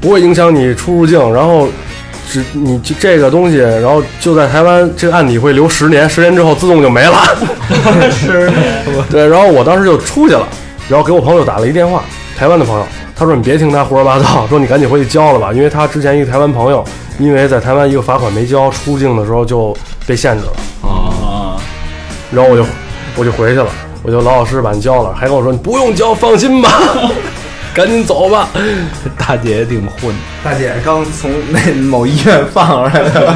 [SPEAKER 6] 不会影响你出入境，然后只你这这个东西，然后就在台湾这个案底会留十年，十年之后自动就没了。对，然后我当时就出去了，然后给我朋友打了一电话，台湾的朋友，他说你别听他胡说八道，说你赶紧回去交了吧，因为他之前一个台湾朋友，因为在台湾一个罚款没交，出境的时候就被限制了。啊，然后我就我就回去了，我就老老实实把你交了，还跟我说你不用交，放心吧， 赶紧走吧。
[SPEAKER 1] 大姐也挺混的，
[SPEAKER 8] 大姐刚从那某医院放出来的，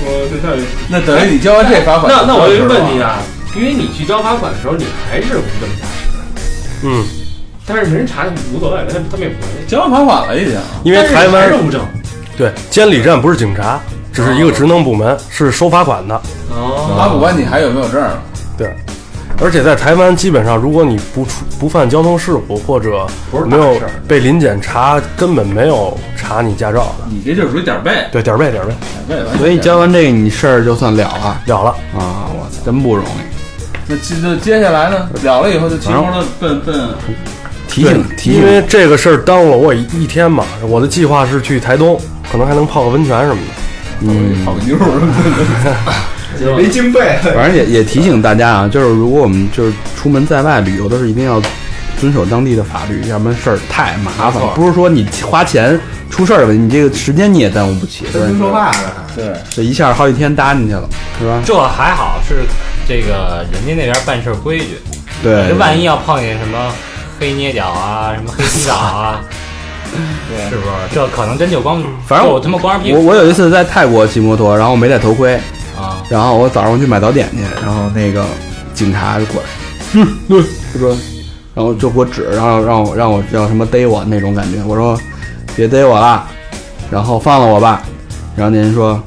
[SPEAKER 7] 我这太
[SPEAKER 9] 那等于你交完这罚款，
[SPEAKER 7] 那那啊我就问你啊，因为你去交罚款的时候，你还是无证驾驶，
[SPEAKER 6] 嗯，
[SPEAKER 7] 但是没人查无所谓，他他们也不会。
[SPEAKER 1] 矫枉罚款了已经。
[SPEAKER 6] 因为
[SPEAKER 7] 但是
[SPEAKER 6] 台
[SPEAKER 7] 还
[SPEAKER 6] 湾
[SPEAKER 7] 是哦无证。
[SPEAKER 6] 对监理站不是警察，只是一个职能部门，是收罚款的。
[SPEAKER 7] 哦，
[SPEAKER 1] 他不管你还有没有证儿了，
[SPEAKER 6] 对，而且在台湾基本上，如果你不出不犯交通事故或者
[SPEAKER 7] 不是大
[SPEAKER 6] 没有
[SPEAKER 7] 事儿
[SPEAKER 6] 被临检查，根本没有查你驾照
[SPEAKER 7] 嗯
[SPEAKER 6] 的。
[SPEAKER 1] 你这就属于点儿背，
[SPEAKER 6] 对，点儿背点儿背
[SPEAKER 1] 点儿背完全
[SPEAKER 4] 所以交完这个，你事儿就算了了
[SPEAKER 6] 了了。
[SPEAKER 4] 啊！我操，真不容易。
[SPEAKER 1] 那接那接下来呢？了了以后就骑摩托奔奔
[SPEAKER 4] 提醒
[SPEAKER 6] 对
[SPEAKER 4] 提
[SPEAKER 6] 因
[SPEAKER 4] 醒，
[SPEAKER 6] 为这个事儿耽误了我一天嘛。我的计划是去台东，可能还能泡个温泉什么的。
[SPEAKER 4] 嗯，
[SPEAKER 1] 跑个妞儿，
[SPEAKER 10] 没经费，
[SPEAKER 4] 反正也也提醒大家啊，就是如果我们就是出门在外旅游的时候，一定要遵守当地的法律，要不然事儿太麻烦。了。不是说你花钱出事儿了，你这个时间你也耽误不起，
[SPEAKER 10] 真
[SPEAKER 4] 对吧
[SPEAKER 10] 听说话呢。
[SPEAKER 1] 对，
[SPEAKER 4] 这一下好几天搭进去了，是吧？
[SPEAKER 3] 这还好是这个人家那边办事儿规矩，
[SPEAKER 4] 对
[SPEAKER 3] 这，万一要碰见什么黑捏脚啊，什么黑洗澡啊，
[SPEAKER 1] 对
[SPEAKER 3] 是不是？这可能真就光，
[SPEAKER 4] 反正
[SPEAKER 3] 就他妈光着屁
[SPEAKER 4] 我
[SPEAKER 3] 股
[SPEAKER 4] 我有一次在泰国骑摩托，然后我没戴头盔，
[SPEAKER 3] 啊，
[SPEAKER 4] 然后我早上去买早点去，然后那个警察就过来，嗯，对，就说，然后就给我指，然后让我让我要什么逮我那种感觉。我说别逮我了，然后放了我吧。然后那人说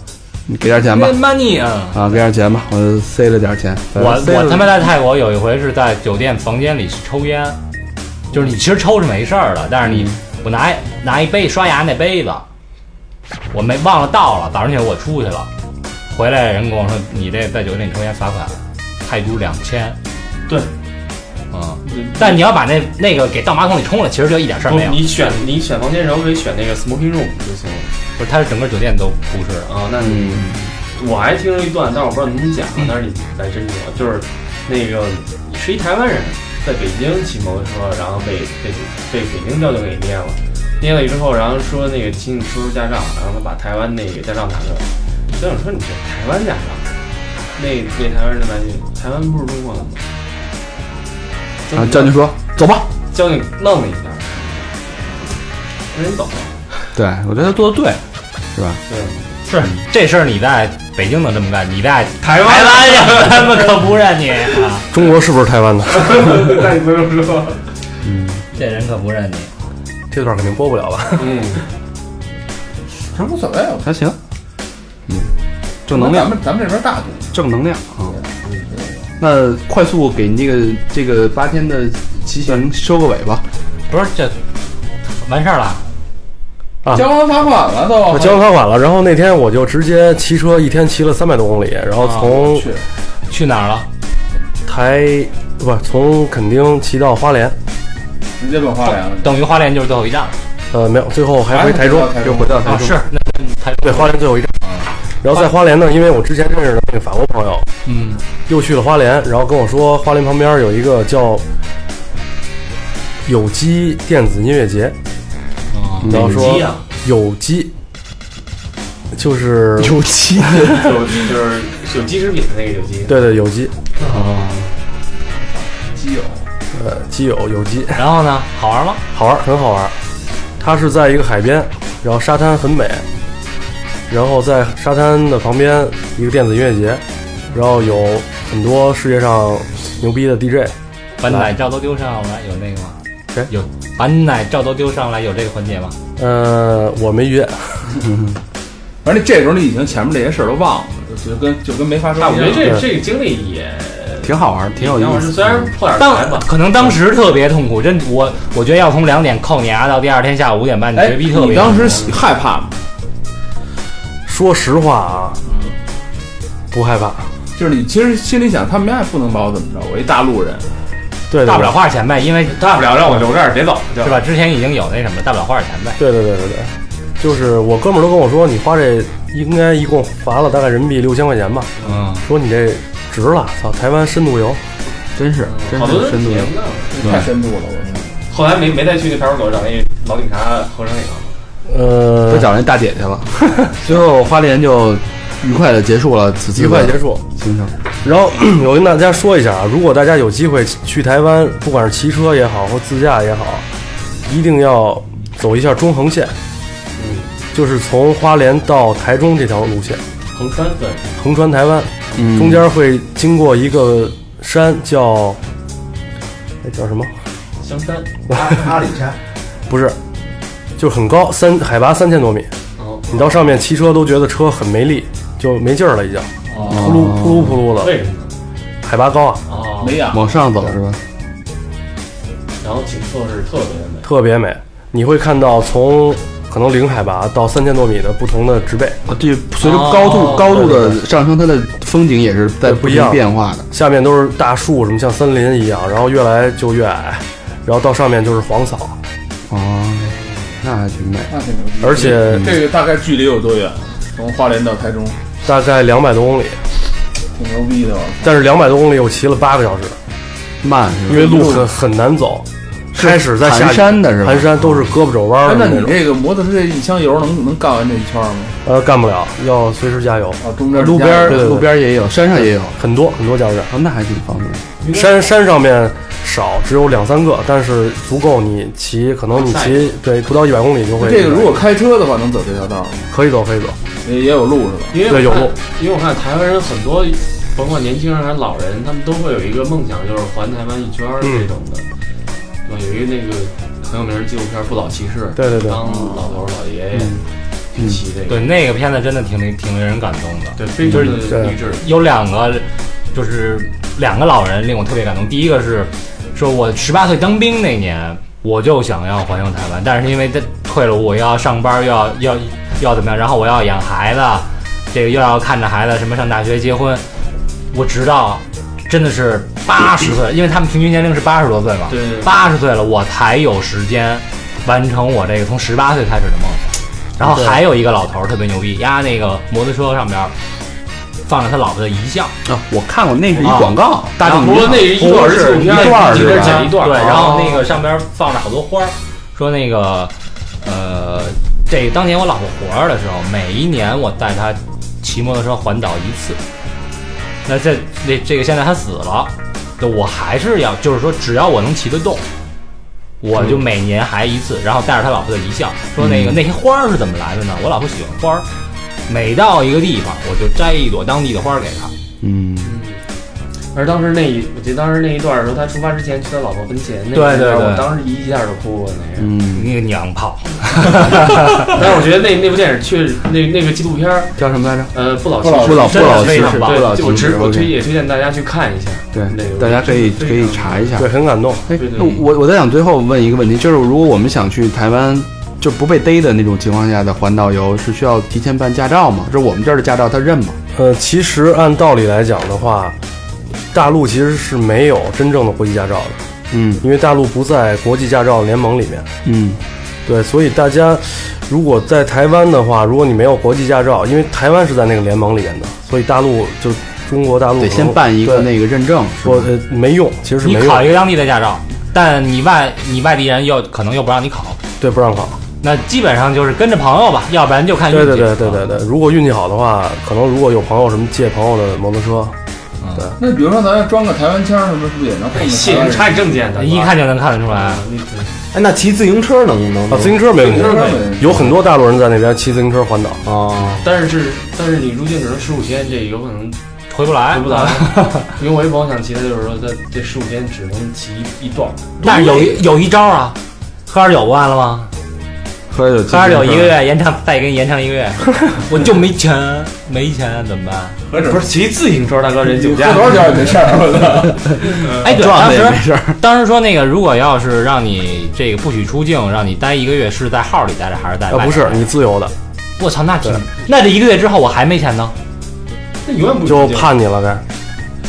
[SPEAKER 4] 你给点钱吧
[SPEAKER 3] 那，money 啊。
[SPEAKER 4] 啊，给点钱吧，我就呃塞了点钱。
[SPEAKER 3] 我我他妈在泰国有一回是在酒店房间里抽烟，就是你其实抽是没事儿的，但是你我拿拿一杯刷牙那杯子，我没忘了倒了，早上起来我出去了，回来人跟我说你这在酒店里抽烟罚款泰铢两千，
[SPEAKER 7] 对，
[SPEAKER 3] 嗯，但你要把那那个给倒马桶里冲了，其实就一点事儿
[SPEAKER 7] 不
[SPEAKER 3] 没有，
[SPEAKER 7] 你选你选房间的时候可以选那个 smoking room 就行了。
[SPEAKER 3] 不是，它是整个酒店都不是的，
[SPEAKER 7] 啊，那你、我还听说一段，但是我不知道能不能讲，但是你来真有，就是那个是一台湾人在北京骑摩托车，然后被被被北京交警给捏了，捏了之后，然后说那个请你出示驾照，然后他把台湾那个驾照拿出来，交警说你这台湾驾照，那那台湾人就来一句，台湾不是中国的吗？
[SPEAKER 4] 啊，交警说走吧。
[SPEAKER 7] 交警愣了一下，人走了，
[SPEAKER 4] 对，我觉得他做的对，是吧？
[SPEAKER 7] 对，
[SPEAKER 3] 是嗯这事儿你在北京能这么干，你在台 湾台湾人 他们可不认你啊，
[SPEAKER 6] 中国是不是台湾的？
[SPEAKER 7] 那你不用说，
[SPEAKER 3] 这人可不认你。
[SPEAKER 6] 这段肯定播不了吧？
[SPEAKER 7] 嗯，
[SPEAKER 1] 其实无所谓。我
[SPEAKER 4] 还行，嗯，正能量
[SPEAKER 1] 咱，们咱们这边大度，
[SPEAKER 4] 正能量啊。那快速给你这个这个八天的骑行收个尾吧。
[SPEAKER 3] 不是这完事儿了，
[SPEAKER 6] 啊
[SPEAKER 1] 交完罚款了都。
[SPEAKER 6] 我交完罚款了，然后那天我就直接骑车，一天骑了三百多公里，然后从
[SPEAKER 1] 去
[SPEAKER 3] 去哪儿了？
[SPEAKER 6] 台不从垦丁骑到花莲，
[SPEAKER 1] 直接奔花莲了。
[SPEAKER 3] 等于花莲就是最后一站了
[SPEAKER 6] 呃，没有，最后还回台中，
[SPEAKER 1] 还是
[SPEAKER 6] 又
[SPEAKER 1] 回
[SPEAKER 6] 回到
[SPEAKER 3] 啊！
[SPEAKER 6] 台中。
[SPEAKER 3] 是，那台
[SPEAKER 6] 对，花莲最后一站。然后在花莲呢，因为我之前认识的那个法国朋友，
[SPEAKER 3] 嗯，
[SPEAKER 6] 又去了花莲，然后跟我说花莲旁边有一个叫有机电子音乐节，然后说
[SPEAKER 7] 啊
[SPEAKER 6] 有机，就是
[SPEAKER 4] 有骑
[SPEAKER 7] 有啊就是有机食品的那个有机，
[SPEAKER 6] 对对有机，
[SPEAKER 1] 基友，
[SPEAKER 6] 呃，基友有机，
[SPEAKER 3] 然后呢？好玩吗？
[SPEAKER 6] 好玩，很好玩。它是在一个海边，然后沙滩很美，然后在沙滩的旁边一个电子音乐节，然后有很多世界上牛逼的 DJ，
[SPEAKER 3] 把奶罩都丢上来，有那个吗？
[SPEAKER 6] 谁
[SPEAKER 3] 有把奶罩都丢上来，有这个环节吗？
[SPEAKER 6] 呃，我没约，
[SPEAKER 1] 反正这时候你已经前面这些事儿都忘了，就就跟就跟没发生
[SPEAKER 7] 啊， 我
[SPEAKER 1] 一
[SPEAKER 7] 觉
[SPEAKER 1] 样
[SPEAKER 7] 得。这这个经历也
[SPEAKER 4] 挺好玩，挺有
[SPEAKER 7] 让我
[SPEAKER 4] 意
[SPEAKER 7] 是
[SPEAKER 4] 思。
[SPEAKER 7] 虽然破点
[SPEAKER 3] 当
[SPEAKER 7] 财吧，
[SPEAKER 3] 可能当时特别痛苦，真我我觉得要从两点扣你啊牙到第二天下午五点半，你
[SPEAKER 1] 哎，
[SPEAKER 3] 绝逼特
[SPEAKER 1] 你
[SPEAKER 3] 别。
[SPEAKER 1] 当时喜害怕吗？
[SPEAKER 6] 说实话啊，不害怕，
[SPEAKER 1] 就是你其实心里想，他们家也不能把我怎么着，我一大陆人，
[SPEAKER 6] 对对
[SPEAKER 3] 大不
[SPEAKER 6] 对
[SPEAKER 3] 了花点钱呗，因为
[SPEAKER 7] 大不了让我留这儿，别走就是
[SPEAKER 3] 吧？之前已经有那什么，大不了花点钱呗。
[SPEAKER 6] 对对对对对，就是我哥们儿都跟我说，你花这应该一共罚了大概人民币六千块钱吧，
[SPEAKER 3] 嗯，
[SPEAKER 6] 说你这值了，操，台湾深度游，
[SPEAKER 4] 真是真
[SPEAKER 7] 好多
[SPEAKER 4] 是
[SPEAKER 7] 人
[SPEAKER 4] 深度
[SPEAKER 7] 体
[SPEAKER 4] 游
[SPEAKER 7] 验。不到的。
[SPEAKER 1] 太深度了，我操！
[SPEAKER 7] 后来没没再去那派出所找那老警察合成影，
[SPEAKER 6] 呃
[SPEAKER 4] 都，找那大姐去了， 最后花莲就愉快的结束了此次
[SPEAKER 6] 愉快结束。
[SPEAKER 4] 行程。
[SPEAKER 6] 然后 我跟大家说一下啊，如果大家有机会去台湾，不管是骑车也好，或自驾也好，一定要走一下中横线，
[SPEAKER 4] 嗯
[SPEAKER 6] 就是从花莲到台中这条路线，
[SPEAKER 7] 横穿对，
[SPEAKER 6] 横穿台湾，
[SPEAKER 4] 嗯
[SPEAKER 6] 中间会经过一个山叫，哎叫什么？
[SPEAKER 7] 香山，
[SPEAKER 8] 阿阿里山，
[SPEAKER 6] 不是，就很高，三海拔三千多米，
[SPEAKER 7] 哦，
[SPEAKER 6] 你到上面骑车都觉得车很没力，就没劲儿了，已经
[SPEAKER 7] 哦，
[SPEAKER 6] 扑噜扑噜扑噜的，
[SPEAKER 7] 为什么呢？
[SPEAKER 6] 海拔高啊，
[SPEAKER 7] 哦，
[SPEAKER 9] 没氧，
[SPEAKER 1] 往上走是吧？
[SPEAKER 7] 然后景色是特别美，
[SPEAKER 6] 特别美。你会看到从可能零海拔到三千多米的不同的植被，
[SPEAKER 1] 啊，这随着高度、
[SPEAKER 6] 哦
[SPEAKER 1] 高度
[SPEAKER 6] 对
[SPEAKER 1] 的
[SPEAKER 6] 对
[SPEAKER 1] 上升，它的风景也是在
[SPEAKER 6] 对不
[SPEAKER 1] 不
[SPEAKER 6] 一样
[SPEAKER 1] 停变化的。
[SPEAKER 6] 下面都是大树，什么像森林一样，然后越来就越矮，然后到上面就是黄草，
[SPEAKER 1] 哦，那还挺美。
[SPEAKER 9] 那挺牛逼。
[SPEAKER 6] 而且
[SPEAKER 9] 这个大概距离有多远？从花莲到台中，
[SPEAKER 6] 大概两百多公里，
[SPEAKER 9] 挺牛逼的。
[SPEAKER 6] 但是两百多公里我骑了八个小时，
[SPEAKER 1] 慢是吧？
[SPEAKER 6] 因为路很很难走。
[SPEAKER 1] 是
[SPEAKER 6] 开始在下
[SPEAKER 1] 盘山的是吧
[SPEAKER 6] 盘山都是胳膊肘
[SPEAKER 9] 哎
[SPEAKER 6] 弯儿，
[SPEAKER 9] 那
[SPEAKER 6] 的那
[SPEAKER 9] 你
[SPEAKER 6] 种，
[SPEAKER 9] 这个摩托车这一箱油能能干完这一圈吗？
[SPEAKER 6] 呃，干不了，要随时加油。
[SPEAKER 9] 啊，中间
[SPEAKER 1] 路边
[SPEAKER 9] 加
[SPEAKER 1] 儿
[SPEAKER 6] 对对对
[SPEAKER 1] 路边儿也有，山上也有。
[SPEAKER 6] 很多很多加油站，
[SPEAKER 1] 哦，那还挺方便。
[SPEAKER 6] 山山上面少，只有两三个，但是足够你骑，可能你骑对不到一百公里就会。
[SPEAKER 9] 这个如果开车的话，能走这条道吗？
[SPEAKER 6] 可以走，可以走，
[SPEAKER 9] 也也有路是吧？
[SPEAKER 7] 因为我
[SPEAKER 6] 对有
[SPEAKER 7] 看
[SPEAKER 6] 路
[SPEAKER 7] 因为我看台湾人很多，甭管年轻人还是老人，他们都会有一个梦想，就是环台湾一圈
[SPEAKER 1] 嗯
[SPEAKER 7] 儿这种的。对吧有一个那个很有名的纪录片《不老骑士》，
[SPEAKER 6] 对对对
[SPEAKER 7] 当老头儿老爷爷
[SPEAKER 1] 嗯
[SPEAKER 7] 去骑这个，
[SPEAKER 3] 对，那个片子真的挺令挺令人感动的。
[SPEAKER 7] 对，非常的励志。
[SPEAKER 3] 有两个，就是两个老人令我特别感动。第一个是，说我十八岁当兵那年，我就想要环游台湾，但是因为这退了伍，我要上班，又要要要怎么样，然后我要养孩子，这个又要看着孩子什么上大学、结婚，我直到真的是八十岁，因为他们平均年龄是八十多岁嘛，
[SPEAKER 7] 对对对
[SPEAKER 3] 八十岁了我才有时间完成我这个从十八岁开始的梦想。然后还有一个老头儿特别牛逼，压那个摩托车上边儿放着他老婆的遗像，
[SPEAKER 1] 啊，我看过，那是一
[SPEAKER 3] 啊
[SPEAKER 1] 广告，大
[SPEAKER 7] 然
[SPEAKER 1] 众
[SPEAKER 7] 后不
[SPEAKER 1] 娱
[SPEAKER 7] 过
[SPEAKER 1] 乐
[SPEAKER 7] 那是一段儿纪录片，
[SPEAKER 1] 一段儿是吧
[SPEAKER 7] 一边剪一段儿，
[SPEAKER 3] 对，
[SPEAKER 7] 哦
[SPEAKER 3] 然后那个上边放着好多花儿，说那个，呃，这当年我老婆活着的时候，每一年我带她骑摩托车环岛一次。那这这这个现在她死了，就我还是要，就是说只要我能骑得动，我就
[SPEAKER 7] 嗯
[SPEAKER 3] 每年还一次，然后带着他老婆的遗像，说那个、那些花儿是怎么来的呢？我老婆喜欢花儿，每到一个地方我就摘一朵当地的花儿给她。
[SPEAKER 1] 嗯，
[SPEAKER 7] 而当时那一，我记得当时那一段儿的时候，他出发之前去他老婆坟前，
[SPEAKER 3] 对
[SPEAKER 7] 那一段儿
[SPEAKER 3] 对对
[SPEAKER 7] 我当时一下就哭了那个。
[SPEAKER 1] 嗯，
[SPEAKER 3] 那个娘炮，
[SPEAKER 7] 但是我觉得那那部电影确实，那那个纪录片儿，
[SPEAKER 1] 叫什么来着？
[SPEAKER 7] 呃，不老
[SPEAKER 1] 不老不老不
[SPEAKER 3] 真的
[SPEAKER 1] 老
[SPEAKER 3] 非
[SPEAKER 1] 骑
[SPEAKER 3] 常
[SPEAKER 1] 士，
[SPEAKER 3] 棒
[SPEAKER 1] 不老
[SPEAKER 7] 对，
[SPEAKER 1] 骑
[SPEAKER 7] 就我
[SPEAKER 1] 士
[SPEAKER 7] 推我推
[SPEAKER 1] OK
[SPEAKER 7] 也推荐大家去看一下。那
[SPEAKER 1] 对，
[SPEAKER 7] 个
[SPEAKER 1] 大家可以可以
[SPEAKER 7] 非常
[SPEAKER 1] 查一下
[SPEAKER 6] 对，。很感动。
[SPEAKER 1] 哎
[SPEAKER 7] 对对，
[SPEAKER 1] 那我我在想最后问一个问题，就是如果我们想去台湾，就不被逮的那种情况下的环岛游，是需要提前办驾照吗？这我们这儿的驾照他认吗？
[SPEAKER 6] 呃，其实按道理来讲的话，大陆其实是没有真正的国际驾照的，
[SPEAKER 1] 嗯
[SPEAKER 6] 因为大陆不在国际驾照联盟里面。
[SPEAKER 1] 嗯，
[SPEAKER 6] 对，所以大家如果在台湾的话，如果你没有国际驾照，因为台湾是在那个联盟里面的，所以大陆就中国大陆
[SPEAKER 1] 得
[SPEAKER 6] 可
[SPEAKER 1] 先
[SPEAKER 6] 能
[SPEAKER 1] 办一个
[SPEAKER 6] 对
[SPEAKER 1] 那个认证，是
[SPEAKER 6] 我
[SPEAKER 1] 吧？
[SPEAKER 6] 呃没用，其实是
[SPEAKER 3] 你
[SPEAKER 6] 没
[SPEAKER 3] 考一
[SPEAKER 6] 用，
[SPEAKER 3] 个当地的驾照，但你外你外地人又可能又不让你考。
[SPEAKER 6] 对，不让考。
[SPEAKER 3] 那基本上就是跟着朋友吧，要不然就看运
[SPEAKER 6] 对
[SPEAKER 3] 气。啊
[SPEAKER 6] 对对对对对，如果运气好的话，可能如果有朋友什么借朋友的摩托车，
[SPEAKER 9] 那比如说咱要装个台湾腔儿什么，是不是也能
[SPEAKER 7] 哎
[SPEAKER 9] 碰见台
[SPEAKER 7] 信
[SPEAKER 9] 湾
[SPEAKER 7] 人
[SPEAKER 9] 人？
[SPEAKER 7] 查你证件的，
[SPEAKER 3] 一看就能看得出来
[SPEAKER 6] 嗯
[SPEAKER 7] 啊。，那个
[SPEAKER 8] 哎，那骑自行车能能
[SPEAKER 6] 啊，自行车没问题
[SPEAKER 9] 自行车没问题，
[SPEAKER 6] 有很多大陆人在那边骑自行车环岛。
[SPEAKER 8] 啊，
[SPEAKER 7] 但是但是你入境只能十五天，这有可能
[SPEAKER 3] 回不来，
[SPEAKER 7] 回不来。 因为我一朋友想骑，他就是说他这十五天只能骑一段儿，
[SPEAKER 3] 但是有
[SPEAKER 6] 嗯
[SPEAKER 3] 一有一招啊，喝点酒不完了吗？
[SPEAKER 1] 喝酒
[SPEAKER 3] 喝点酒一个月延长，再给你延长一个月，我就没钱，没钱怎么办？
[SPEAKER 9] 合适，不是
[SPEAKER 7] 骑自行车，大哥人酒
[SPEAKER 9] 喝
[SPEAKER 7] 驾
[SPEAKER 9] 多少酒也没事儿，我操！
[SPEAKER 3] 哎，对，
[SPEAKER 1] 撞
[SPEAKER 3] 当
[SPEAKER 1] 了也没
[SPEAKER 3] 时
[SPEAKER 1] 事儿。
[SPEAKER 3] 当时说那个，如果要是让你这个不许出境，让你待一个月，是在号里待着还是在外边？
[SPEAKER 6] 啊，不是，你自由的，
[SPEAKER 3] 我操，那挺，那这一个月之后我还没钱呢。
[SPEAKER 7] 那永远不
[SPEAKER 6] 就
[SPEAKER 7] 出境
[SPEAKER 6] 判你了该。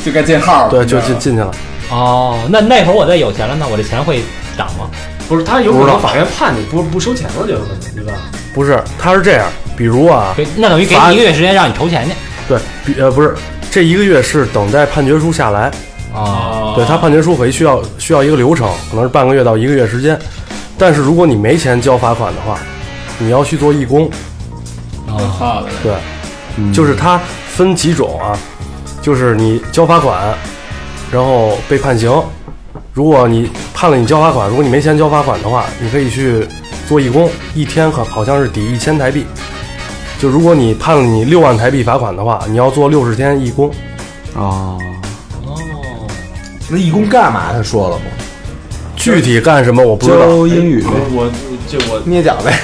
[SPEAKER 9] 就该进号了。
[SPEAKER 6] 对，就
[SPEAKER 9] 你知道吗
[SPEAKER 6] 进进去了。
[SPEAKER 3] 哦，那那会儿我再有钱了呢，我这钱会涨吗？
[SPEAKER 7] 不是他有可
[SPEAKER 6] 不知
[SPEAKER 7] 能
[SPEAKER 6] 道
[SPEAKER 7] 法院判你不不收钱了，就有可能对吧？
[SPEAKER 6] 不是，他是这样，比如啊，
[SPEAKER 3] 给那等于给
[SPEAKER 6] 罚
[SPEAKER 3] 你一个月时间让你筹钱去。
[SPEAKER 6] 对，比呃不是，这一个月是等待判决书下来，
[SPEAKER 3] 哦，
[SPEAKER 6] 对他判决书回需要需要一个流程，可能是半个月到一个月时间。但是如果你没钱交罚款的话，你要去做义工，
[SPEAKER 9] 我操啊的，
[SPEAKER 6] 对，就是它分几种啊，就是你交罚款，然后被判刑。如果你判了你交罚款，如果你没钱交罚款的话，你可以去做义工，一天可好像是抵一千台币。就如果你判了你六万台币罚款的话，你要做六十天义工，
[SPEAKER 1] 哦，
[SPEAKER 8] 那义工干嘛？他说了吗？
[SPEAKER 6] 具体干什么我不知道。
[SPEAKER 4] 教英语呗，
[SPEAKER 7] 我我这我
[SPEAKER 11] 捏脚呗，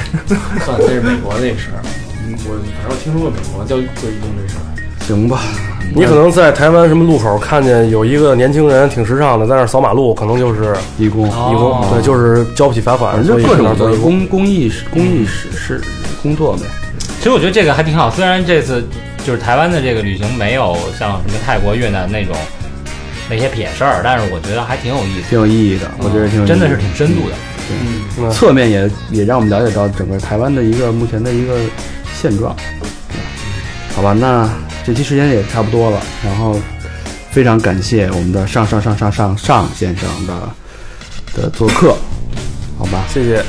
[SPEAKER 7] 算那是美国那事儿，嗯我反正我听说过美国教教义工这事儿，
[SPEAKER 4] 行吧？
[SPEAKER 6] 你可能在台湾什么路口看见有一个年轻人挺时尚的，在那儿扫马路，可能就是
[SPEAKER 4] 义工，
[SPEAKER 6] 义工，对，就是交不起罚款，
[SPEAKER 4] 啊反正
[SPEAKER 6] 所以
[SPEAKER 4] 就哦各
[SPEAKER 6] 在
[SPEAKER 4] 种
[SPEAKER 6] 那儿做
[SPEAKER 4] 的
[SPEAKER 6] 义工。
[SPEAKER 4] 公公益是公益是是工作呗。
[SPEAKER 3] 其实我觉得这个还挺好，虽然这次就是台湾的这个旅行没有像什么泰国、越南那种那些撇事儿，但是我觉得还挺有意思，
[SPEAKER 4] 挺有意义的，我觉得挺有意义
[SPEAKER 3] 真的是挺深度的。
[SPEAKER 4] 侧面也也让我们了解到整个台湾的一个目前的一个现状。好吧，那这期时间也差不多了，然后非常感谢我们的上上上上上上先生的的做客，好吧，
[SPEAKER 6] 谢谢。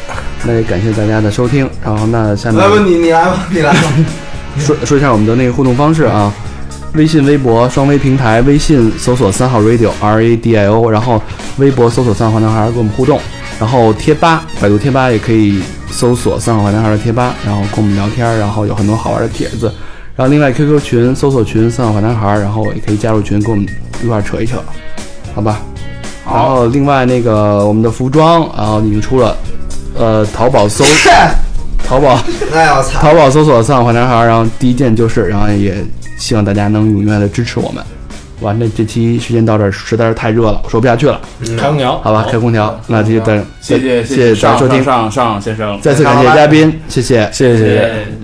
[SPEAKER 4] 那也感谢大家的收听，然后那下面
[SPEAKER 11] 来吧，你你来吧，你来吧。
[SPEAKER 4] 说说一下我们的那个互动方式啊，微信、微博双微平台，微信搜索三号 radio r a d i o，然后微博搜索三号男孩跟我们互动，然后贴吧，百度贴吧也可以搜索三号男孩的贴吧，然后跟我们聊天，然后有很多好玩的帖子，然后另外 QQ 群搜索群三好男孩，然后也可以加入群跟我们一块儿扯一扯，好吧？然后另外那个我们的服装，然后已经出了，呃，淘 宝搜淘宝。
[SPEAKER 11] 哎呀，我操！
[SPEAKER 4] 淘宝搜索“丧坏男孩”，然后第一件就是，然后也希望大家能踊跃的支持我们。完了，这期时间到这儿实在是太热了，我说不下去了，
[SPEAKER 6] 嗯
[SPEAKER 7] 开空调
[SPEAKER 4] 好吧，开空调。那这就到这儿
[SPEAKER 1] 谢谢
[SPEAKER 4] 谢谢
[SPEAKER 1] 上
[SPEAKER 4] 大家收
[SPEAKER 1] 上
[SPEAKER 4] 听，
[SPEAKER 1] 上上先生，
[SPEAKER 4] 再次感谢嘉宾，谢谢，谢
[SPEAKER 6] 谢谢谢谢。
[SPEAKER 7] 对